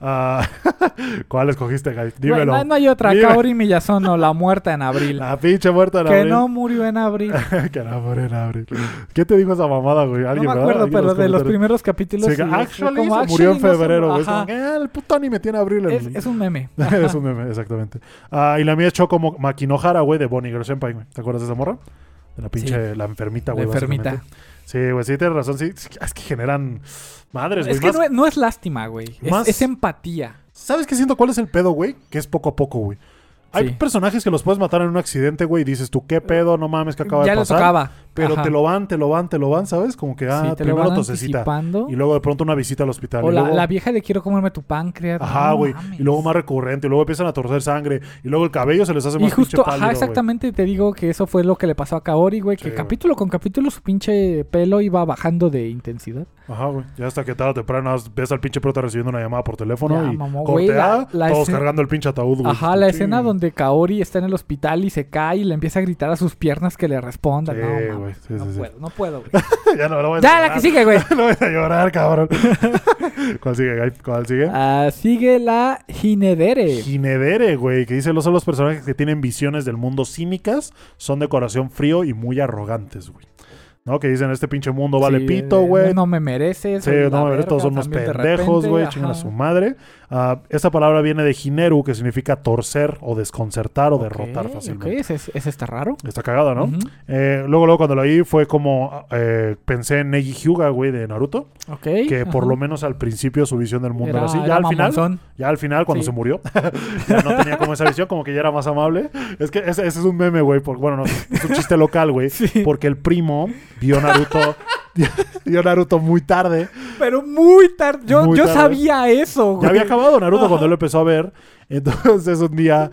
S1: Ah, ¿Cuál escogiste, Guy?
S2: Güey,
S1: Dímelo.
S2: no, no hay otra.
S1: Dime.
S2: Kaori Miyazono, la muerta en abril.
S1: La pinche muerta en
S2: que
S1: abril.
S2: no murió en abril.
S1: que la muere en abril. ¿Qué te dijo esa mamada, güey?
S2: No
S1: ¿Alguien,
S2: me
S1: verdad?
S2: acuerdo,
S1: Alguien en
S2: pero de los
S1: comentarios.
S2: primeros capítulos.
S1: Sí,
S2: sí, fue
S1: actually,
S2: como,
S1: se murió en
S2: "Actually, no se
S1: febrero,
S2: mu-
S1: güey. Es
S2: Ajá.
S1: como, "Ah, el puto anime tiene abril. en-
S2: Es, es un meme.
S1: Es un meme, exactamente. Ah, y la mía es Choco Mo- Makinohara, güey, de Bonnie Girl Senpai, güey. ¿Te acuerdas de esa morra? De la pinche, la enfermita,
S2: La
S1: güey.
S2: enfermita.
S1: básicamente. Sí, güey, sí, tienes razón. Sí, es que generan madres, güey.
S2: Es que
S1: más-
S2: no es, no es lástima, güey. Es,
S1: Más-
S2: es empatía.
S1: ¿Sabes qué siento? ¿Cuál es el pedo, güey? Que es poco a poco, güey. Hay
S2: Sí.
S1: personajes que los puedes matar en un accidente, güey, y dices tú, ¿qué pedo? No mames, que acaba
S2: ya
S1: de
S2: le
S1: pasar.
S2: tocaba.
S1: Pero
S2: Ajá.
S1: te lo van, te lo van, te lo van, ¿sabes? Como que, ah,
S2: Sí, te lo
S1: primero
S2: van
S1: tosecita.
S2: anticipando.
S1: Y luego de pronto una visita al hospital.
S2: O
S1: y
S2: la,
S1: luego-
S2: la vieja de quiero comerme tu páncreas.
S1: Ajá,
S2: No
S1: güey.
S2: mames.
S1: y luego más recurrente. Y luego empiezan a torcer sangre. Y luego el cabello se les hace
S2: Y
S1: más
S2: justo,
S1: pinche pálido,
S2: ajá,
S1: güey.
S2: exactamente te digo que eso fue lo que le pasó a Kaori, güey.
S1: Sí,
S2: Que
S1: güey.
S2: capítulo con capítulo su pinche pelo iba bajando de intensidad.
S1: Ajá, güey. Ya hasta que tarde o temprano ves al pinche prota recibiendo una llamada por teléfono.
S2: Ya,
S1: y
S2: mamó,
S1: corte
S2: güey, la-
S1: A,
S2: la
S1: todos
S2: escena-
S1: cargando el pinche ataúd, güey.
S2: Ajá, la
S1: Pues Sí.
S2: escena donde Kaori está en el hospital y se cae y le empieza a gritar a sus piernas que le respondan.
S1: Sí,
S2: no,
S1: güey,
S2: mames,
S1: sí,
S2: no
S1: sí, sí.
S2: puedo, no puedo, güey.
S1: ya no, no voy a
S2: ya, la que sigue, güey.
S1: no voy a llorar, cabrón. ¿Cuál sigue, Guy? ¿Cuál sigue?
S2: Ah, sigue la Hinedere.
S1: Ginedere, güey, que dice, los son los personajes que tienen visiones del mundo cínicas, son de corazón frío y muy arrogantes, güey. ¿No? Que dicen, este pinche mundo vale
S2: Sí,
S1: pito,
S2: de,
S1: güey.
S2: No me mereces.
S1: Sí,
S2: soy la
S1: no,
S2: verga,
S1: todos son unos
S2: también de
S1: pendejos,
S2: repente,
S1: güey,
S2: ajá.
S1: chingan a su madre. Ah, esta palabra viene de gineru, que significa torcer o desconcertar o
S2: Ok,
S1: derrotar
S2: ok,
S1: fácilmente.
S2: Ese, es- ese está raro.
S1: Está cagada, ¿no?
S2: Ujú.
S1: Eh, luego, luego cuando lo vi fue como, eh, pensé en Neji Hyuga, güey, de Naruto,
S2: Ok.
S1: que por
S2: ajá.
S1: lo menos al principio su visión del mundo era,
S2: Era-
S1: así. Ya
S2: era
S1: al final,
S2: mamonzón.
S1: ya al final, cuando
S2: Sí.
S1: se murió, ya no tenía como esa visión, como que ya era más amable. Es que ese, ese es un meme, güey. por- Bueno, no, es un chiste local, güey.
S2: Sí.
S1: Porque el primo vio Naruto, vio Naruto muy tarde.
S2: Pero muy tarde. Yo,
S1: Muy
S2: yo
S1: tarde.
S2: sabía eso, güey.
S1: Ya había acabado Naruto cuando él lo empezó a ver. Entonces un día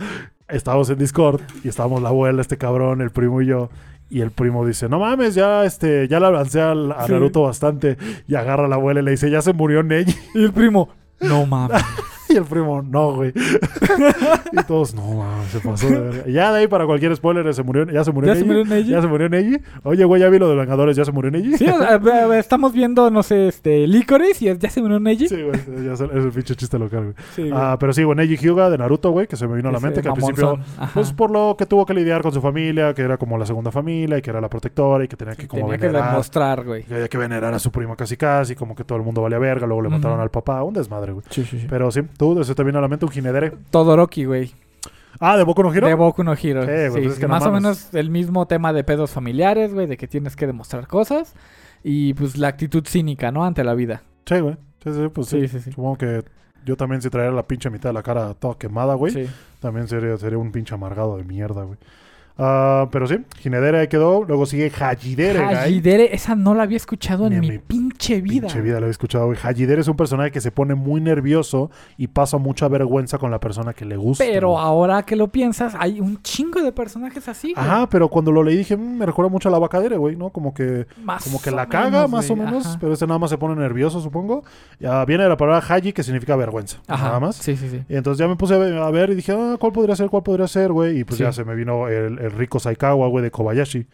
S1: estábamos en Discord y estábamos la abuela, este cabrón, el primo y yo. Y el primo dice, no mames, ya este, ya la avancé al- a
S2: Sí.
S1: Naruto bastante. Y agarra a la abuela y le dice, ya se murió Neji.
S2: Y el primo, no mames.
S1: Y el primo, no, güey. y todos, no, mames, se pasó de verga. Y Ya de ahí para cualquier spoiler, se murió, ya se murió
S2: ¿Ya se
S1: Neji.
S2: murió Neji?
S1: Ya se murió Neji. Oye, güey, ya vi lo de Vengadores, ya se murió Neji.
S2: Sí, o sea, ve- ve- estamos viendo, no sé, este, licores y ya se murió Neji.
S1: Sí, güey, ya es el, es el pinche chiste local, güey.
S2: Sí, güey.
S1: Ah, pero sí, güey, Neji Hyuga de Naruto, güey, que se me vino a la
S2: Ese
S1: mente, que al
S2: mamonzón.
S1: principio,
S2: Ajá.
S1: pues por lo que tuvo que lidiar con su familia, que era como la segunda familia y que era la protectora y que tenía que como
S2: Tenía que
S1: venerar.
S2: demostrar, güey.
S1: que había que venerar a su primo casi casi, como que todo el mundo valía verga, luego le
S2: Ujú.
S1: mataron al papá, un desmadre, güey. Pero sí, tú, se te vino a la mente un jinedere.
S2: Todoroki, güey.
S1: Ah, de Boku no Hero.
S2: De Boku no Hero.
S1: Sí, güey,
S2: Sí,
S1: pues es que no
S2: más o
S1: mames.
S2: menos el mismo tema de pedos familiares, güey, de que tienes que demostrar cosas. Y pues la actitud cínica, ¿no? Ante la vida.
S1: Sí, güey. Sí, sí, pues sí.
S2: Sí, sí, sí.
S1: Supongo que yo también si traer la pinche mitad de la cara toda quemada, güey,
S2: Sí.
S1: también sería, sería un pinche amargado de mierda, güey. Ah, pero sí, Ginedere ahí quedó. Luego sigue Hajidere, güey.
S2: Hajidere, esa no la había escuchado
S1: Ni en
S2: en mi,
S1: mi
S2: pinche vida.
S1: Pinche vida, lo he escuchado, güey. Hajidere es un personaje que se pone muy nervioso y pasa mucha vergüenza con la persona que le gusta.
S2: Pero
S1: güey.
S2: ahora que lo piensas, hay un chingo de personajes así, güey.
S1: Ajá, pero cuando lo leí dije, "Mm, me recuerda mucho a la vacadere, güey, ¿no? Como que
S2: Más
S1: como que
S2: o
S1: la caga,
S2: menos,
S1: más
S2: güey,
S1: o menos,
S2: ajá.
S1: pero este nada más se pone nervioso, supongo. Ya viene de la palabra Haji, que significa vergüenza.
S2: Ajá.
S1: Nada más.
S2: Sí, sí, sí.
S1: Y entonces ya me puse a ver, a ver y dije, ah, ¿cuál podría ser? ¿Cuál podría ser, güey? Y pues
S2: Sí.
S1: ya se me vino el, el rico Saikawa, güey, de Kobayashi.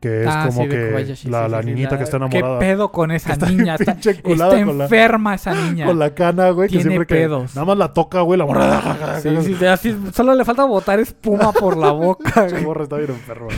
S1: Que es
S2: Ah,
S1: como
S2: sí, de
S1: que
S2: Kobayashi,
S1: la,
S2: sí,
S1: la
S2: sí, sí,
S1: niñita
S2: la-
S1: que está enamorada.
S2: ¿Qué pedo con esa
S1: Está bien
S2: niña? Está,
S1: pinche
S2: está
S1: enculada con la-
S2: enferma esa niña.
S1: Con la cana, güey, que
S2: Tiene
S1: siempre que
S2: pedos.
S1: nada más la toca, güey, la morra.
S2: Sí, sí, de- así, solo le falta botar espuma por la boca.
S1: Che,
S2: güey.
S1: morra está bien enfermo.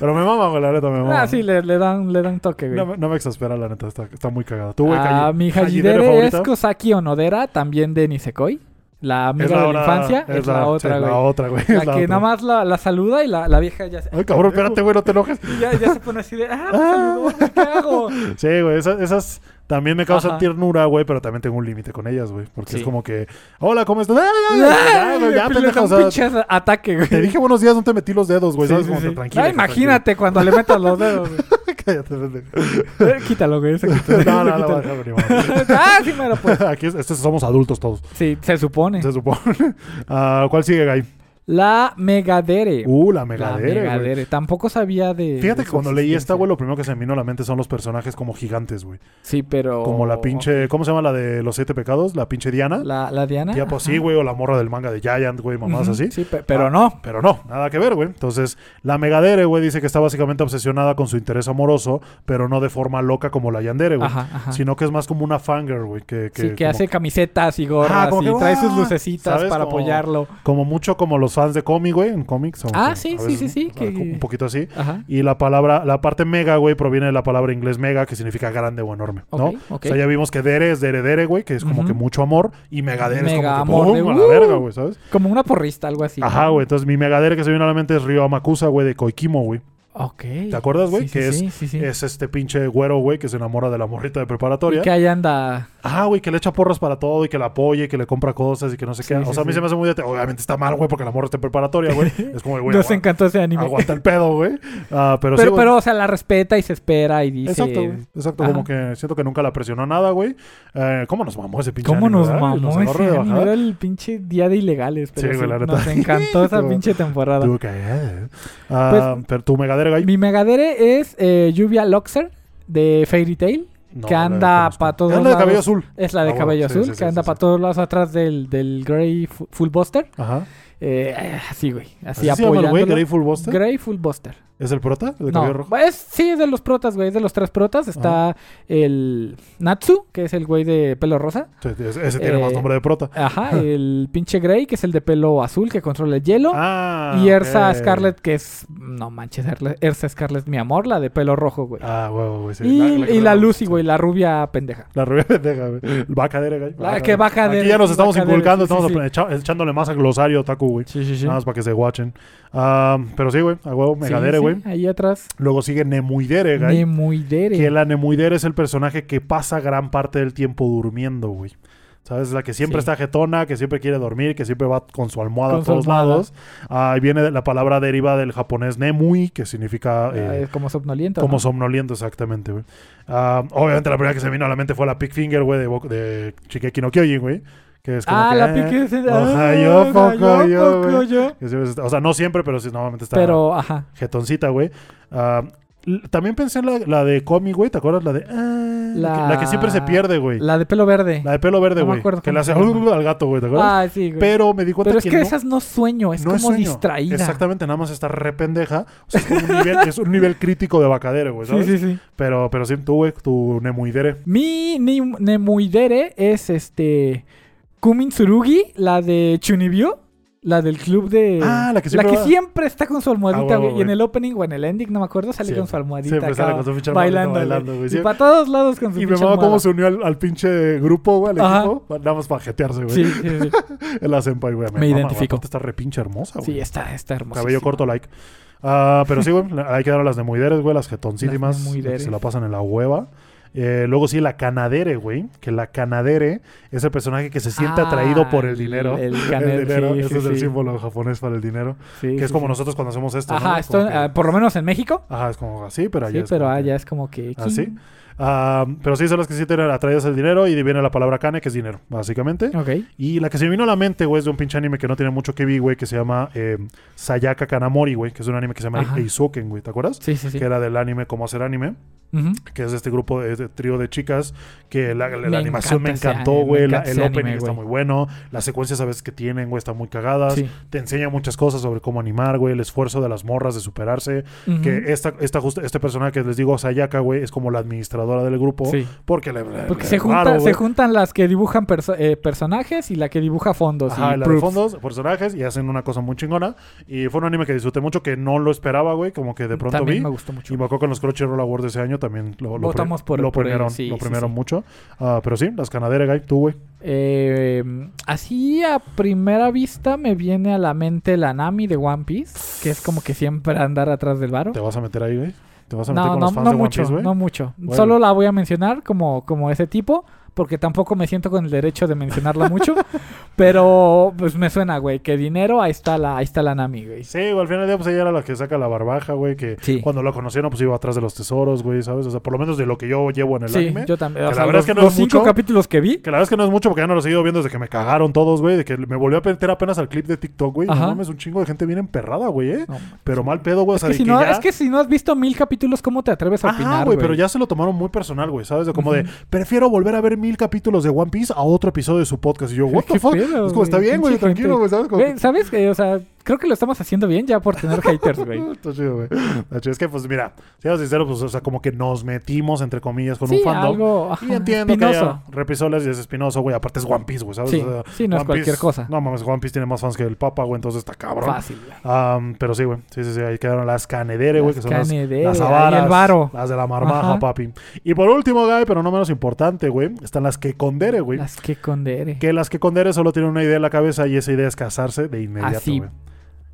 S1: Pero me mama, güey, la neta me mama.
S2: ah, sí, le, le dan, le dan toque, güey.
S1: no, me- no me exaspera, la neta, está, está muy cagada. Tú, güey,
S2: Ah,
S1: Calle-
S2: mi
S1: Callidere
S2: Hajidere es
S1: favorita.
S2: Kosaki Onodera, también de Nisekoi. La amiga
S1: la
S2: de
S1: hora-
S2: la infancia es, la, otra,
S1: sí,
S2: güey.
S1: La
S2: La,
S1: otra, güey. es la
S2: que
S1: otra.
S2: nada más la, la saluda y la, la vieja ya se,
S1: Ay, cabrón, espérate, güey, no te enojes.
S2: y ya, ya se pone así de, ah, me saludó, güey, ¿qué hago?
S1: Sí, güey, esas, esas también me causan
S2: Ajá.
S1: ternura, güey, pero también tengo un límite con ellas, güey. Porque es
S2: Sí.
S1: como que, hola, ¿cómo estás? ¡Ah, ya, ya,
S2: Ay,
S1: güey, ya,
S2: le- le
S1: pendeja,
S2: da
S1: o
S2: un
S1: sea,
S2: pinche ataque, güey.
S1: Te dije buenos días, Pues no te metí los dedos, güey.
S2: Sí,
S1: ¿Sabes?
S2: sí,
S1: Como
S2: sí.
S1: que, tranquila,
S2: Ah,
S1: hija,
S2: imagínate cuando le metas los dedos, güey.
S1: tranquila. Cállate, pendejo.
S2: Eh, Quítalo, güey. ese
S1: No,
S2: quítalo, ese
S1: no, no,
S2: quítalo.
S1: voy a dejar venir, mamá.
S2: ah, sí, mero, pues.
S1: Aquí es- estos somos adultos todos,
S2: Sí, se supone.
S1: se supone. Ah, ¿Cuál sigue, Guy?
S2: La Megadere.
S1: Uh, la
S2: la
S1: megadere, güey.
S2: Megadere. Tampoco sabía de.
S1: Fíjate
S2: de
S1: que
S2: su
S1: cuando leí esta,
S2: existencia.
S1: güey, lo primero que se me vino a la mente son los personajes como gigantes, güey.
S2: Sí, pero.
S1: Como la pinche, ¿cómo se llama la de los siete pecados? La pinche Diana.
S2: Oh. La, la Diana.
S1: Ya pues sí, güey, o la morra del manga de Giant, güey, mamás
S2: Ujú,
S1: así.
S2: Sí, pe- pero
S1: Ah,
S2: no.
S1: Pero no, nada que ver, güey. Entonces, la Megadere, güey, dice que está básicamente obsesionada con su interés amoroso, pero no de forma loca como la Yandere, Ah, güey.
S2: Ajá, ajá.
S1: Sino que es más como una fangirl, güey. Que, que,
S2: sí, que
S1: como-
S2: hace camisetas y gorras
S1: Ajá, como
S2: y
S1: que,
S2: trae sus
S1: "Ah",
S2: lucecitas
S1: ¿sabes?
S2: para
S1: Como-
S2: apoyarlo.
S1: Como mucho como los fans de cómic, güey, en cómics. son
S2: Ah,
S1: como-
S2: sí,
S1: a
S2: sí, sí, sí,
S1: o sea,
S2: que-
S1: Un poquito así.
S2: Ajá.
S1: Y la palabra, la parte mega, güey, proviene de la palabra inglés mega, que significa grande o enorme, ¿no?
S2: Ok, ok.
S1: O sea, ya vimos que dere es dere dere, güey, que es como
S2: Ujú.
S1: que mucho amor, y megadere es como
S2: Mega
S1: que pues,
S2: amor de,
S1: ¡pum! a la
S2: ¡uh!
S1: verga, güey, ¿sabes?
S2: Como una porrista, algo así.
S1: Ajá, güey. Entonces, mi megadere que se viene a la mente es Ryo Amakusa, güey, de Koikimo, güey.
S2: Ok.
S1: ¿Te acuerdas, güey?
S2: Sí, sí,
S1: que
S2: sí,
S1: es,
S2: sí, sí.
S1: es este pinche güero, güey, que se enamora de la morrita de
S2: Y
S1: preparatoria.
S2: que ahí anda.
S1: Ah, güey, que le echa porras para todo y que la apoya y que le compra cosas y que no sé qué.
S2: Sí,
S1: o sea,
S2: sí,
S1: a mí
S2: sí.
S1: se me hace muy... de- Obviamente está mal, güey, porque la morra está en preparatoria, güey. Es como, güey,
S2: Nos
S1: agua-
S2: encantó ese anime.
S1: aguanta el pedo, güey. Ah, pero,
S2: Pero,
S1: sí,
S2: pero,
S1: güey.
S2: o sea, la respeta y se espera y dice.
S1: Exacto, güey. Exacto,
S2: Ajá.
S1: como que siento que nunca la presionó nada, güey. Eh, ¿Cómo nos mamó ese pinche
S2: ¿Cómo
S1: anime,
S2: nos
S1: verdad?
S2: mamó
S1: agarró
S2: ese
S1: de
S2: anime?
S1: bajada.
S2: Era el pinche día de ilegales. Pero
S1: Sí,
S2: sí,
S1: güey, la neta.
S2: Nos encantó esa pinche temporada.
S1: Tú callada. Ah, pero tu megadera, güey.
S2: Pues, Mi megadere es eh, Lluvia Loxer de Fairy Tail.
S1: No,
S2: que
S1: la
S2: anda
S1: desconozco.
S2: pa' todos
S1: Es la de cabello
S2: lados.
S1: azul.
S2: Es la de
S1: Ah, bueno,
S2: cabello
S1: sí,
S2: azul,
S1: sí, sí,
S2: que anda
S1: sí,
S2: para
S1: sí.
S2: todos lados atrás del, del Grey Fu- Full Buster.
S1: Ajá.
S2: Eh, así, güey. Así,
S1: Así se llama el güey,
S2: apoyándolo.
S1: Grey Full Buster.
S2: Grey Full Buster.
S1: ¿Es el prota? ¿El de cabello
S2: No,
S1: rojo?
S2: es, sí, es de los protas, güey. Es de los tres protas. Está el Natsu, que es el güey de pelo rosa.
S1: Sí, es- Ese tiene más
S2: Eh,
S1: nombre de prota.
S2: Ajá, el pinche Grey, que es el de pelo azul, que controla el hielo.
S1: Ah,
S2: y Ersa
S1: ok.
S2: Scarlet, que es. No manches, Erla- Ersa Scarlet, mi amor, la de pelo rojo, güey.
S1: Ah, huevo, güey. sí,
S2: y y la,
S1: que tenemos,
S2: Lucy,
S1: sí.
S2: güey, la rubia pendeja.
S1: La rubia pendeja, güey. Bacadera, güey.
S2: La que bacadera,
S1: Aquí ya nos
S2: sí,
S1: estamos
S2: bacadera,
S1: inculcando,
S2: sí, sí,
S1: estamos
S2: sí.
S1: echa- echándole más al glosario, Taku, güey.
S2: Sí, sí, sí.
S1: Nada más para que se watchen. Ah, pero sí, güey. A huevo, megadere, güey.
S2: ahí atrás.
S1: Luego sigue Nemuidere, güey.
S2: Nemuidere.
S1: Que la Nemuidera es el personaje que pasa gran parte del tiempo durmiendo, güey. ¿Sabes? La que siempre
S2: Sí.
S1: está jetona, que siempre quiere dormir, que siempre va con su almohada
S2: Con
S1: a
S2: su
S1: todos
S2: almohada.
S1: lados. Ahí viene de- la palabra deriva del japonés nemui, que significa
S2: Ah,
S1: eh,
S2: es como somnoliento.
S1: como
S2: ¿no?
S1: somnoliento, exactamente, güey. Ah, obviamente la primera que se me vino a la mente fue la Pick Finger, güey, de, Bo- de Shigeki no Kyojin, güey. Que es como
S2: Ah,
S1: que,
S2: la
S1: eh,
S2: pique.
S1: Ohayo,
S2: Ah, ohayo,
S1: Pocoyo, güey.
S2: Pocoyo.
S1: que siempre está- O sea, no siempre, pero sí, normalmente está
S2: Pero, ajá.
S1: jetoncita, güey. Ah, l- también pensé en la, la de Comi, güey. ¿Te acuerdas? La de. ah, la... que,
S2: La-
S1: la que siempre se pierde, güey. La,
S2: La de pelo verde.
S1: de pelo verde,
S2: No me
S1: güey.
S2: acuerdo
S1: que le
S2: cómo
S1: hace
S2: se llama.
S1: al gato, güey. ¿Te acuerdas?
S2: Ah, sí, güey.
S1: Pero me di cuenta
S2: Pero es que
S1: no,
S2: esas no sueño, es
S1: no es
S2: como
S1: sueño.
S2: distraída.
S1: Exactamente, nada más está re pendeja. O sea, es, como un nivel, es un nivel crítico de vacadero, güey.
S2: Sí,
S1: ¿sabes?
S2: sí, sí.
S1: Pero, pero sí, tú, güey, tu nemuidere.
S2: Mi ni- Nemuidere es este. Kumin Tsurugi, la de Chunibyo, la del club de.
S1: Ah, la que siempre va-
S2: siempre está con su
S1: Ah,
S2: almohadita,
S1: huevo,
S2: güey. Y en
S1: güey.
S2: el opening o en el ending, no me acuerdo, sale con
S1: Siempre.
S2: su almohadita.
S1: Siempre sale
S2: acá,
S1: con su pinche almohadita
S2: bailando,
S1: bailando, güey,
S2: güey.
S1: sí.
S2: Y para todos lados con su
S1: Y me
S2: pinche
S1: mama cómo
S2: almohada.
S1: se unió al, al pinche grupo, güey, al
S2: Ajá.
S1: equipo. Nada más para jetearse, güey.
S2: Sí, sí, sí.
S1: La senpai, güey.
S2: Me
S1: mama, güey,
S2: identifico.
S1: aparte Está re pinche hermosa, güey.
S2: Sí, está, está hermoso.
S1: Cabello corto, like. Ah, pero sí, güey, la- hay que dar a las nemuideres, güey, las jetoncísimas.
S2: Las
S1: que
S2: nemuideres.
S1: se la pasan en la hueva. Eh, luego sí, la canadere, güey. Que la canadere es el personaje que se siente atraído por el dinero. El,
S2: Ah, El, canel,
S1: dinero,
S2: sí,
S1: ese
S2: sí,
S1: es el
S2: sí.
S1: símbolo japonés para el dinero.
S2: Sí,
S1: que
S2: sí,
S1: es como
S2: sí.
S1: nosotros cuando hacemos esto. ¿no?
S2: Ajá,
S1: Como
S2: esto,
S1: que-
S2: ah, por lo menos en México.
S1: Ajá, es como así, pero allá.
S2: Sí,
S1: es
S2: pero
S1: como que-
S2: allá es como que.
S1: Así. Ah, pero sí, son las que se sienten atraídas al dinero y viene la palabra cane, que es dinero, básicamente.
S2: Ok.
S1: Y la que se me vino a la mente, güey, es de un pinche anime que no tiene mucho que ver, güey, que se llama eh, Sayaka Kanamori, güey, que es un anime que se llama
S2: Ajá.
S1: Eisoken, güey, ¿te acuerdas?
S2: Sí, sí, sí.
S1: que era del anime Cómo hacer anime,
S2: Ujú.
S1: que es este grupo de, de trío de chicas que la, la- la
S2: Me
S1: animación me
S2: encanta ese
S1: encantó,
S2: anime, me
S1: güey, la-
S2: encanta
S1: el
S2: ese
S1: opening
S2: anime,
S1: está
S2: güey.
S1: muy bueno, las secuencias a veces que tienen, güey, están muy cagadas,
S2: Sí.
S1: te enseña muchas cosas sobre cómo animar, güey, el esfuerzo de las morras de superarse,
S2: Ujú.
S1: que esta, esta justa- este personaje que les digo, Sayaka, güey, es como la administradora del grupo,
S2: Sí.
S1: porque le, le-
S2: Porque
S1: le-
S2: se, junta-
S1: raro,
S2: se
S1: güey.
S2: juntan las que dibujan perso- eh, personajes y la que dibuja fondos.
S1: Ajá,
S2: y
S1: la de
S2: proofs.
S1: fondos, personajes, y hacen una cosa muy chingona. Y fue un anime que disfruté mucho, que no lo esperaba, güey. Como que de pronto
S2: También
S1: vi.
S2: me gustó mucho.
S1: Y me acuerdo que en los Crunchyroll Awards de ese año también lo, lo,
S2: Votamos por-
S1: lo
S2: por él,
S1: premiaron,
S2: sí,
S1: lo
S2: sí,
S1: premiaron
S2: sí.
S1: mucho. Ah, pero sí, las canaderas, Guy, tú, güey.
S2: Eh, así a primera vista me viene a la mente la Nami de One Piece, que es como que siempre andar atrás del varo.
S1: ¿Te vas a meter ahí, güey? ¿Te vas a meter
S2: No,
S1: con
S2: no,
S1: los fans
S2: no
S1: de One
S2: mucho,
S1: Piece, güey?
S2: no mucho.
S1: Bueno.
S2: Solo la voy a mencionar como, como ese tipo, porque tampoco me siento con el derecho de mencionarla mucho. pero pues me suena, güey, que dinero, ahí está la, ahí está la Nami, güey.
S1: Sí, güey, al final del día, pues ella era la que saca la barbaja, güey, que
S2: Sí.
S1: cuando la conocieron, pues iba atrás de los tesoros, güey, ¿sabes? O sea, por lo menos de lo que yo llevo en el
S2: Sí,
S1: anime.
S2: yo también.
S1: Que
S2: O
S1: la
S2: sea,
S1: verdad
S2: los,
S1: es que no
S2: los
S1: es
S2: cinco
S1: mucho.
S2: capítulos que vi.
S1: Que la verdad es que no es mucho porque ya no lo he seguido viendo desde que me cagaron todos, güey. De que me volvió a meter apenas al clip de TikTok, güey. No
S2: Ajá.
S1: mames, un chingo de gente bien emperrada, güey, ¿eh?
S2: No,
S1: Pero mal pedo, güey. O sea,
S2: que
S1: de
S2: si
S1: que
S2: no,
S1: ya-
S2: Es que si no has visto mil capítulos, ¿cómo te atreves a
S1: Ajá,
S2: opinar,
S1: güey,
S2: güey?
S1: pero ya se lo tomaron muy personal, güey, ¿sabes? De como de,
S2: Ujú.
S1: prefiero volver a ver mil capítulos de One Piece a otro episodio de su podcast. Y yo, what
S2: ¿Qué
S1: the fuck?
S2: pedo,
S1: es como,
S2: güey?
S1: está bien, güey,
S2: Pinche
S1: tranquilo,
S2: gente.
S1: güey, ¿sabes? Como-
S2: Güey, ¿Sabes qué? O sea, creo que lo estamos haciendo bien ya por tener haters, güey.
S1: Está chido, güey. Está chido. Es que, pues, mira, siendo sincero, pues, o sea, como que nos metimos, entre comillas, con
S2: sí,
S1: un fandom.
S2: algo
S1: Y
S2: ajá,
S1: entiendo que
S2: espinoso.
S1: haya repisolas y es espinoso, güey. Aparte es One Piece, güey, ¿sabes?
S2: Sí,
S1: O sea,
S2: sí, no es
S1: One
S2: cualquier
S1: Piece-
S2: cosa.
S1: No mames, One Piece tiene más fans que el Papa, güey, entonces está cabrón.
S2: Fácil, güey.
S1: Am, pero sí, güey. Sí, sí, sí. Ahí quedaron las canedere, güey, que
S2: Las
S1: son las-
S2: canedere,
S1: las
S2: ahí
S1: avaras.
S2: el varo.
S1: Las de la marmaja,
S2: Ajá.
S1: papi. Y por último, güey, pero no menos importante, güey, están las que condere, güey.
S2: Las que condere.
S1: Que las que condere solo tienen una idea en la cabeza y esa idea es casarse de inmediato,
S2: Así.
S1: güey.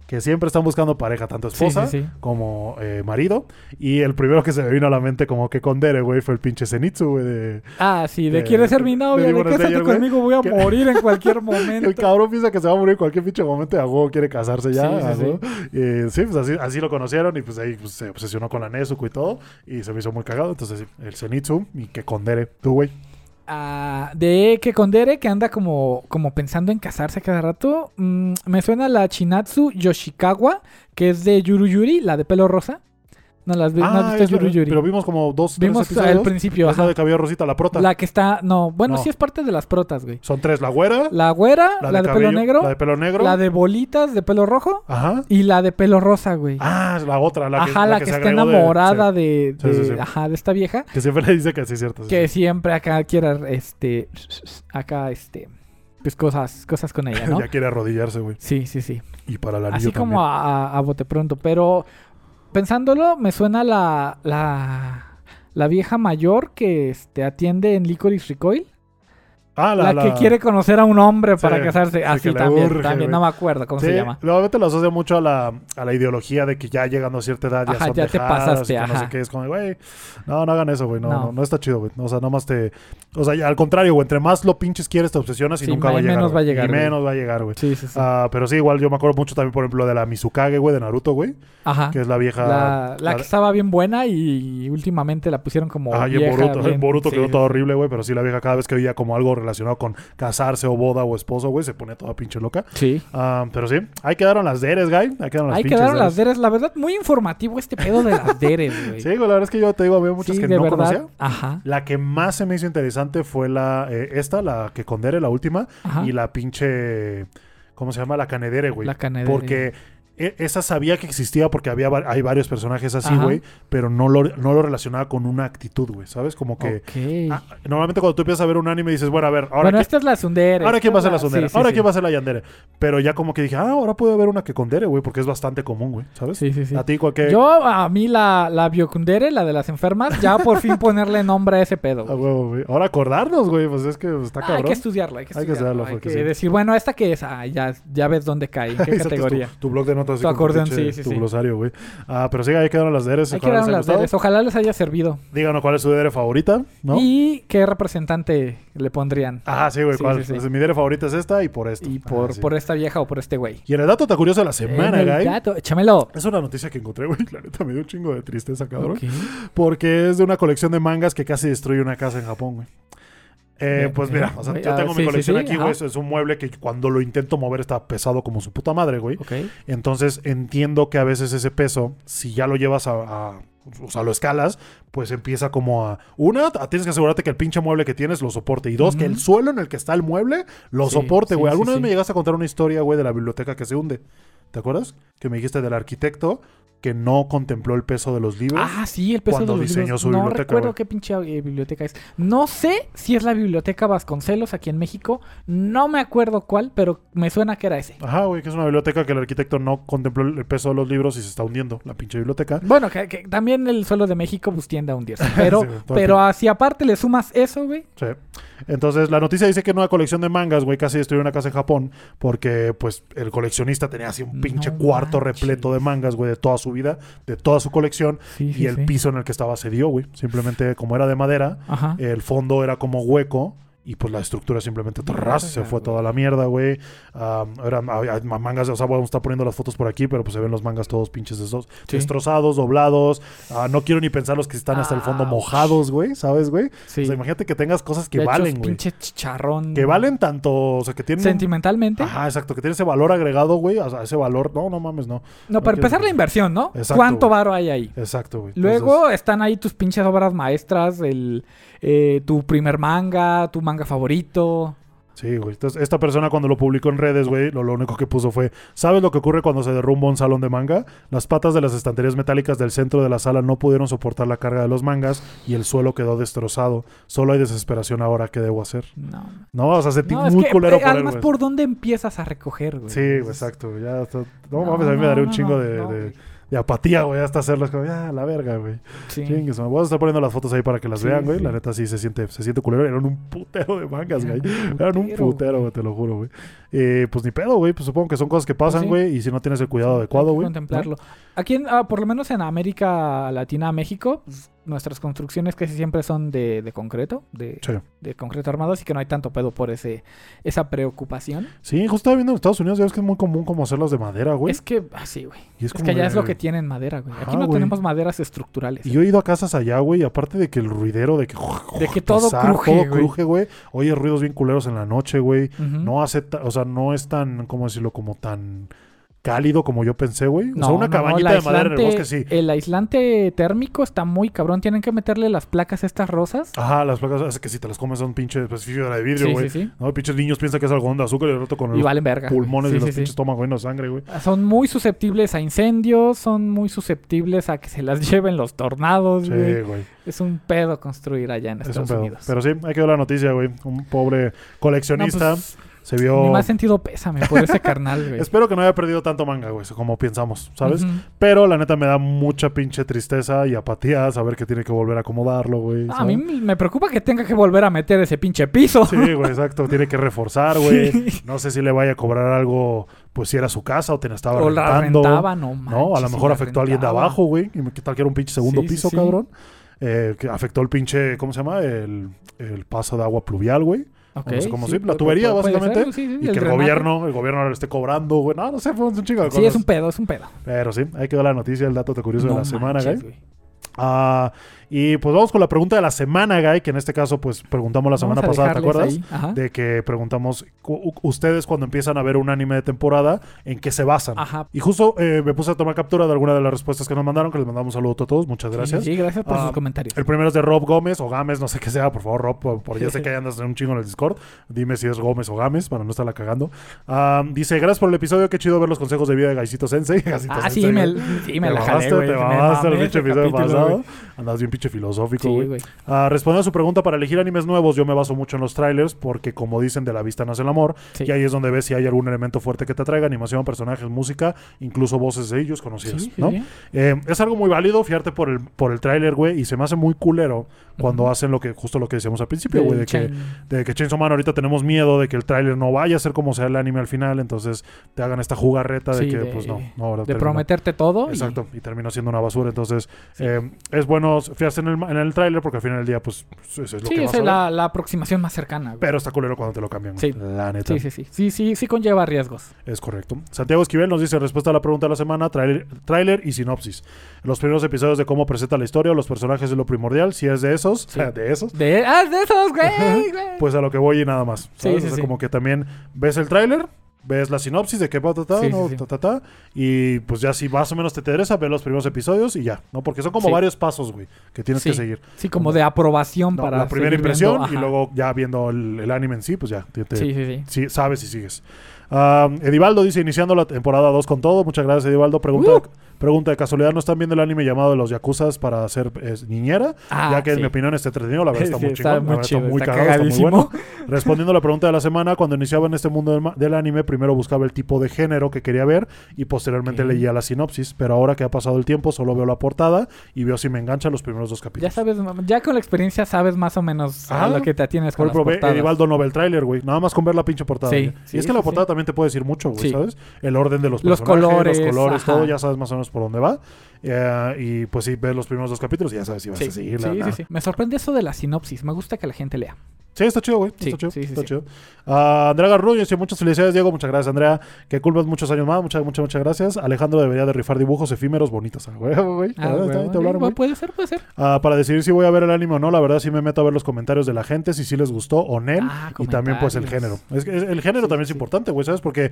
S1: Que siempre están buscando pareja, tanto
S2: Sí,
S1: esposa
S2: sí, sí.
S1: como eh, marido. Y el primero que se me vino a la mente como que condere, güey, fue el pinche Zenitsu, güey, de...
S2: Ah, sí, de
S1: Eh,
S2: quieres ser mi
S1: de
S2: novia, de
S1: Demon
S2: cásate
S1: Slayer, güey.
S2: conmigo, voy a
S1: Que-
S2: morir en cualquier
S1: El
S2: momento.
S1: cabrón piensa que se va a morir en cualquier pinche momento y a huevo quiere casarse ya.
S2: Sí, sí,
S1: a
S2: sí.
S1: huevo. Eh, sí, pues así, así lo conocieron y pues ahí pues, se obsesionó con la Nezuko y todo. Y se me hizo muy cagado. Entonces, sí, el Zenitsu y que condere. Tú, güey.
S2: Ah, de que condere, que anda como, como pensando en casarse cada rato. Mm, me suena la Chinatsu Yoshikawa, que es de Yuru Yuri, la de pelo rosa. No, las vi- no has visto
S1: es la-
S2: Yuru Yuri.
S1: Ah, Pero vimos como dos,
S2: Vimos
S1: tres
S2: al
S1: episodios.
S2: principio,
S1: es la
S2: ajá.
S1: de cabello rosita, la prota.
S2: La que está. No, bueno,
S1: No.
S2: sí es parte de las protas, güey.
S1: Son tres, la güera,
S2: La güera,
S1: la,
S2: la,
S1: de,
S2: de
S1: cabello-
S2: pelo negro,
S1: la de pelo negro.
S2: la de bolitas de pelo rojo
S1: Ajá.
S2: y la de pelo rosa, güey.
S1: Ah, es la otra, la que,
S2: ajá, la, que,
S1: se
S2: está
S1: agregó de-
S2: enamorada
S1: sí,
S2: de,
S1: Sí, sí,
S2: de-
S1: sí.
S2: ajá, de esta vieja.
S1: que siempre le dice que sí, cierto. sí,
S2: que
S1: sí.
S2: siempre acá quiera, este, acá, este, pues cosas, cosas con ella, ¿no?
S1: Ya quiere arrodillarse, güey.
S2: Sí, sí, sí.
S1: Y para la anillo
S2: Así como
S1: también.
S2: a, a- a bote pronto, pero pensándolo, me suena la, la, la vieja mayor que este, atiende en Licorice Recoil.
S1: Ah,
S2: La, que quiere conocer a un hombre
S1: Sí,
S2: para casarse.
S1: sí, que
S2: Así
S1: le
S2: también,
S1: urge, güey.
S2: también. No me acuerdo cómo
S1: Sí,
S2: se llama.
S1: Normalmente lo asocia mucho a la, a la ideología de que ya llegando a cierta edad ya
S2: Ajá,
S1: son
S2: ya te
S1: dejadas
S2: pasaste,
S1: y que no sé
S2: ajá.
S1: qué. Es como, güey, no, no hagan eso, güey. No, no.
S2: No.
S1: no está chido, güey. O sea, nomás te... O sea, ya, al contrario, güey. Entre más lo pinches quieres, te obsesionas y
S2: Sí,
S1: nunca
S2: ma-
S1: va a
S2: y
S1: llegar.
S2: menos
S1: güey.
S2: va a llegar,
S1: Y
S2: güey.
S1: menos va a llegar, güey.
S2: Sí, sí, sí.
S1: Ah, pero sí, igual yo me acuerdo mucho también, por ejemplo, de la Mizukage, güey, de Naruto, güey.
S2: Ajá.
S1: Que es la vieja...
S2: Ah, La, la
S1: la-
S2: que estaba bien buena y últimamente la pusieron como.
S1: Ah, y en
S2: vieja,
S1: Boruto,
S2: bien-
S1: en Boruto
S2: sí,
S1: quedó
S2: sí,
S1: todo horrible, güey, pero sí la vieja cada vez que veía como algo relacionado con casarse o boda o esposo, güey, se ponía toda pinche loca.
S2: Sí.
S1: Ah, pero sí, ahí quedaron las deres, güey. Ahí quedaron las
S2: Ahí
S1: pinches
S2: quedaron
S1: deres.
S2: las deres. La verdad, muy informativo este pedo de las deres, güey.
S1: Sí, güey, la verdad es que yo te digo, había muchas
S2: Sí,
S1: que
S2: de
S1: no
S2: verdad.
S1: conocía.
S2: Ajá.
S1: La que más se me hizo interesante fue la eh, esta, la que condere, la última,
S2: Ajá.
S1: y la pinche ¿cómo se llama? La canedere, güey.
S2: La canedere.
S1: Porque e- esa sabía que existía porque había va- hay varios personajes así,
S2: Ajá.
S1: güey, pero no lo, no lo relacionaba con una actitud, güey, ¿sabes? Como que
S2: Ok.
S1: ah, normalmente cuando tú empiezas a ver un anime dices, bueno, a ver, ahora
S2: bueno,
S1: qué-
S2: esta es Ah, la Sundere.
S1: Ahora quién va a ser la sondera,
S2: Sundere?
S1: ahora quién va a ser la yandere. Pero ya como que dije, ah, ahora puede haber una que condere, güey, porque es bastante común, güey, ¿sabes?
S2: Sí, sí, sí.
S1: A ti cualquier...
S2: Yo, a mí la, la Biocundere, la de las enfermas, ya por fin ponerle nombre a ese pedo.
S1: Ah,
S2: güey.
S1: huevo, güey. Ahora acordarnos, güey, pues es que está
S2: Ah, hay
S1: cabrón.
S2: que estudiarla, hay que
S1: Hay que
S2: estudiarla.
S1: estudiarla,
S2: Hay
S1: porque
S2: que,
S1: sí.
S2: decir, bueno, ¿esta qué es? Ah, ya, ya ves dónde cae, en qué
S1: Exacto, es tu-
S2: categoría.
S1: Tu, blog de notas. así
S2: Tu
S1: como
S2: acordeón,
S1: pinche-
S2: sí, sí,
S1: Tu
S2: sí.
S1: glosario, güey. Ah, pero sí, ahí quedaron las deres.
S2: Hay que
S1: ojalá les
S2: dar
S1: haya
S2: las
S1: gustado.
S2: deres. Ojalá les haya servido.
S1: Díganos cuál es su dere favorita, ¿no?
S2: ¿Y qué representante le pondrían?
S1: Ah, sí, güey,
S2: Sí,
S1: cuál.
S2: sí, sí.
S1: Pues mi dere favorita es esta y por esto.
S2: Y por,
S1: Ah, sí.
S2: por esta vieja o por este güey.
S1: Y en el dato tan curioso de la semana,
S2: En el
S1: güey.
S2: dato- Échamelo.
S1: Es una noticia que encontré, güey. La neta me dio un chingo de tristeza, cabrón.
S2: Ok.
S1: Porque es de una colección de mangas que casi destruye una casa en Japón, güey. Eh,
S2: Bien,
S1: pues
S2: bien,
S1: mira, o sea,
S2: güey.
S1: yo
S2: Ah,
S1: tengo
S2: sí,
S1: mi
S2: sí,
S1: colección
S2: sí,
S1: aquí, güey.
S2: ajá.
S1: Es es un mueble que cuando lo intento mover está pesado como su puta madre, güey.
S2: Ok.
S1: Entonces entiendo que a veces ese peso, si ya lo llevas a, a- o sea, lo escalas, pues empieza como a una, a- tienes que asegurarte que el pinche mueble que tienes lo soporte y dos, que el
S2: Ujú.
S1: suelo en el que está el mueble lo
S2: Sí,
S1: soporte,
S2: sí,
S1: güey.
S2: sí,
S1: Alguna vez
S2: sí.
S1: me llegaste a contar una historia, güey, de la biblioteca que se hunde. ¿Te acuerdas? Que me dijiste del arquitecto que no contempló el peso de los libros.
S2: Ah, sí, el peso
S1: cuando
S2: de los
S1: diseñó
S2: libros.
S1: su
S2: no
S1: biblioteca,
S2: recuerdo
S1: güey.
S2: qué pinche eh, biblioteca es. No sé si es la biblioteca Vasconcelos aquí en México. No me acuerdo cuál, pero me suena que era ese.
S1: Ajá, güey, que es una biblioteca que el arquitecto no contempló el peso de los libros y se está hundiendo la pinche biblioteca.
S2: Bueno, que, que también el suelo de México pues tiende a hundirse. Pero,
S1: Sí, güey, todo
S2: pero
S1: el
S2: así aparte le sumas eso, güey.
S1: Sí. Entonces, la noticia dice que nueva colección de mangas, güey, casi destruyó una casa en Japón porque, pues, el coleccionista tenía así un pinche
S2: No
S1: cuarto
S2: manches.
S1: repleto de mangas, güey, de toda su vida, de toda su colección.
S2: Sí,
S1: y el piso en el que estaba se dio, güey. Simplemente, como era de madera,
S2: Ajá.
S1: el fondo era como hueco y pues la estructura simplemente ¡tras! se
S2: Verga,
S1: fue
S2: güey.
S1: toda la mierda, güey. Am, eran ah, ah, mangas, o sea, vamos a estar poniendo las fotos por aquí, pero pues se ven los mangas todos pinches esos,
S2: Sí.
S1: destrozados, doblados. Ah, no quiero ni pensar los que están hasta el fondo
S2: Ouch.
S1: mojados, güey, ¿sabes, güey?
S2: sí.
S1: O sea, imagínate que tengas cosas que
S2: De hecho, es
S1: valen, güey.
S2: pinche chicharrón.
S1: Que valen tanto, o sea, que tienen... un-
S2: Sentimentalmente.
S1: Ajá, exacto, que tiene ese valor agregado, güey. O sea, ese valor, no, no mames, no.
S2: No, para
S1: quiero-
S2: empezar la inversión, ¿no?
S1: Exacto,
S2: ¿Cuánto
S1: güey.
S2: varo hay ahí?
S1: Exacto, güey.
S2: Luego están ahí tus pinches obras maestras, el, eh, tu primer manga, tu manga favorito.
S1: Sí, güey. Entonces, esta persona cuando lo publicó en redes, güey, lo, lo único que puso fue, ¿sabes lo que ocurre cuando se derrumba un salón de manga? Las patas de las estanterías metálicas del centro de la sala no pudieron soportar la carga de los mangas y el suelo quedó destrozado. Solo hay desesperación ahora, ¿qué debo hacer?
S2: No.
S1: No, o sea, sentí
S2: No, es
S1: muy
S2: que,
S1: culero
S2: eh,
S1: por él,
S2: además,
S1: güey.
S2: ¿por dónde empiezas a recoger, güey?
S1: Sí, güey,
S2: Entonces,
S1: exacto. güey, Ya, está- no, mames, a mí me daría un
S2: no,
S1: chingo
S2: no,
S1: de,
S2: no,
S1: de-
S2: güey.
S1: de apatía, güey, hasta hacerlas como, ya, la verga, güey.
S2: Sí.
S1: Chingues, man. Voy a estar poniendo las fotos ahí para que las
S2: Sí,
S1: vean, güey.
S2: sí.
S1: La neta sí se siente, se siente culero. Eran un putero de mangas,
S2: Eran
S1: güey.
S2: un
S1: Eran un
S2: putero,
S1: putero, güey, te lo juro, güey. Eh, pues ni pedo, güey. Pues supongo que son cosas que pasan,
S2: sí.
S1: güey. Y si no tienes el cuidado
S2: Hay
S1: adecuado,
S2: que
S1: güey.
S2: Contemplarlo. Aquí, en- ah, por lo menos en América Latina, México, pues, nuestras construcciones casi siempre son de, de concreto, de,
S1: Sí.
S2: de concreto armado, así que no hay tanto pedo por ese esa preocupación.
S1: Sí, justo estaba viendo en Estados Unidos, ya ves que es muy común como hacerlas de madera, güey.
S2: Es que, así, güey.
S1: y
S2: Es
S1: como
S2: que allá
S1: de-
S2: es lo que tienen madera, güey. Aquí
S1: Ajá,
S2: no
S1: güey.
S2: tenemos maderas estructurales.
S1: Y yo he ido a casas allá, güey, y aparte de que el ruidero de que...
S2: De que todo cruje,
S1: Todo
S2: güey.
S1: cruje, güey. Oye, ruidos bien culeros en la noche, güey.
S2: Ujú.
S1: No hace... ta- O sea, no es tan... ¿Cómo decirlo? Como tan cálido como yo pensé, güey. O
S2: No,
S1: sea,
S2: no,
S1: una
S2: no,
S1: cabañita
S2: el
S1: de madera en el
S2: aislante-
S1: bosque, sí.
S2: El aislante térmico está muy cabrón. Tienen que meterle las placas a estas rosas.
S1: Ajá, las placas, es que si te las comes son pinches pues, fibra de vidrio,
S2: Sí,
S1: güey.
S2: sí, sí.
S1: No, pinches niños piensan que es algodón de azúcar y el rato con
S2: Y
S1: los
S2: valen verga. güey.
S1: pulmones
S2: Sí,
S1: y los
S2: sí, Mm. sí.
S1: pinches estómago llenos de sangre, güey.
S2: Son muy susceptibles a incendios, son muy susceptibles a que se las lleven los tornados,
S1: Sí,
S2: güey.
S1: güey.
S2: Es un pedo construir allá en
S1: Es un
S2: Estados
S1: pedo.
S2: Unidos.
S1: Pero sí, ahí quedó la noticia, güey. Un pobre
S2: No,
S1: coleccionista
S2: pues,
S1: se vio.
S2: ni más sentido pésame por ese carnal, güey.
S1: Espero que no haya perdido tanto manga, güey, como pensamos, ¿sabes?
S2: Ujú.
S1: Pero la neta me da mucha pinche tristeza y apatía saber que tiene que volver a acomodarlo, güey.
S2: Ah, a
S1: ¿sabes?
S2: mí me me preocupa que tenga que volver a meter ese pinche piso.
S1: Sí, güey, exacto. Tiene que reforzar, güey.
S2: Sí.
S1: No sé si le vaya a cobrar algo, pues si era su casa o te la estaba
S2: o la
S1: rentando.
S2: rentaba, no
S1: No, a lo
S2: manches,
S1: mejor
S2: la
S1: afectó a alguien de
S2: rentaba.
S1: abajo, güey. Y me- ¿Qué tal que era un pinche segundo
S2: Sí, sí,
S1: piso,
S2: sí.
S1: cabrón? Eh, que afectó el pinche, ¿cómo se llama? El, el paso de agua pluvial, güey.
S2: Ok,
S1: no sé cómo
S2: sí,
S1: decir, Pues, la
S2: pu-
S1: tubería,
S2: pu- puede ser,
S1: básicamente,
S2: sí, sí,
S1: Y
S2: el
S1: que el
S2: drenaje.
S1: gobierno, el gobierno ahora le esté cobrando, güey. No, no sé, fue un chingo de
S2: Sí, es
S1: cosas.
S2: un pedo, es un pedo.
S1: Pero sí, ahí quedó la noticia, el dato de curioso de la
S2: No
S1: semana,
S2: manches,
S1: güey. Ah, y pues vamos con la pregunta de la semana, güey, que en este caso, pues preguntamos la semana
S2: Vamos a
S1: pasada, ¿te acuerdas?
S2: dejarles ahí, ajá.
S1: De que preguntamos, cu- u- ustedes cuando empiezan a ver un anime de temporada, ¿en qué se basan?
S2: Ajá.
S1: Y justo eh, me puse a tomar captura de alguna de las respuestas que nos mandaron, que les mandamos un saludo a todos, muchas
S2: Sí,
S1: gracias.
S2: Sí, gracias por
S1: Ah,
S2: sus comentarios.
S1: El primero es de Rob Gómez o Gámez, no sé qué sea, por favor, Rob, por, por- ya sé que ahí andas en un chingo en el Discord. Dime si es Gómez o Gámez, para no estarla cagando. Ah, dice, gracias por el episodio, qué chido ver los consejos de vida de Gaisito Sensei. Gaisito
S2: Ah, sí,
S1: Sensei,
S2: me,
S1: güey.
S2: sí, me
S1: pues Te mamaste,
S2: la jalé, güey.
S1: Te
S2: Me
S1: mamaste el
S2: mamé
S1: pinche
S2: ese
S1: episodio
S2: este capítulo,
S1: pasado.
S2: güey.
S1: Andas bien pinche filosófico,
S2: Sí,
S1: güey.
S2: güey.
S1: Ah, respondiendo a su pregunta, para elegir animes nuevos, yo me baso mucho en los trailers, porque como dicen, de la vista nace el amor.
S2: Sí.
S1: Y ahí es donde ves si hay algún elemento fuerte que te atraiga, animación, personajes, música, incluso voces de ellos conocidas,
S2: Sí, sí,
S1: ¿no?
S2: sí.
S1: Eh, es algo muy válido fiarte por el, por el tráiler, güey, y se me hace muy culero cuando hacen lo que, justo lo que decíamos al principio, güey, de
S2: Del
S1: que,
S2: Chain.
S1: de que Chainsaw Man ahorita tenemos miedo de que el tráiler no vaya a ser como sea el anime al final, entonces te hagan esta jugarreta de
S2: Sí,
S1: que,
S2: de-
S1: pues no, no, ahora
S2: De
S1: terminó.
S2: prometerte todo. Oh, y-
S1: Exacto, y terminó siendo una basura. Entonces, eh, es bueno fiarse en el, en el tráiler porque al final del día, pues, eso es lo
S2: Sí,
S1: que vas
S2: esa
S1: a ver.
S2: es la, la aproximación más cercana, güey.
S1: Pero está culero cuando te lo cambian. güey.
S2: Sí.
S1: La neta.
S2: Sí, sí, sí. Sí, sí, sí conlleva riesgos.
S1: Es correcto. Santiago Esquivel nos dice, respuesta a la pregunta de la semana, tráiler tráiler y sinopsis. Los primeros episodios de cómo presenta la historia o los personajes es lo primordial, si es de esos,
S2: Sí.
S1: de esos,
S2: De, ah, de esos, güey. güey.
S1: pues a lo que voy y nada más. ¿sabes?
S2: Sí, sí,
S1: O sea,
S2: sí.
S1: como que también ves el tráiler, ves la sinopsis de qué va, ta, ta,
S2: Sí, sí,
S1: no,
S2: sí.
S1: ta, ta, ta, y pues ya si más o menos te interesa, ve los primeros episodios y ya, ¿no? Porque son como
S2: Sí.
S1: varios pasos, güey, que tienes
S2: Sí.
S1: que seguir.
S2: Sí, como de aprobación
S1: No,
S2: para.
S1: la primera
S2: seguir
S1: impresión
S2: viendo,
S1: y
S2: ajá.
S1: luego ya viendo el, el anime en sí, pues ya, te- te-
S2: Sí, sí, sí.
S1: sí, sabes si sigues. Ah, Edivaldo dice, iniciando la temporada 2 con todo. Muchas gracias, Edivaldo. Pregunta,
S2: Uh.
S1: pregunta de casualidad, ¿no están viendo el anime llamado de los Yakuzas para hacer eh, niñera?
S2: Ah,
S1: ya que en
S2: sí.
S1: mi opinión está entretenido, la verdad está
S2: Sí,
S1: muy
S2: está
S1: chingón, la
S2: muy
S1: verdad
S2: chido, está
S1: cagado, está muy bueno.
S2: cagadísimo.
S1: Respondiendo a la pregunta de la semana, cuando iniciaba en este mundo del, ma- del anime, primero buscaba el tipo de género que quería ver y posteriormente
S2: Ok.
S1: leía la sinopsis, pero ahora que ha pasado el tiempo solo veo la portada y veo si me engancha los primeros dos
S2: Ya
S1: capítulos.
S2: sabes, ya con la experiencia sabes más o menos a
S1: Ajá.
S2: lo que te atienes
S1: Por
S2: con las
S1: ejemplo, ve eh,
S2: portadas.
S1: Edivaldo no ve el tráiler, güey. Nada más con ver la pinche portada.
S2: Sí,
S1: ya.
S2: sí,
S1: y es que la
S2: sí,
S1: portada
S2: sí.
S1: también te puede decir mucho, güey,
S2: Sí.
S1: ¿sabes? El orden de los
S2: Los
S1: personajes,
S2: colores,
S1: los colores,
S2: ajá.
S1: todo, ya sabes más o menos por dónde va. Eh, y pues sí, ves los primeros dos capítulos y ya sabes si vas
S2: Sí,
S1: a
S2: sí,
S1: seguirla.
S2: sí,
S1: nada.
S2: sí. Me sorprende eso de la sinopsis. Me gusta que la gente lea.
S1: Sí, está chido, güey.
S2: Sí,
S1: está chido.
S2: sí, sí,
S1: está
S2: sí.
S1: chido. Ah, Andrea Garrullo, dice, muchas felicidades, Diego. Muchas gracias, Andrea. Que culpas muchos años más. Muchas, muchas, muchas gracias. Alejandro debería de rifar dibujos efímeros bonitos. Ah, güey, güey.
S2: Ah,
S1: Ah,
S2: huevo.
S1: está bien, te
S2: Sí,
S1: hablaron, güey.
S2: puede ser, puede ser.
S1: Ah, para decidir si voy a ver el anime o no, la verdad sí me meto a ver los comentarios de la gente, si sí les gustó o no,
S2: Ah,
S1: y también pues el género. Es
S2: comentarios.
S1: que es- el género también es importante, güey, ¿sabes? Porque,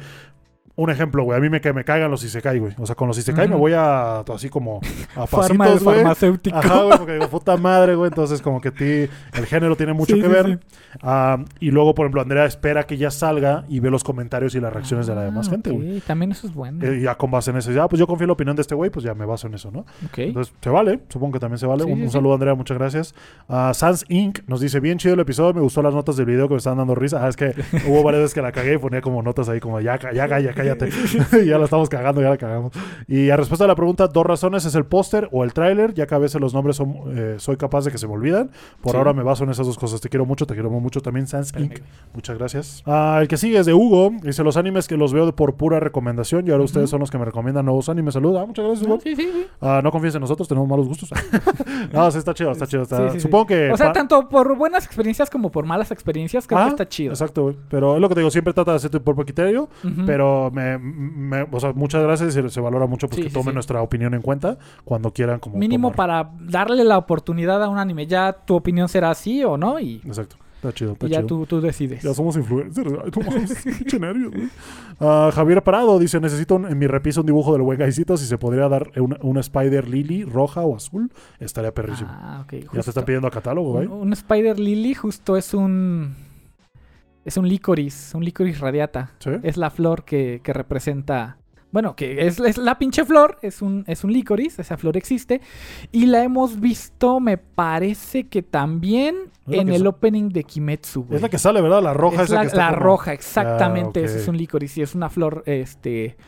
S1: un ejemplo, güey, a mí me, que me cagan los isekai, güey. O sea, con los isekai me
S2: Ujú.
S1: voy a así como a
S2: Farma
S1: pasitos, güey. Ah,
S2: farmacéutico.
S1: Ajá, güey, porque digo, puta madre, güey. Entonces, como que ti, el género tiene mucho
S2: Sí,
S1: que
S2: sí,
S1: ver.
S2: sí.
S1: Ah, y luego, por ejemplo, Andrea espera que ya salga y ve los comentarios y las reacciones de la demás
S2: Ah,
S1: gente, güey.
S2: ok. También eso es bueno.
S1: Eh, ya con base en eso, ya, pues yo confío en la opinión de este güey, pues ya me baso en eso, ¿no?
S2: ok.
S1: Entonces, se vale, supongo que también se vale.
S2: Sí,
S1: un,
S2: sí,
S1: un
S2: sí.
S1: saludo, Andrea, muchas gracias. Ah, Sans Inc. nos dice: Bien chido el episodio, me gustó las notas del video que me estaban dando risa. Ah, es que hubo varias veces que la cagué y ponía como notas ahí, como ya, ca- ya, ca- ya cállate. Y ya la estamos cagando, ya la cagamos. Y a respuesta a la pregunta, dos razones: es el póster o el tráiler, ya que a veces los nombres son, eh, soy capaz de que se me olvidan. Por
S2: Sí.
S1: ahora me baso en esas dos cosas. Te quiero mucho, te quiero mucho también, Sans Inc.
S2: Espérame,
S1: Muchas gracias. Ah, el que sigue es de Hugo. Dice los animes que los veo de por pura recomendación. Y ahora ustedes son los que me recomiendan nuevos animes. Saluda. Ah, muchas gracias, Hugo.
S2: Ah, sí, sí, sí.
S1: Ah, no confíes en nosotros, tenemos malos gustos. no, sí, está chido, está chido. está-
S2: Sí, sí, sí.
S1: Supongo que.
S2: O sea,
S1: pa-
S2: tanto por buenas experiencias como por malas experiencias, creo
S1: Ah,
S2: que está chido.
S1: Exacto, güey. Pero es lo que te digo, siempre trata de hacer tu propio criterio.
S2: Ujú.
S1: Pero me, me- o sea, muchas gracias y se, se valora mucho pues,
S2: Sí,
S1: que
S2: sí,
S1: tomen
S2: sí.
S1: nuestra opinión en cuenta cuando quieran. Como
S2: Mínimo
S1: tomar.
S2: para darle la oportunidad a un anime. Ya tu opinión será así o no y,
S1: Exacto, está chido, está
S2: y ya
S1: chido.
S2: tú, tú decides.
S1: Ya somos influencers. Ay, no mames, pinche nervios, güey. Ah, Javier Parado dice: Necesito un- en mi repisa un dibujo del buen gaisito. Si se podría dar una, una Spider Lily roja o azul, estaría perrísimo.
S2: Ah, ok.
S1: ya te
S2: justo.
S1: están pidiendo a catálogo, güey.
S2: Un, un Spider Lily justo es un... Es un licorice, un licorice radiata.
S1: ¿Sí?
S2: Es la flor que, que representa... Bueno, que es, es la pinche flor, es un, es un licorice, esa flor existe. Y la hemos visto, me parece que también
S1: Es la
S2: en
S1: que
S2: el
S1: sa-
S2: opening de Kimetsu. güey.
S1: Es la que sale, ¿verdad? La roja
S2: Es
S1: esa
S2: la,
S1: que está
S2: la
S1: como-
S2: roja, exactamente.
S1: Ah,
S2: Ese es
S1: ok.
S2: un licorice, es una flor, este...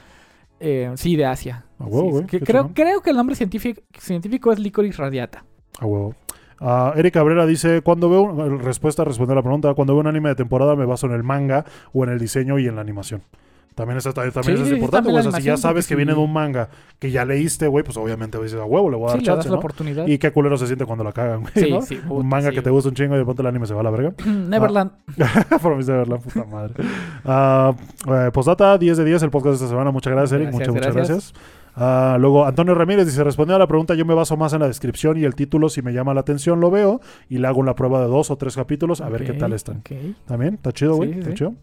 S2: eh, sí, de Asia.
S1: A huevo,
S2: Sí,
S1: güey,
S2: que-
S1: qué
S2: creo,
S1: chingón.
S2: creo que el nombre científico, científico es licorice radiata.
S1: A huevo. Ah, Eric Cabrera dice, cuando veo, un- respuesta, responde a la pregunta, cuando veo un anime de temporada me baso en el manga o en el diseño y en la animación. También, está, también
S2: Sí,
S1: eso es
S2: sí,
S1: importante,
S2: también
S1: güey.
S2: la
S1: O sea, si ya
S2: animación,
S1: sabes
S2: porque
S1: que viene
S2: sí.
S1: de un manga que ya leíste, güey, pues obviamente dices, a huevo, le voy a dar
S2: Sí, le das
S1: chance,
S2: la
S1: ¿no?
S2: oportunidad.
S1: Y qué culero se siente cuando la cagan, güey,
S2: Sí,
S1: ¿no?
S2: sí, puta,
S1: Un manga
S2: sí.
S1: que te gusta un chingo y de pronto el anime se va a la verga.
S2: Neverland.
S1: Por mí se va a ver la puta madre. Ah, eh, postdata, 10 de 10, el podcast de esta semana. Muchas gracias, Eric.
S2: Gracias,
S1: muchas, muchas
S2: gracias.
S1: gracias. Ah, luego, Antonio Ramírez dice: Respondiendo a la pregunta, yo me baso más en la descripción y el título. Si me llama la atención, lo veo y le hago una prueba de dos o tres capítulos a ver qué
S2: Ok,
S1: tal están. Eh,
S2: ok.
S1: También, está chido, güey.
S2: Sí, sí,
S1: está
S2: sí.
S1: chido.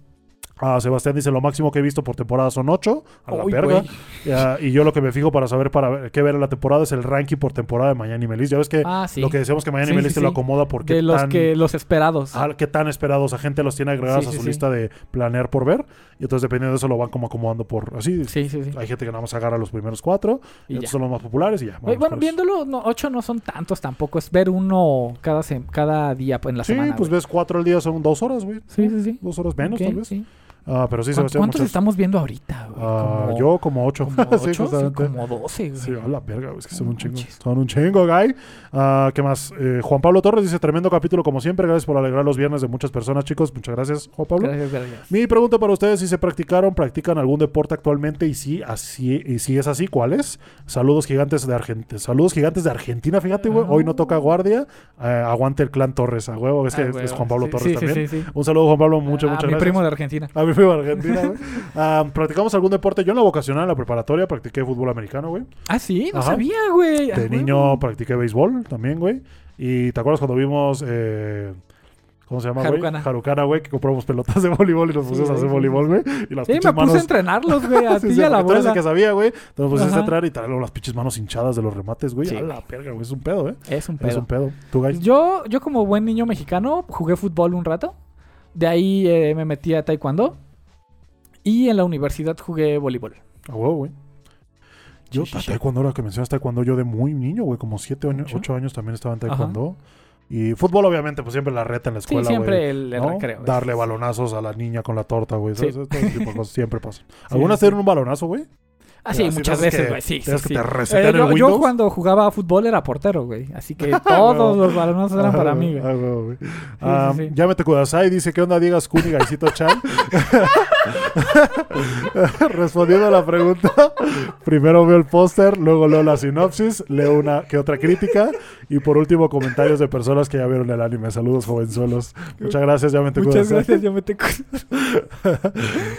S1: Ah, Sebastián dice: Lo máximo que he visto por temporada son 8. A la
S2: Uy,
S1: verga.
S2: güey.
S1: Ah, y yo lo que me fijo para saber para ver- qué ver en la temporada es el ranking por temporada de Mañana y Melis. Ya ves que
S2: Ah, sí.
S1: lo que decíamos que Mañana
S2: Sí,
S1: y
S2: sí,
S1: Melis te lo
S2: sí.
S1: acomoda porque
S2: de los
S1: tan-
S2: que los esperados.
S1: Ah, qué tan esperados. A gente los tiene agregados
S2: Sí,
S1: a
S2: sí,
S1: su
S2: sí.
S1: lista de planear por ver. Y entonces, dependiendo de eso, lo van como acomodando por así.
S2: sí, sí, sí.
S1: Hay gente que nada más agarra los primeros cuatro.
S2: Y
S1: estos
S2: ya.
S1: son los más populares y ya.
S2: Oye,
S1: vamos por
S2: bueno,
S1: eso.
S2: viéndolo, no, ocho no son tantos tampoco. Es ver uno cada, sem- cada día en la
S1: Sí,
S2: semana.
S1: pues
S2: güey.
S1: ves cuatro al día, son dos horas, güey.
S2: Sí, sí, sí.
S1: Dos horas menos,
S2: Ok,
S1: tal vez.
S2: sí.
S1: Ah, pero sí,
S2: ¿Cuán-
S1: Sebastián.
S2: ¿Cuántos
S1: muchas-
S2: estamos viendo ahorita? güey?
S1: Ah,
S2: Como-
S1: yo como ocho.
S2: Como ocho,
S1: Sí,
S2: sí,
S1: justamente.
S2: como doce, güey.
S1: Sí, a la verga, güey, es que son un chingo.
S2: Manches.
S1: Son un chingo, guy. Ah, ¿Qué más? Eh, Juan Pablo Torres dice: Tremendo capítulo, como siempre. Gracias por alegrar los viernes de muchas personas, chicos. Muchas gracias, Juan Pablo.
S2: Gracias, gracias.
S1: Mi pregunta para ustedes, si se practicaron, practican algún deporte actualmente y si así y si es así, ¿cuál es? Saludos gigantes de Argentina, saludos gigantes de Argentina, fíjate, güey, hoy no toca guardia, eh, aguante el clan Torres, a huevo, es que
S2: Ah,
S1: es- es
S2: güey,
S1: Juan Pablo
S2: sí,
S1: Torres
S2: sí, sí,
S1: también.
S2: sí, sí.
S1: Un saludo Juan Pablo, muchas,
S2: Ah,
S1: muchas
S2: mi
S1: gracias.
S2: primo de Argentina.
S1: A mi primo de Argentina, güey. Ah, ¿Practicamos algún deporte? Yo en la vocacional, en la preparatoria, practiqué fútbol americano, güey.
S2: Ah, sí, no
S1: Ajá.
S2: sabía, güey. Ah,
S1: De
S2: güey.
S1: niño practiqué béisbol también, güey. Y te acuerdas cuando vimos. eh, ¿Cómo se llama, güey?
S2: Harucana.
S1: Harucana, güey, que compramos pelotas de voleibol y nos
S2: Sí,
S1: pusimos a
S2: güey,
S1: hacer
S2: sí,
S1: voleibol, güey. Y las
S2: Sí,
S1: pinches
S2: me puse a
S1: manos.
S2: entrenarlos, güey, a
S1: Sí,
S2: ti
S1: sí,
S2: y a la
S1: porque tú eres el
S2: bola.
S1: que sabía, güey. Te nos pusiste a
S2: Ajá.
S1: entrar y te luego las pinches manos hinchadas de los remates, güey.
S2: Sí,
S1: A la
S2: güey.
S1: perga, güey. Es un pedo, ¿eh?
S2: Es un
S1: Es
S2: pedo.
S1: un pedo. ¿Tú, güey?
S2: Yo, yo como buen niño mexicano, jugué fútbol un rato. De ahí eh, me metí a taekwondo. Y en la universidad jugué voleibol.
S1: A huevo, güey. Yo,
S2: Sí, sí, sí.
S1: taekwondo, ahora que mencionas taekwondo, yo de muy niño, güey, como 7 años,
S2: Mucho.
S1: 8 años también estaba en
S2: Ajá.
S1: taekwondo. Y fútbol, obviamente, pues siempre la reta en la
S2: Sí,
S1: escuela, güey.
S2: siempre el, el
S1: ¿no?
S2: recreo.
S1: Darle balonazos a la niña con la torta, güey.
S2: Sí.
S1: ¿sabes? Todo ese tipo de cosas siempre pasan.
S2: Sí,
S1: ¿Algunas
S2: sí.
S1: te dieron un balonazo, güey?
S2: Ah, sí,
S1: Así
S2: muchas
S1: tienes
S2: veces,
S1: que-
S2: güey. Sí, sí,
S1: tienes que
S2: sí. Eh,
S1: te resetean el
S2: yo, yo
S1: Windows.
S2: cuando jugaba fútbol era portero, güey. Así que todos los balonazos eran para mí, güey.
S1: Ah, huevo, güey.
S2: sí,
S1: Am,
S2: sí.
S1: Ya me te cuidas. Ahí dice, ¿qué onda, Diegas Kun y Gaisito Chan? Respondiendo a la pregunta, primero veo el póster, luego leo la sinopsis, leo una que otra crítica y por último comentarios de personas que ya vieron el anime. Saludos, jovenzuelos. Muchas gracias, ya me te
S2: Muchas
S1: cuidas.
S2: gracias, yo me te cu-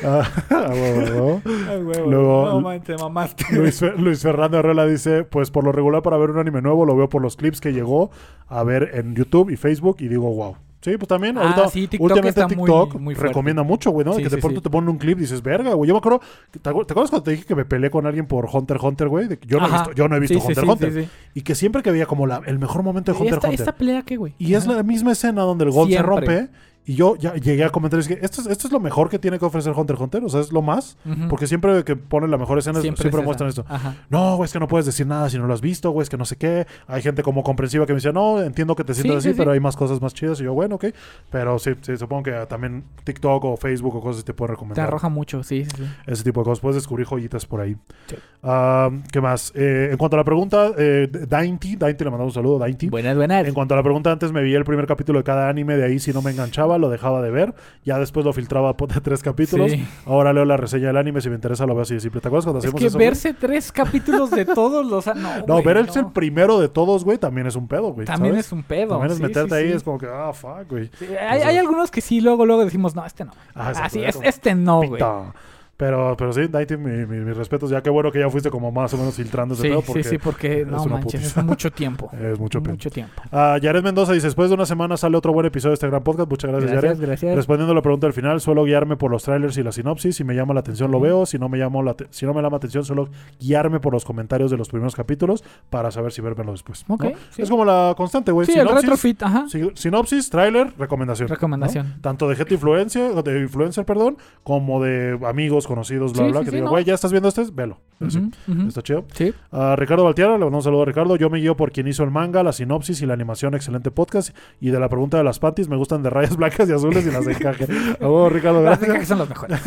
S1: Ah, ah, huevo, huevo.
S2: Ay, güey, güey.
S1: Luego-
S2: Ah, No manches, te mamaste.
S1: Luis, Fer- Luis Fernando Herrera dice, pues por lo regular para ver un anime nuevo lo veo por los clips que llegó a ver en YouTube y Facebook y digo, wow. Sí, pues también.
S2: Ah,
S1: ahorita,
S2: sí, TikTok
S1: últimamente
S2: está muy-
S1: TikTok
S2: muy fuerte.
S1: recomienda mucho, güey, ¿no?
S2: Sí,
S1: que de
S2: sí,
S1: pronto
S2: sí.
S1: te ponen un clip y dices, verga, güey. Yo me acuerdo, que- ¿te, acu- te acuerdas cuando te dije que me peleé con alguien por Hunter x Hunter, güey? De que Yo, no he
S2: Ajá.
S1: visto- yo no he visto
S2: Sí, sí,
S1: Hunter x
S2: sí,
S1: Hunter.
S2: sí, sí.
S1: Y que siempre que veía como la- el mejor momento de
S2: ¿Y
S1: Hunter x
S2: esta,
S1: Hunter.
S2: esta pelea qué, güey?
S1: Y es la misma escena donde el gol se
S2: Siempre.
S1: rompe. Y yo ya llegué a comentar, es que esto es, esto es lo mejor que tiene que ofrecer Hunter x Hunter. O sea, es lo más.
S2: Ujú.
S1: Porque siempre que ponen la mejor escena, siempre,
S2: Mm. es esa.
S1: muestran esto.
S2: Ajá.
S1: No, güey, es que no puedes decir nada si no lo has visto, güey, es que no sé qué. Hay gente como comprensiva que me dice, no, entiendo que te sientas
S2: sí,
S1: así,
S2: sí.
S1: pero hay más cosas más chidas. Y yo, bueno, ok. Pero sí, sí, supongo que también TikTok o Facebook o cosas así te pueden
S2: Te
S1: recomendar.
S2: arroja mucho, sí, sí, sí.
S1: Ese tipo de cosas. Puedes descubrir joyitas por ahí.
S2: Sí.
S1: Ah, ¿Qué más? Eh, en cuanto a la pregunta, eh, Dainty, Dainty le mandamos un saludo, Dainty.
S2: Buenas, buenas.
S1: En cuanto a la pregunta, antes me vi el primer capítulo de cada anime, de ahí si no me enganchaba, lo dejaba de ver, ya después lo filtraba por tres capítulos,
S2: Sí.
S1: ahora leo la reseña del anime, si me interesa lo veo así de simple. ¿Te acuerdas cuando
S2: Es
S1: hacíamos
S2: que
S1: eso, güey?
S2: verse tres capítulos de todos los... a- No,
S1: No,
S2: güey,
S1: ver el,
S2: no.
S1: el primero de todos, güey, también es un pedo, güey.
S2: También
S1: ¿sabes?
S2: es un pedo.
S1: También es
S2: sí,
S1: meterte
S2: sí,
S1: ahí,
S2: sí.
S1: es como que, ah, fuck, güey.
S2: Sí, Hay, hay algunos que sí, luego, luego decimos, no, este no.
S1: Ah, exacto,
S2: Así
S1: ya
S2: es,
S1: como-
S2: este no, güey.
S1: Pita. Pero, pero sí, Daiti, mi- mi- mis respetos. Ya qué bueno que ya fuiste como más o menos filtrando ese
S2: Sí,
S1: pedo
S2: sí,
S1: porque
S2: sí, porque no
S1: una
S2: manches,
S1: putiza.
S2: es mucho tiempo.
S1: es mucho pedo.
S2: mucho tiempo.
S1: Ah, Yared Mendoza dice, después de una semana sale otro buen episodio de este gran podcast. Muchas gracias, Yared.
S2: Gracias, gracias.
S1: Respondiendo a la pregunta del final, suelo guiarme por los trailers y la sinopsis. Si me llama la atención, lo
S2: Ok.
S1: veo. Si no me, llamo la te- si no me llama la atención, suelo guiarme por los comentarios de los primeros capítulos para saber si verlo después. ¿no?
S2: Ok, sí.
S1: Es como la constante, güey.
S2: Sí, el
S1: Sinopsis,
S2: retrofit, ajá.
S1: si- Sinopsis, tráiler, recomendación.
S2: Recomendación.
S1: ¿no? Tanto de gente influencer, de influencer, perdón, como de amigos, conocidos, bla,
S2: Sí,
S1: bla,
S2: sí,
S1: que
S2: sí,
S1: digan,
S2: ¿no?
S1: güey, ya estás viendo este, velo. Así.
S2: Ujú, ujú.
S1: Está chido.
S2: Sí,
S1: A Ricardo Baltiara, le mando un saludo a Ricardo. Yo me guío por quien hizo el manga, la sinopsis y la animación. Excelente podcast. Y de la pregunta de las panties, me gustan de rayas blancas y azules y las de encaje. A huevo, Ricardo,
S2: las de
S1: gracias.
S2: que son los mejores.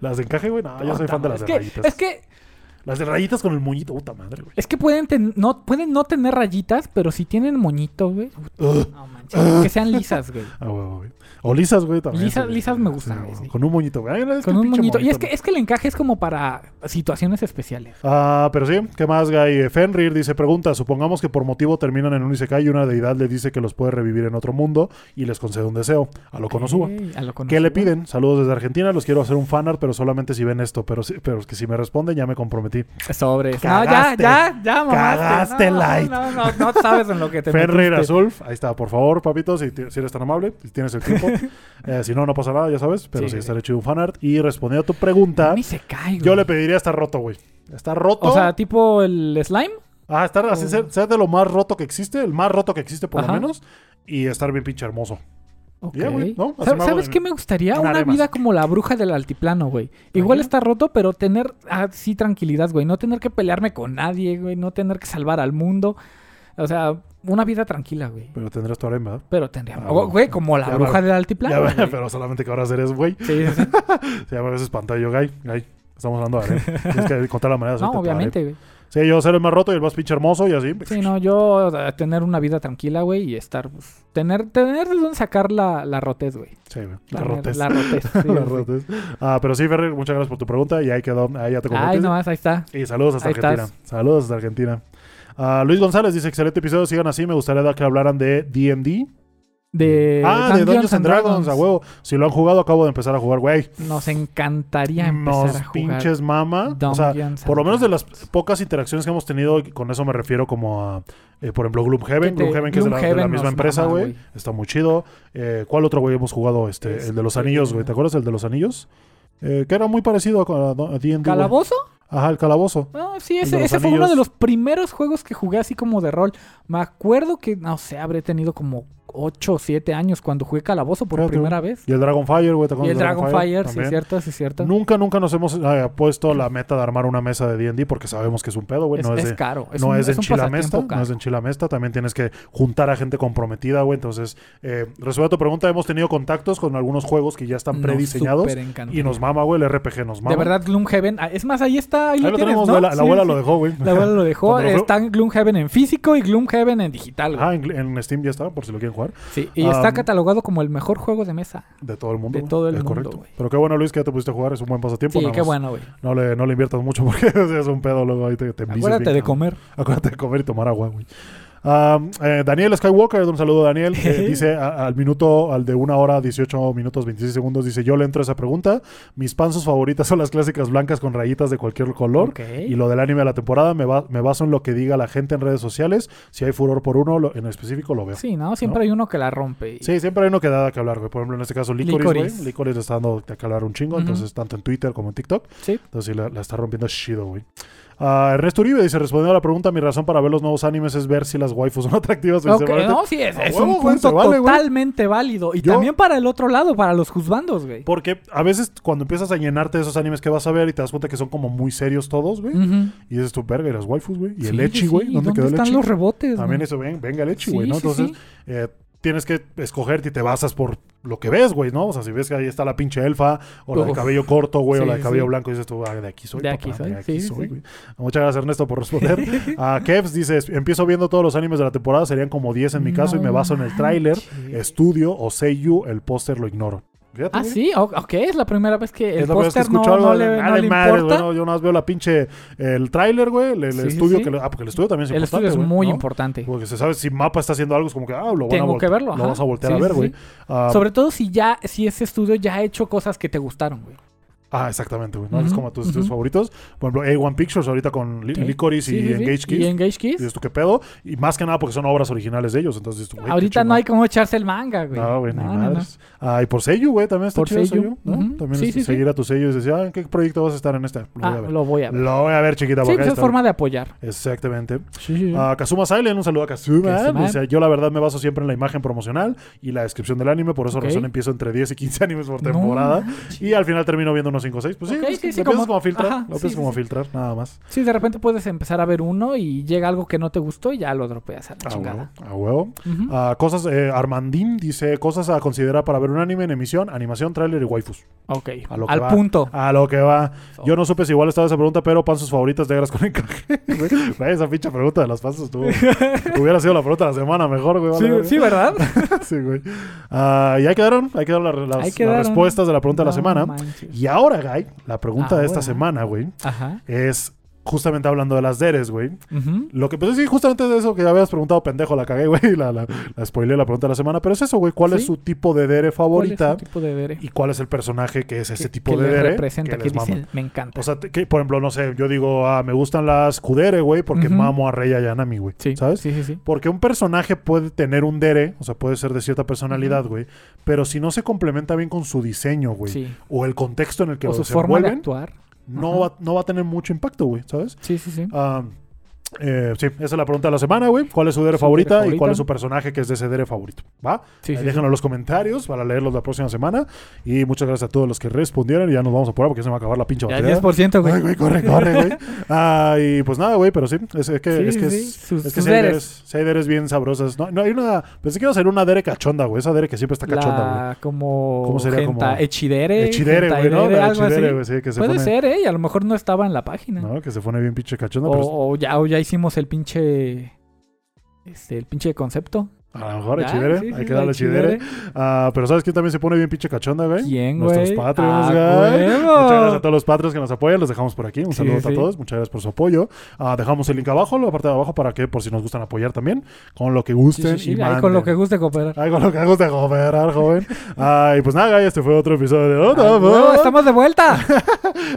S1: Las de encaje, güey. No, yo soy
S2: Puta
S1: fan de
S2: madre.
S1: las de
S2: es que,
S1: rayitas.
S2: es que,
S1: Las de rayitas con el moñito. Puta madre, güey.
S2: es que pueden, ten- no, pueden no tener rayitas, pero si tienen moñito, güey. No manches, que sean lisas, güey.
S1: A huevo, güey. O lisas, güey, también.
S2: Lisas-
S1: sí.
S2: lisas me gustan,
S1: a
S2: güey,
S1: huevo.
S2: sí.
S1: Con un moñito, güey. Ay, no, es que
S2: Con
S1: el
S2: un
S1: pinche
S2: moñito. Y es
S1: moñito,
S2: que, es que el encaje es como para situaciones especiales.
S1: Ah, pero sí, ¿qué más, Guy? Eh, Fenrir dice, pregunta, supongamos que por motivo terminan en un Isekai y una deidad les dice que los puede revivir en otro mundo y les concede un deseo, a lo Konosuba.
S2: Ey, a lo
S1: ¿Qué le
S2: Konosuba.
S1: piden? Saludos desde Argentina, los quiero hacer un fanart, pero solamente si ven esto, pero, si- pero que si me responden ya me comprometí.
S2: Sobre. No, ya,
S1: Cagaste.
S2: ya, ya, mamaste.
S1: Cagaste,
S2: no,
S1: Light.
S2: No, no, no sabes en lo que te
S1: Fenrir
S2: metiste.
S1: Azulf, ahí está, por favor, papito, si, ti- si eres tan amable, si tienes el tiempo. Eh, si no, no pasa nada, ya sabes, pero
S2: Sí,
S1: sí,
S2: sí.
S1: estaré chido un fanart. Y respondiendo a tu pregunta,
S2: Ni se cae, güey.
S1: yo le Oh. pediría estar roto, güey. Está roto.
S2: O sea, tipo el slime.
S1: Ah, estar así, ser, ser de lo más roto que existe, el más roto que existe por
S2: Ajá.
S1: lo menos, y estar bien pinche hermoso.
S2: Ok.
S1: Ya, güey, ¿no? Así
S2: ¿Sabes,
S1: me hago
S2: sabes
S1: en-
S2: qué me gustaría?
S1: en
S2: Una
S1: aremas.
S2: vida como la bruja del altiplano, güey. Igual
S1: Ajá.
S2: está roto, pero tener así tranquilidad, güey. No tener que pelearme con nadie, güey. No tener que salvar al mundo. O sea, una vida tranquila, güey.
S1: Pero tendrás tu arena, ¿verdad?
S2: Pero tendría...
S1: Pues, Ah,
S2: o- Güey, como la
S1: ya,
S2: bruja
S1: bueno.
S2: del
S1: Ya,
S2: altiplano. güey.
S1: pero solamente que ahora eres, güey.
S2: Sí, sí, sí.
S1: Se llama a veces pantalla, guy. Guy, estamos hablando de arena. Tienes que encontrar Pues la manera de
S2: No,
S1: hacerte tu harem.
S2: obviamente, güey.
S1: Sí, yo ser el más roto y el más pinche hermoso y así.
S2: Sí, no, yo eh, tener una vida tranquila, güey, y estar, pues, tener, tener de dónde sacar la, la rotez, güey.
S1: Sí, güey, la
S2: Tener
S1: rotes.
S2: La rotez. sí,
S1: La
S2: sí.
S1: rotes. Ah, pero sí, Ferrer, muchas gracias por tu pregunta y ahí quedó, ahí ya te
S2: Ay,
S1: comprometiste.
S2: nomás, ahí está.
S1: Y saludos hasta
S2: Ahí
S1: Argentina. Saludos hasta Argentina. Ah, Luis González dice, excelente episodio, sigan así, me gustaría da- que hablaran de D&D.
S2: De
S1: ah, de Dungeons and Dragons, a huevo. Si lo han jugado, acabo de empezar a jugar, güey.
S2: Nos encantaría
S1: Nos
S2: empezar a jugar.
S1: pinches mama. O sea,
S2: Dungeons
S1: por lo
S2: and
S1: menos de las pocas interacciones que hemos tenido, y con eso me refiero como a, eh, por ejemplo, Gloomhaven.
S2: Que te-
S1: Gloomhaven, que es de la, de la
S2: Gloomhaven
S1: misma
S2: nos
S1: empresa,
S2: mama,
S1: güey.
S2: güey.
S1: Está muy chido. Eh, ¿Cuál otro, güey, hemos jugado? Este, el de los
S2: Este-
S1: anillos, güey. ¿Te acuerdas el de los anillos? Eh, que era muy parecido a a D&D. güey.
S2: ¿Calabozo?
S1: Ajá, el calabozo.
S2: No, sí,
S1: de
S2: ese,
S1: los
S2: ese fue uno
S1: anillos.
S2: de los primeros juegos que jugué así como de rol. Me acuerdo que, no sé, habré tenido como 8 o 7 años cuando jugué Calabozo por
S1: Fíjate,
S2: primera
S1: güey.
S2: vez.
S1: Y el Dragon Fire, güey. ¿te acuerdas
S2: Y el
S1: del
S2: Dragon Fire, sí,
S1: también?
S2: es cierto, sí, es cierto.
S1: Nunca, nunca nos hemos eh, puesto la meta de armar una mesa de D&D porque sabemos que es un pedo, güey.
S2: es,
S1: No es,
S2: es
S1: de-
S2: caro. Es
S1: no
S2: un,
S1: es en
S2: un pasatiempo
S1: Chilamesta,
S2: caro.
S1: no es en Chilamesta, también tienes que juntar a gente comprometida, güey. Entonces, eh, resuelve tu pregunta, hemos tenido contactos con algunos juegos que ya están
S2: Nos
S1: prediseñados
S2: superencanta.
S1: y nos mama, güey, el RPG nos mama.
S2: De verdad, Gloomhaven. ah, Es más, ahí está, ahí,
S1: ahí
S2: lo,
S1: lo
S2: tienes,
S1: tenemos,
S2: ¿no?
S1: güey, la, la
S2: Sí,
S1: abuela
S2: sí.
S1: lo dejó, güey.
S2: La abuela lo dejó.
S1: Cuando lo fue-
S2: Está en Gloomhaven en físico y Gloomhaven en digital. güey.
S1: Ah, en, en Steam ya está, por si lo quieren jugar,
S2: Sí, y está
S1: am,
S2: catalogado como el mejor juego de mesa.
S1: de todo el mundo.
S2: De
S1: güey,
S2: todo el
S1: es
S2: mundo,
S1: correcto.
S2: güey.
S1: Pero qué bueno, Luis, que ya te pusiste a jugar, es un buen pasatiempo.
S2: Sí,
S1: nada
S2: qué
S1: más.
S2: bueno, güey.
S1: No le, no le inviertas mucho porque es un pedo, luego ahí te, te envicias
S2: Acuérdate
S1: bien,
S2: de
S1: cabrón.
S2: comer.
S1: Acuérdate de comer y tomar agua, güey. Am, eh, Daniel Skywalker, un saludo Daniel, eh, dice a- al minuto, al de una hora, 18 minutos, 26 segundos, dice yo le entro a esa pregunta, mis panzas favoritas son las clásicas blancas con rayitas de cualquier color
S2: Ok.
S1: y lo del anime de la temporada me, va- me baso en lo que diga la gente en redes sociales, si hay furor por uno, lo- en específico lo veo. Sí.
S2: Sí, ¿no? Siempre hay uno que la rompe. y-
S1: siempre hay uno que da que hablar, güey. Por ejemplo, en este caso, Licorice, güey.
S2: Licorice.
S1: Licorice le está dando de que hablar un chingo,
S2: Ujú.
S1: entonces tanto en Twitter como en TikTok.
S2: Sí.
S1: Entonces sí, la, la está rompiendo chido, güey. Ah, Ernesto Uribe dice, respondiendo a la pregunta, mi razón para ver los nuevos animes es ver si las waifus son atractivas.
S2: Ok,
S1: principalmente".
S2: No, sí, es,
S1: A
S2: es
S1: huevo,
S2: un
S1: güey, se
S2: punto
S1: vale, güey.
S2: totalmente válido. Y
S1: Yo-
S2: también para el otro lado, para los juzbandos, güey.
S1: Porque a veces cuando empiezas a llenarte de esos animes que vas a ver y te das cuenta que son como muy serios todos, güey.
S2: Ujú.
S1: Y dices tu verga y las waifus, güey. Y el
S2: Mm. Sí,
S1: echi,
S2: sí,
S1: güey.
S2: sí.
S1: ¿Dónde, quedó el
S2: están
S1: echi?
S2: los rebotes?
S1: También
S2: güey?
S1: eso, ven, venga el echi,
S2: Sí,
S1: güey, ¿no?
S2: sí,
S1: Entonces
S2: sí.
S1: eh, tienes que escogerte y te basas por lo que ves, güey, ¿no? O sea, si ves que ahí está la pinche elfa o la de
S2: Uf.
S1: cabello corto, güey, o
S2: Sí,
S1: la de
S2: sí,
S1: cabello
S2: sí.
S1: blanco, dices tú, ah, de aquí soy.
S2: De
S1: papá,
S2: aquí soy,
S1: de aquí
S2: sí, sí,
S1: soy,
S2: sí.
S1: güey. Muchas gracias, Ernesto, por responder. A Kevs dice, empiezo viendo todos los animes de la temporada, serían como 10 en mi caso, y
S2: No
S1: me baso en el tráiler,
S2: manches.
S1: estudio o seiyu, el póster lo ignoro. Fíjate,
S2: Ah,
S1: güey.
S2: sí, o- ok, es la primera vez que el
S1: Es la primera vez que
S2: póster no,
S1: escucho algo
S2: no
S1: de-
S2: le,
S1: ah,
S2: no
S1: de
S2: le
S1: madres, güey,
S2: importa.
S1: no, yo nada más veo la pinche, el tráiler, güey, el, el
S2: Sí, sí,
S1: estudio
S2: sí.
S1: que... le- Ah, porque el estudio también es
S2: el estudio
S1: importante,
S2: es
S1: güey,
S2: muy
S1: ¿no?
S2: importante.
S1: Porque se sabe si Mapa está haciendo algo, es como que, ah, lo, van a
S2: Tengo
S1: vol-
S2: que verlo,
S1: lo
S2: ajá.
S1: vas a voltear
S2: Sí,
S1: a ver,
S2: sí,
S1: güey.
S2: sí.
S1: Ah,
S2: Sobre todo si ya, si ese estudio ya ha hecho cosas que te gustaron, güey.
S1: ah, exactamente, güey. ¿no?
S2: Ujú,
S1: Es como tus estudios
S2: ujú.
S1: favoritos. Por ejemplo, A1 Pictures ahorita con Li-
S2: Sí.
S1: Licorice
S2: Sí,
S1: y
S2: sí, sí.
S1: Engage Kiss.
S2: Y Engage Kiss.
S1: Dices tú, ¿qué pedo? Y más que nada porque son obras originales de ellos. Entonces, dices tú, güey, qué
S2: Ahorita
S1: chingón.
S2: no hay como echarse el manga, güey.
S1: No, güey, ni
S2: No, no, no.
S1: madres. Ah, y por sello, güey, también está
S2: Por
S1: chido
S2: sello,
S1: sello, ¿no?
S2: ujú.
S1: También
S2: Sí,
S1: es
S2: sí, sí.
S1: seguir a tu sello y decir, ah, ¿en qué proyecto vas a estar en este? Lo voy
S2: Ah,
S1: a ver.
S2: lo voy a ver.
S1: Lo voy a ver, chiquita,
S2: Sí,
S1: porque ahí
S2: pues es
S1: está.
S2: forma de apoyar. Ah,
S1: Exactamente.
S2: Sí, sí, sí.
S1: A Kazuma Silent, un saludo a Kazuma.
S2: Kazuma.
S1: Dice, yo la verdad me baso siempre en la imagen promocional y la descripción del anime, por eso
S2: Ok.
S1: razón empiezo entre 10 y 15 animes por
S2: No
S1: temporada y al final termino viendo unos 5 o 6. Pues sí, es
S2: Ok, sí,
S1: que
S2: sí,
S1: lo empiezas
S2: como-
S1: como a filtrar,
S2: ajá,
S1: lo
S2: sí,
S1: empiezas
S2: sí,
S1: como a
S2: sí.
S1: filtrar, nada más.
S2: Sí, de repente puedes empezar a ver uno y llega algo que no te gustó y ya lo dropeas a la
S1: A huevo,
S2: chingada.
S1: a Ah, huevo.
S2: Ujú.
S1: Ah, cosas, eh, Armandín dice, cosas a considerar para ver un anime en emisión, animación, tráiler y waifus.
S2: Ok,
S1: A lo que
S2: al
S1: va.
S2: punto.
S1: A lo que va.
S2: So.
S1: Yo no supe si igual estaba esa pregunta, pero panzas favoritas negras con encaje. Güey, Güey, esa pinche pregunta de las panzas tú. Hubiera sido la pregunta de la semana mejor, güey. vale,
S2: Sí,
S1: güey.
S2: sí, ¿verdad?
S1: Sí, güey. Ah, y ahí quedaron, ahí quedaron las, las-
S2: Ahí
S1: las
S2: quedaron.
S1: respuestas de la pregunta de la
S2: No
S1: semana.
S2: manches. Ah,
S1: Y ahora, Guy, la pregunta de esta
S2: Ahora.
S1: semana, güey,
S2: Ajá.
S1: es justamente hablando de las deres, güey.
S2: Ujú.
S1: Lo que, pues sí, justamente de eso que habías preguntado, pendejo, la cagué, güey, la, la, la spoileé la pregunta de la semana. Pero es eso, güey, ¿cuál es
S2: Sí.
S1: su tipo de dere
S2: ¿Cuál es
S1: favorita?
S2: su tipo de dere?
S1: ¿Y cuál es el personaje que es ese
S2: que-
S1: tipo
S2: que
S1: de
S2: les
S1: dere?
S2: representa, que,
S1: les mama?
S2: dicen, me encanta.
S1: O sea, te- que, por ejemplo, no sé, yo digo, ah, me gustan las Kudere, güey, porque
S2: Ujú.
S1: mamo a Rey Ayanami, güey.
S2: sí,
S1: ¿Sabes?
S2: Sí, sí, sí.
S1: Porque un personaje puede tener un dere, o sea, puede ser de cierta personalidad, güey, pero si no se complementa bien con su diseño, güey,
S2: Sí.
S1: o el contexto en el que
S2: O
S1: lo
S2: su forma de
S1: desenvuelven,
S2: actuar.
S1: no va, no va a tener mucho impacto, güey, ¿sabes?
S2: Sí, sí, sí.
S1: Ah, eh, sí, esa es la pregunta de la semana, güey. ¿Cuál es su dere
S2: Su
S1: favorita,
S2: dere
S1: y cuál
S2: favorita.
S1: es su personaje que es de ese dere favorito? ¿Va?
S2: Sí,
S1: Ahí
S2: sí,
S1: déjenlo en los comentarios para leerlos la próxima semana. Y muchas gracias a todos los que respondieron. Y ya nos vamos a apurar porque se me va a acabar la pinche
S2: Ya
S1: batería.
S2: 10%, güey.
S1: Ay, güey, corre, corre, güey. Ah, y pues nada, güey, pero sí. Es, es que,
S2: Sí,
S1: es, que
S2: sí,
S1: es-
S2: sí. Sus-
S1: es que
S2: sus
S1: sí hay
S2: deres.
S1: deres, sí hay deres bien sabrosas. No, no, hay una. Pensé que iba a ser una dere cachonda, güey. Esa dere que siempre está cachonda, güey.
S2: La, como
S1: ¿Cómo sería?
S2: genta-
S1: Como-
S2: Echidere.
S1: Echidere, güey, ¿no?
S2: gentaidere,
S1: La
S2: algo
S1: echidere,
S2: así.
S1: güey, sí, que se
S2: Puede
S1: pone.
S2: ser, ¿eh? Y a lo mejor no estaba en la página.
S1: No, que se pone bien pinche cachonda, pero.
S2: o, o ya, o ya hicimos el pinche... Este, el pinche concepto.
S1: A lo mejor
S2: Ya,
S1: echidere,
S2: sí, sí,
S1: hay que
S2: la
S1: darle echidere. Ah, pero ¿sabes quién también se pone bien pinche cachonda, güey?
S2: ¿Quién,
S1: Nuestros
S2: güey?
S1: Patreons,
S2: ¡A
S1: güey.
S2: huevo!
S1: Muchas gracias a todos los Patreons que nos apoyan. Los dejamos por aquí. Un
S2: Sí,
S1: saludo a
S2: sí.
S1: todos. Muchas gracias por su apoyo. Ah, dejamos el link abajo, la parte de abajo, para que por si nos gustan apoyar también. Con lo que
S2: Sí,
S1: gusten
S2: sí, sí,
S1: y
S2: ahí
S1: manden.
S2: con lo que guste cooperar.
S1: Algo lo que hago es de cooperar, joven. Ah, y pues nada, este fue otro episodio de Otra
S2: ¡A
S1: Voz.
S2: huevo! Ah, ¡Estamos de vuelta!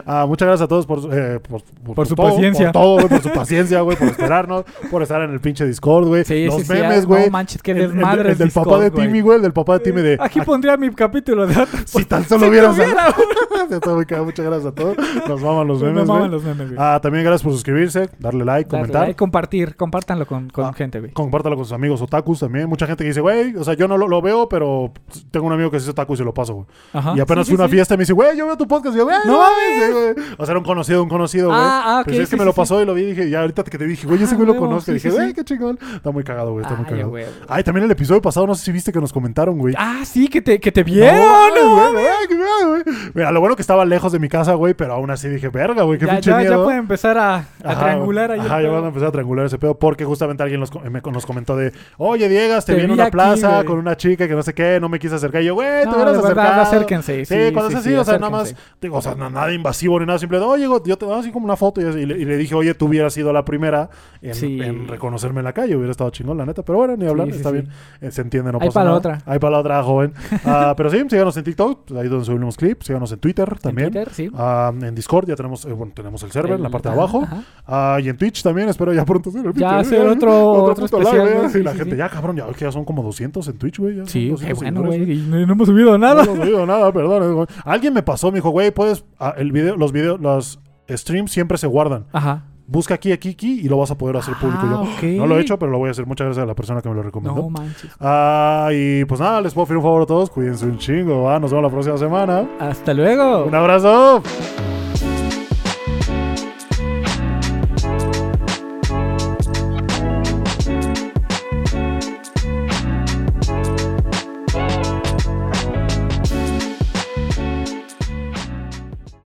S1: Ah, muchas gracias a todos por, eh, por, por-
S2: Por su
S1: todo,
S2: paciencia.
S1: Por todo, güey, por su paciencia, güey, por esperarnos, por estar en el pinche Discord, güey.
S2: Sí,
S1: Los
S2: sí, sí, ah,
S1: memes,
S2: no
S1: güey.
S2: manches, que
S1: El- el-
S2: desmadres
S1: El, del papá
S2: Discord,
S1: de
S2: güey.
S1: Timmy, güey. El del papá de Timmy de.
S2: Aquí pondría mi capítulo de
S1: Si tan
S2: Pues, Si
S1: solo
S2: lo
S1: hubieras.
S2: hubiera,
S1: Ya está, güey, que Muchas gracias a todos. Nos maman los
S2: Me
S1: memes,
S2: maman
S1: güey.
S2: los memes, güey.
S1: Ah, también gracias por suscribirse, darle like,
S2: Darle
S1: comentar.
S2: like, compartir, compártanlo con, con
S1: Ah,
S2: gente, güey.
S1: Compártalo con sus amigos otakus también. Mucha gente que dice, güey, o sea, yo no lo, lo veo, pero tengo un amigo que es otaku y se lo paso, güey.
S2: Ajá.
S1: Y apenas
S2: Ah, Sí,
S1: fui
S2: sí,
S1: a una
S2: sí.
S1: fiesta y me dice, güey, yo veo tu podcast. Y yo, güey,
S2: No
S1: no mames. Sí, güey. O sea, era un conocido, un conocido, güey.
S2: Ah, ah, ok,
S1: Pero sí es que
S2: sí,
S1: me
S2: sí,
S1: lo
S2: sí.
S1: pasó y lo vi y dije, ya ahorita que te dije, güey, ese
S2: Ah,
S1: güey lo
S2: huevo,
S1: conozco.
S2: sí,
S1: y dije,
S2: sí,
S1: güey,
S2: sí.
S1: qué chingón. Está muy cagado, güey, está muy
S2: Ay,
S1: cagado.
S2: güey.
S1: Ay, también el episodio pasado, no sé si viste que nos comentaron, güey.
S2: Ah, sí, que te, que te
S1: No,
S2: vieron. no,
S1: güey, güey, qué miedo, güey. Mira, lo bueno que estaba lejos de mi casa, güey, pero aún así dije, verga, güey, qué
S2: ya,
S1: pinche
S2: ya, ya
S1: miedo.
S2: pueden empezar a, a
S1: Ajá,
S2: triangular ahí. el
S1: Ajá, ya
S2: pedo.
S1: van a empezar a triangular ese pedo porque justamente alguien los co- me- nos comentó de, oye, Diegas, te,
S2: Te
S1: vi en
S2: vi
S1: una
S2: aquí,
S1: plaza
S2: güey.
S1: con una chica que no sé qué, no me quise acercar. Y yo, güey, te
S2: No,
S1: hubieras
S2: de verdad,
S1: acercado.
S2: acérquense,
S1: Sí,
S2: sí,
S1: cuando
S2: sí,
S1: es así,
S2: sí,
S1: o sea, nada más,
S2: acérquense.
S1: digo, o sea, na- nada invasivo ni nada, simple, de, oye, go- yo te daba así como una foto y, así, y le, y le dije, oye, tú hubieras sido la primera en,
S2: Sí.
S1: en reconocerme en la calle, hubiera estado chingón, la neta, pero bueno, ni hablar,
S2: Sí, sí,
S1: está
S2: sí.
S1: bien, Eh, se entiende, no
S2: Ahí
S1: pasa
S2: para la
S1: nada.
S2: otra.
S1: Ahí para la otra, joven. Ah, pero sí, síganos en TikTok, pues, ahí donde subimos clips, síganos en Twitter
S2: En
S1: también.
S2: Twitter, sí.
S1: Ah, en Discord ya tenemos, eh, bueno, tenemos el server en la
S2: El-
S1: parte de
S2: ajá,
S1: abajo.
S2: ajá.
S1: Ah, y en Twitch también, espero ya pronto hacer el
S2: Ya
S1: pinche-
S2: hacer otro- otro
S1: puto
S2: especial,
S1: live,
S2: güey,
S1: ¿eh?
S2: sí,
S1: Y la
S2: sí,
S1: gente,
S2: sí.
S1: ya cabrón, ya, que ya son como 200 en Twitch, güey. ya son
S2: Sí, qué
S1: 200
S2: bueno,
S1: seguidores,
S2: güey. y No, no hemos subido nada.
S1: No hemos subido nada, perdón. eh, güey. Alguien me pasó, me dijo, güey, puedes, ah, el video, los videos, los streams siempre se guardan.
S2: Ajá.
S1: Busca aquí, aquí, aquí y lo vas a poder hacer público. Yo,
S2: Ah, ok.
S1: No lo he hecho, pero lo voy a hacer. Muchas gracias a la persona que me lo recomendó.
S2: No manches.
S1: Ah, y pues nada, les puedo pedir un favor a todos. Cuídense un chingo, va. Nos vemos la próxima semana.
S2: Hasta luego.
S1: Un abrazo.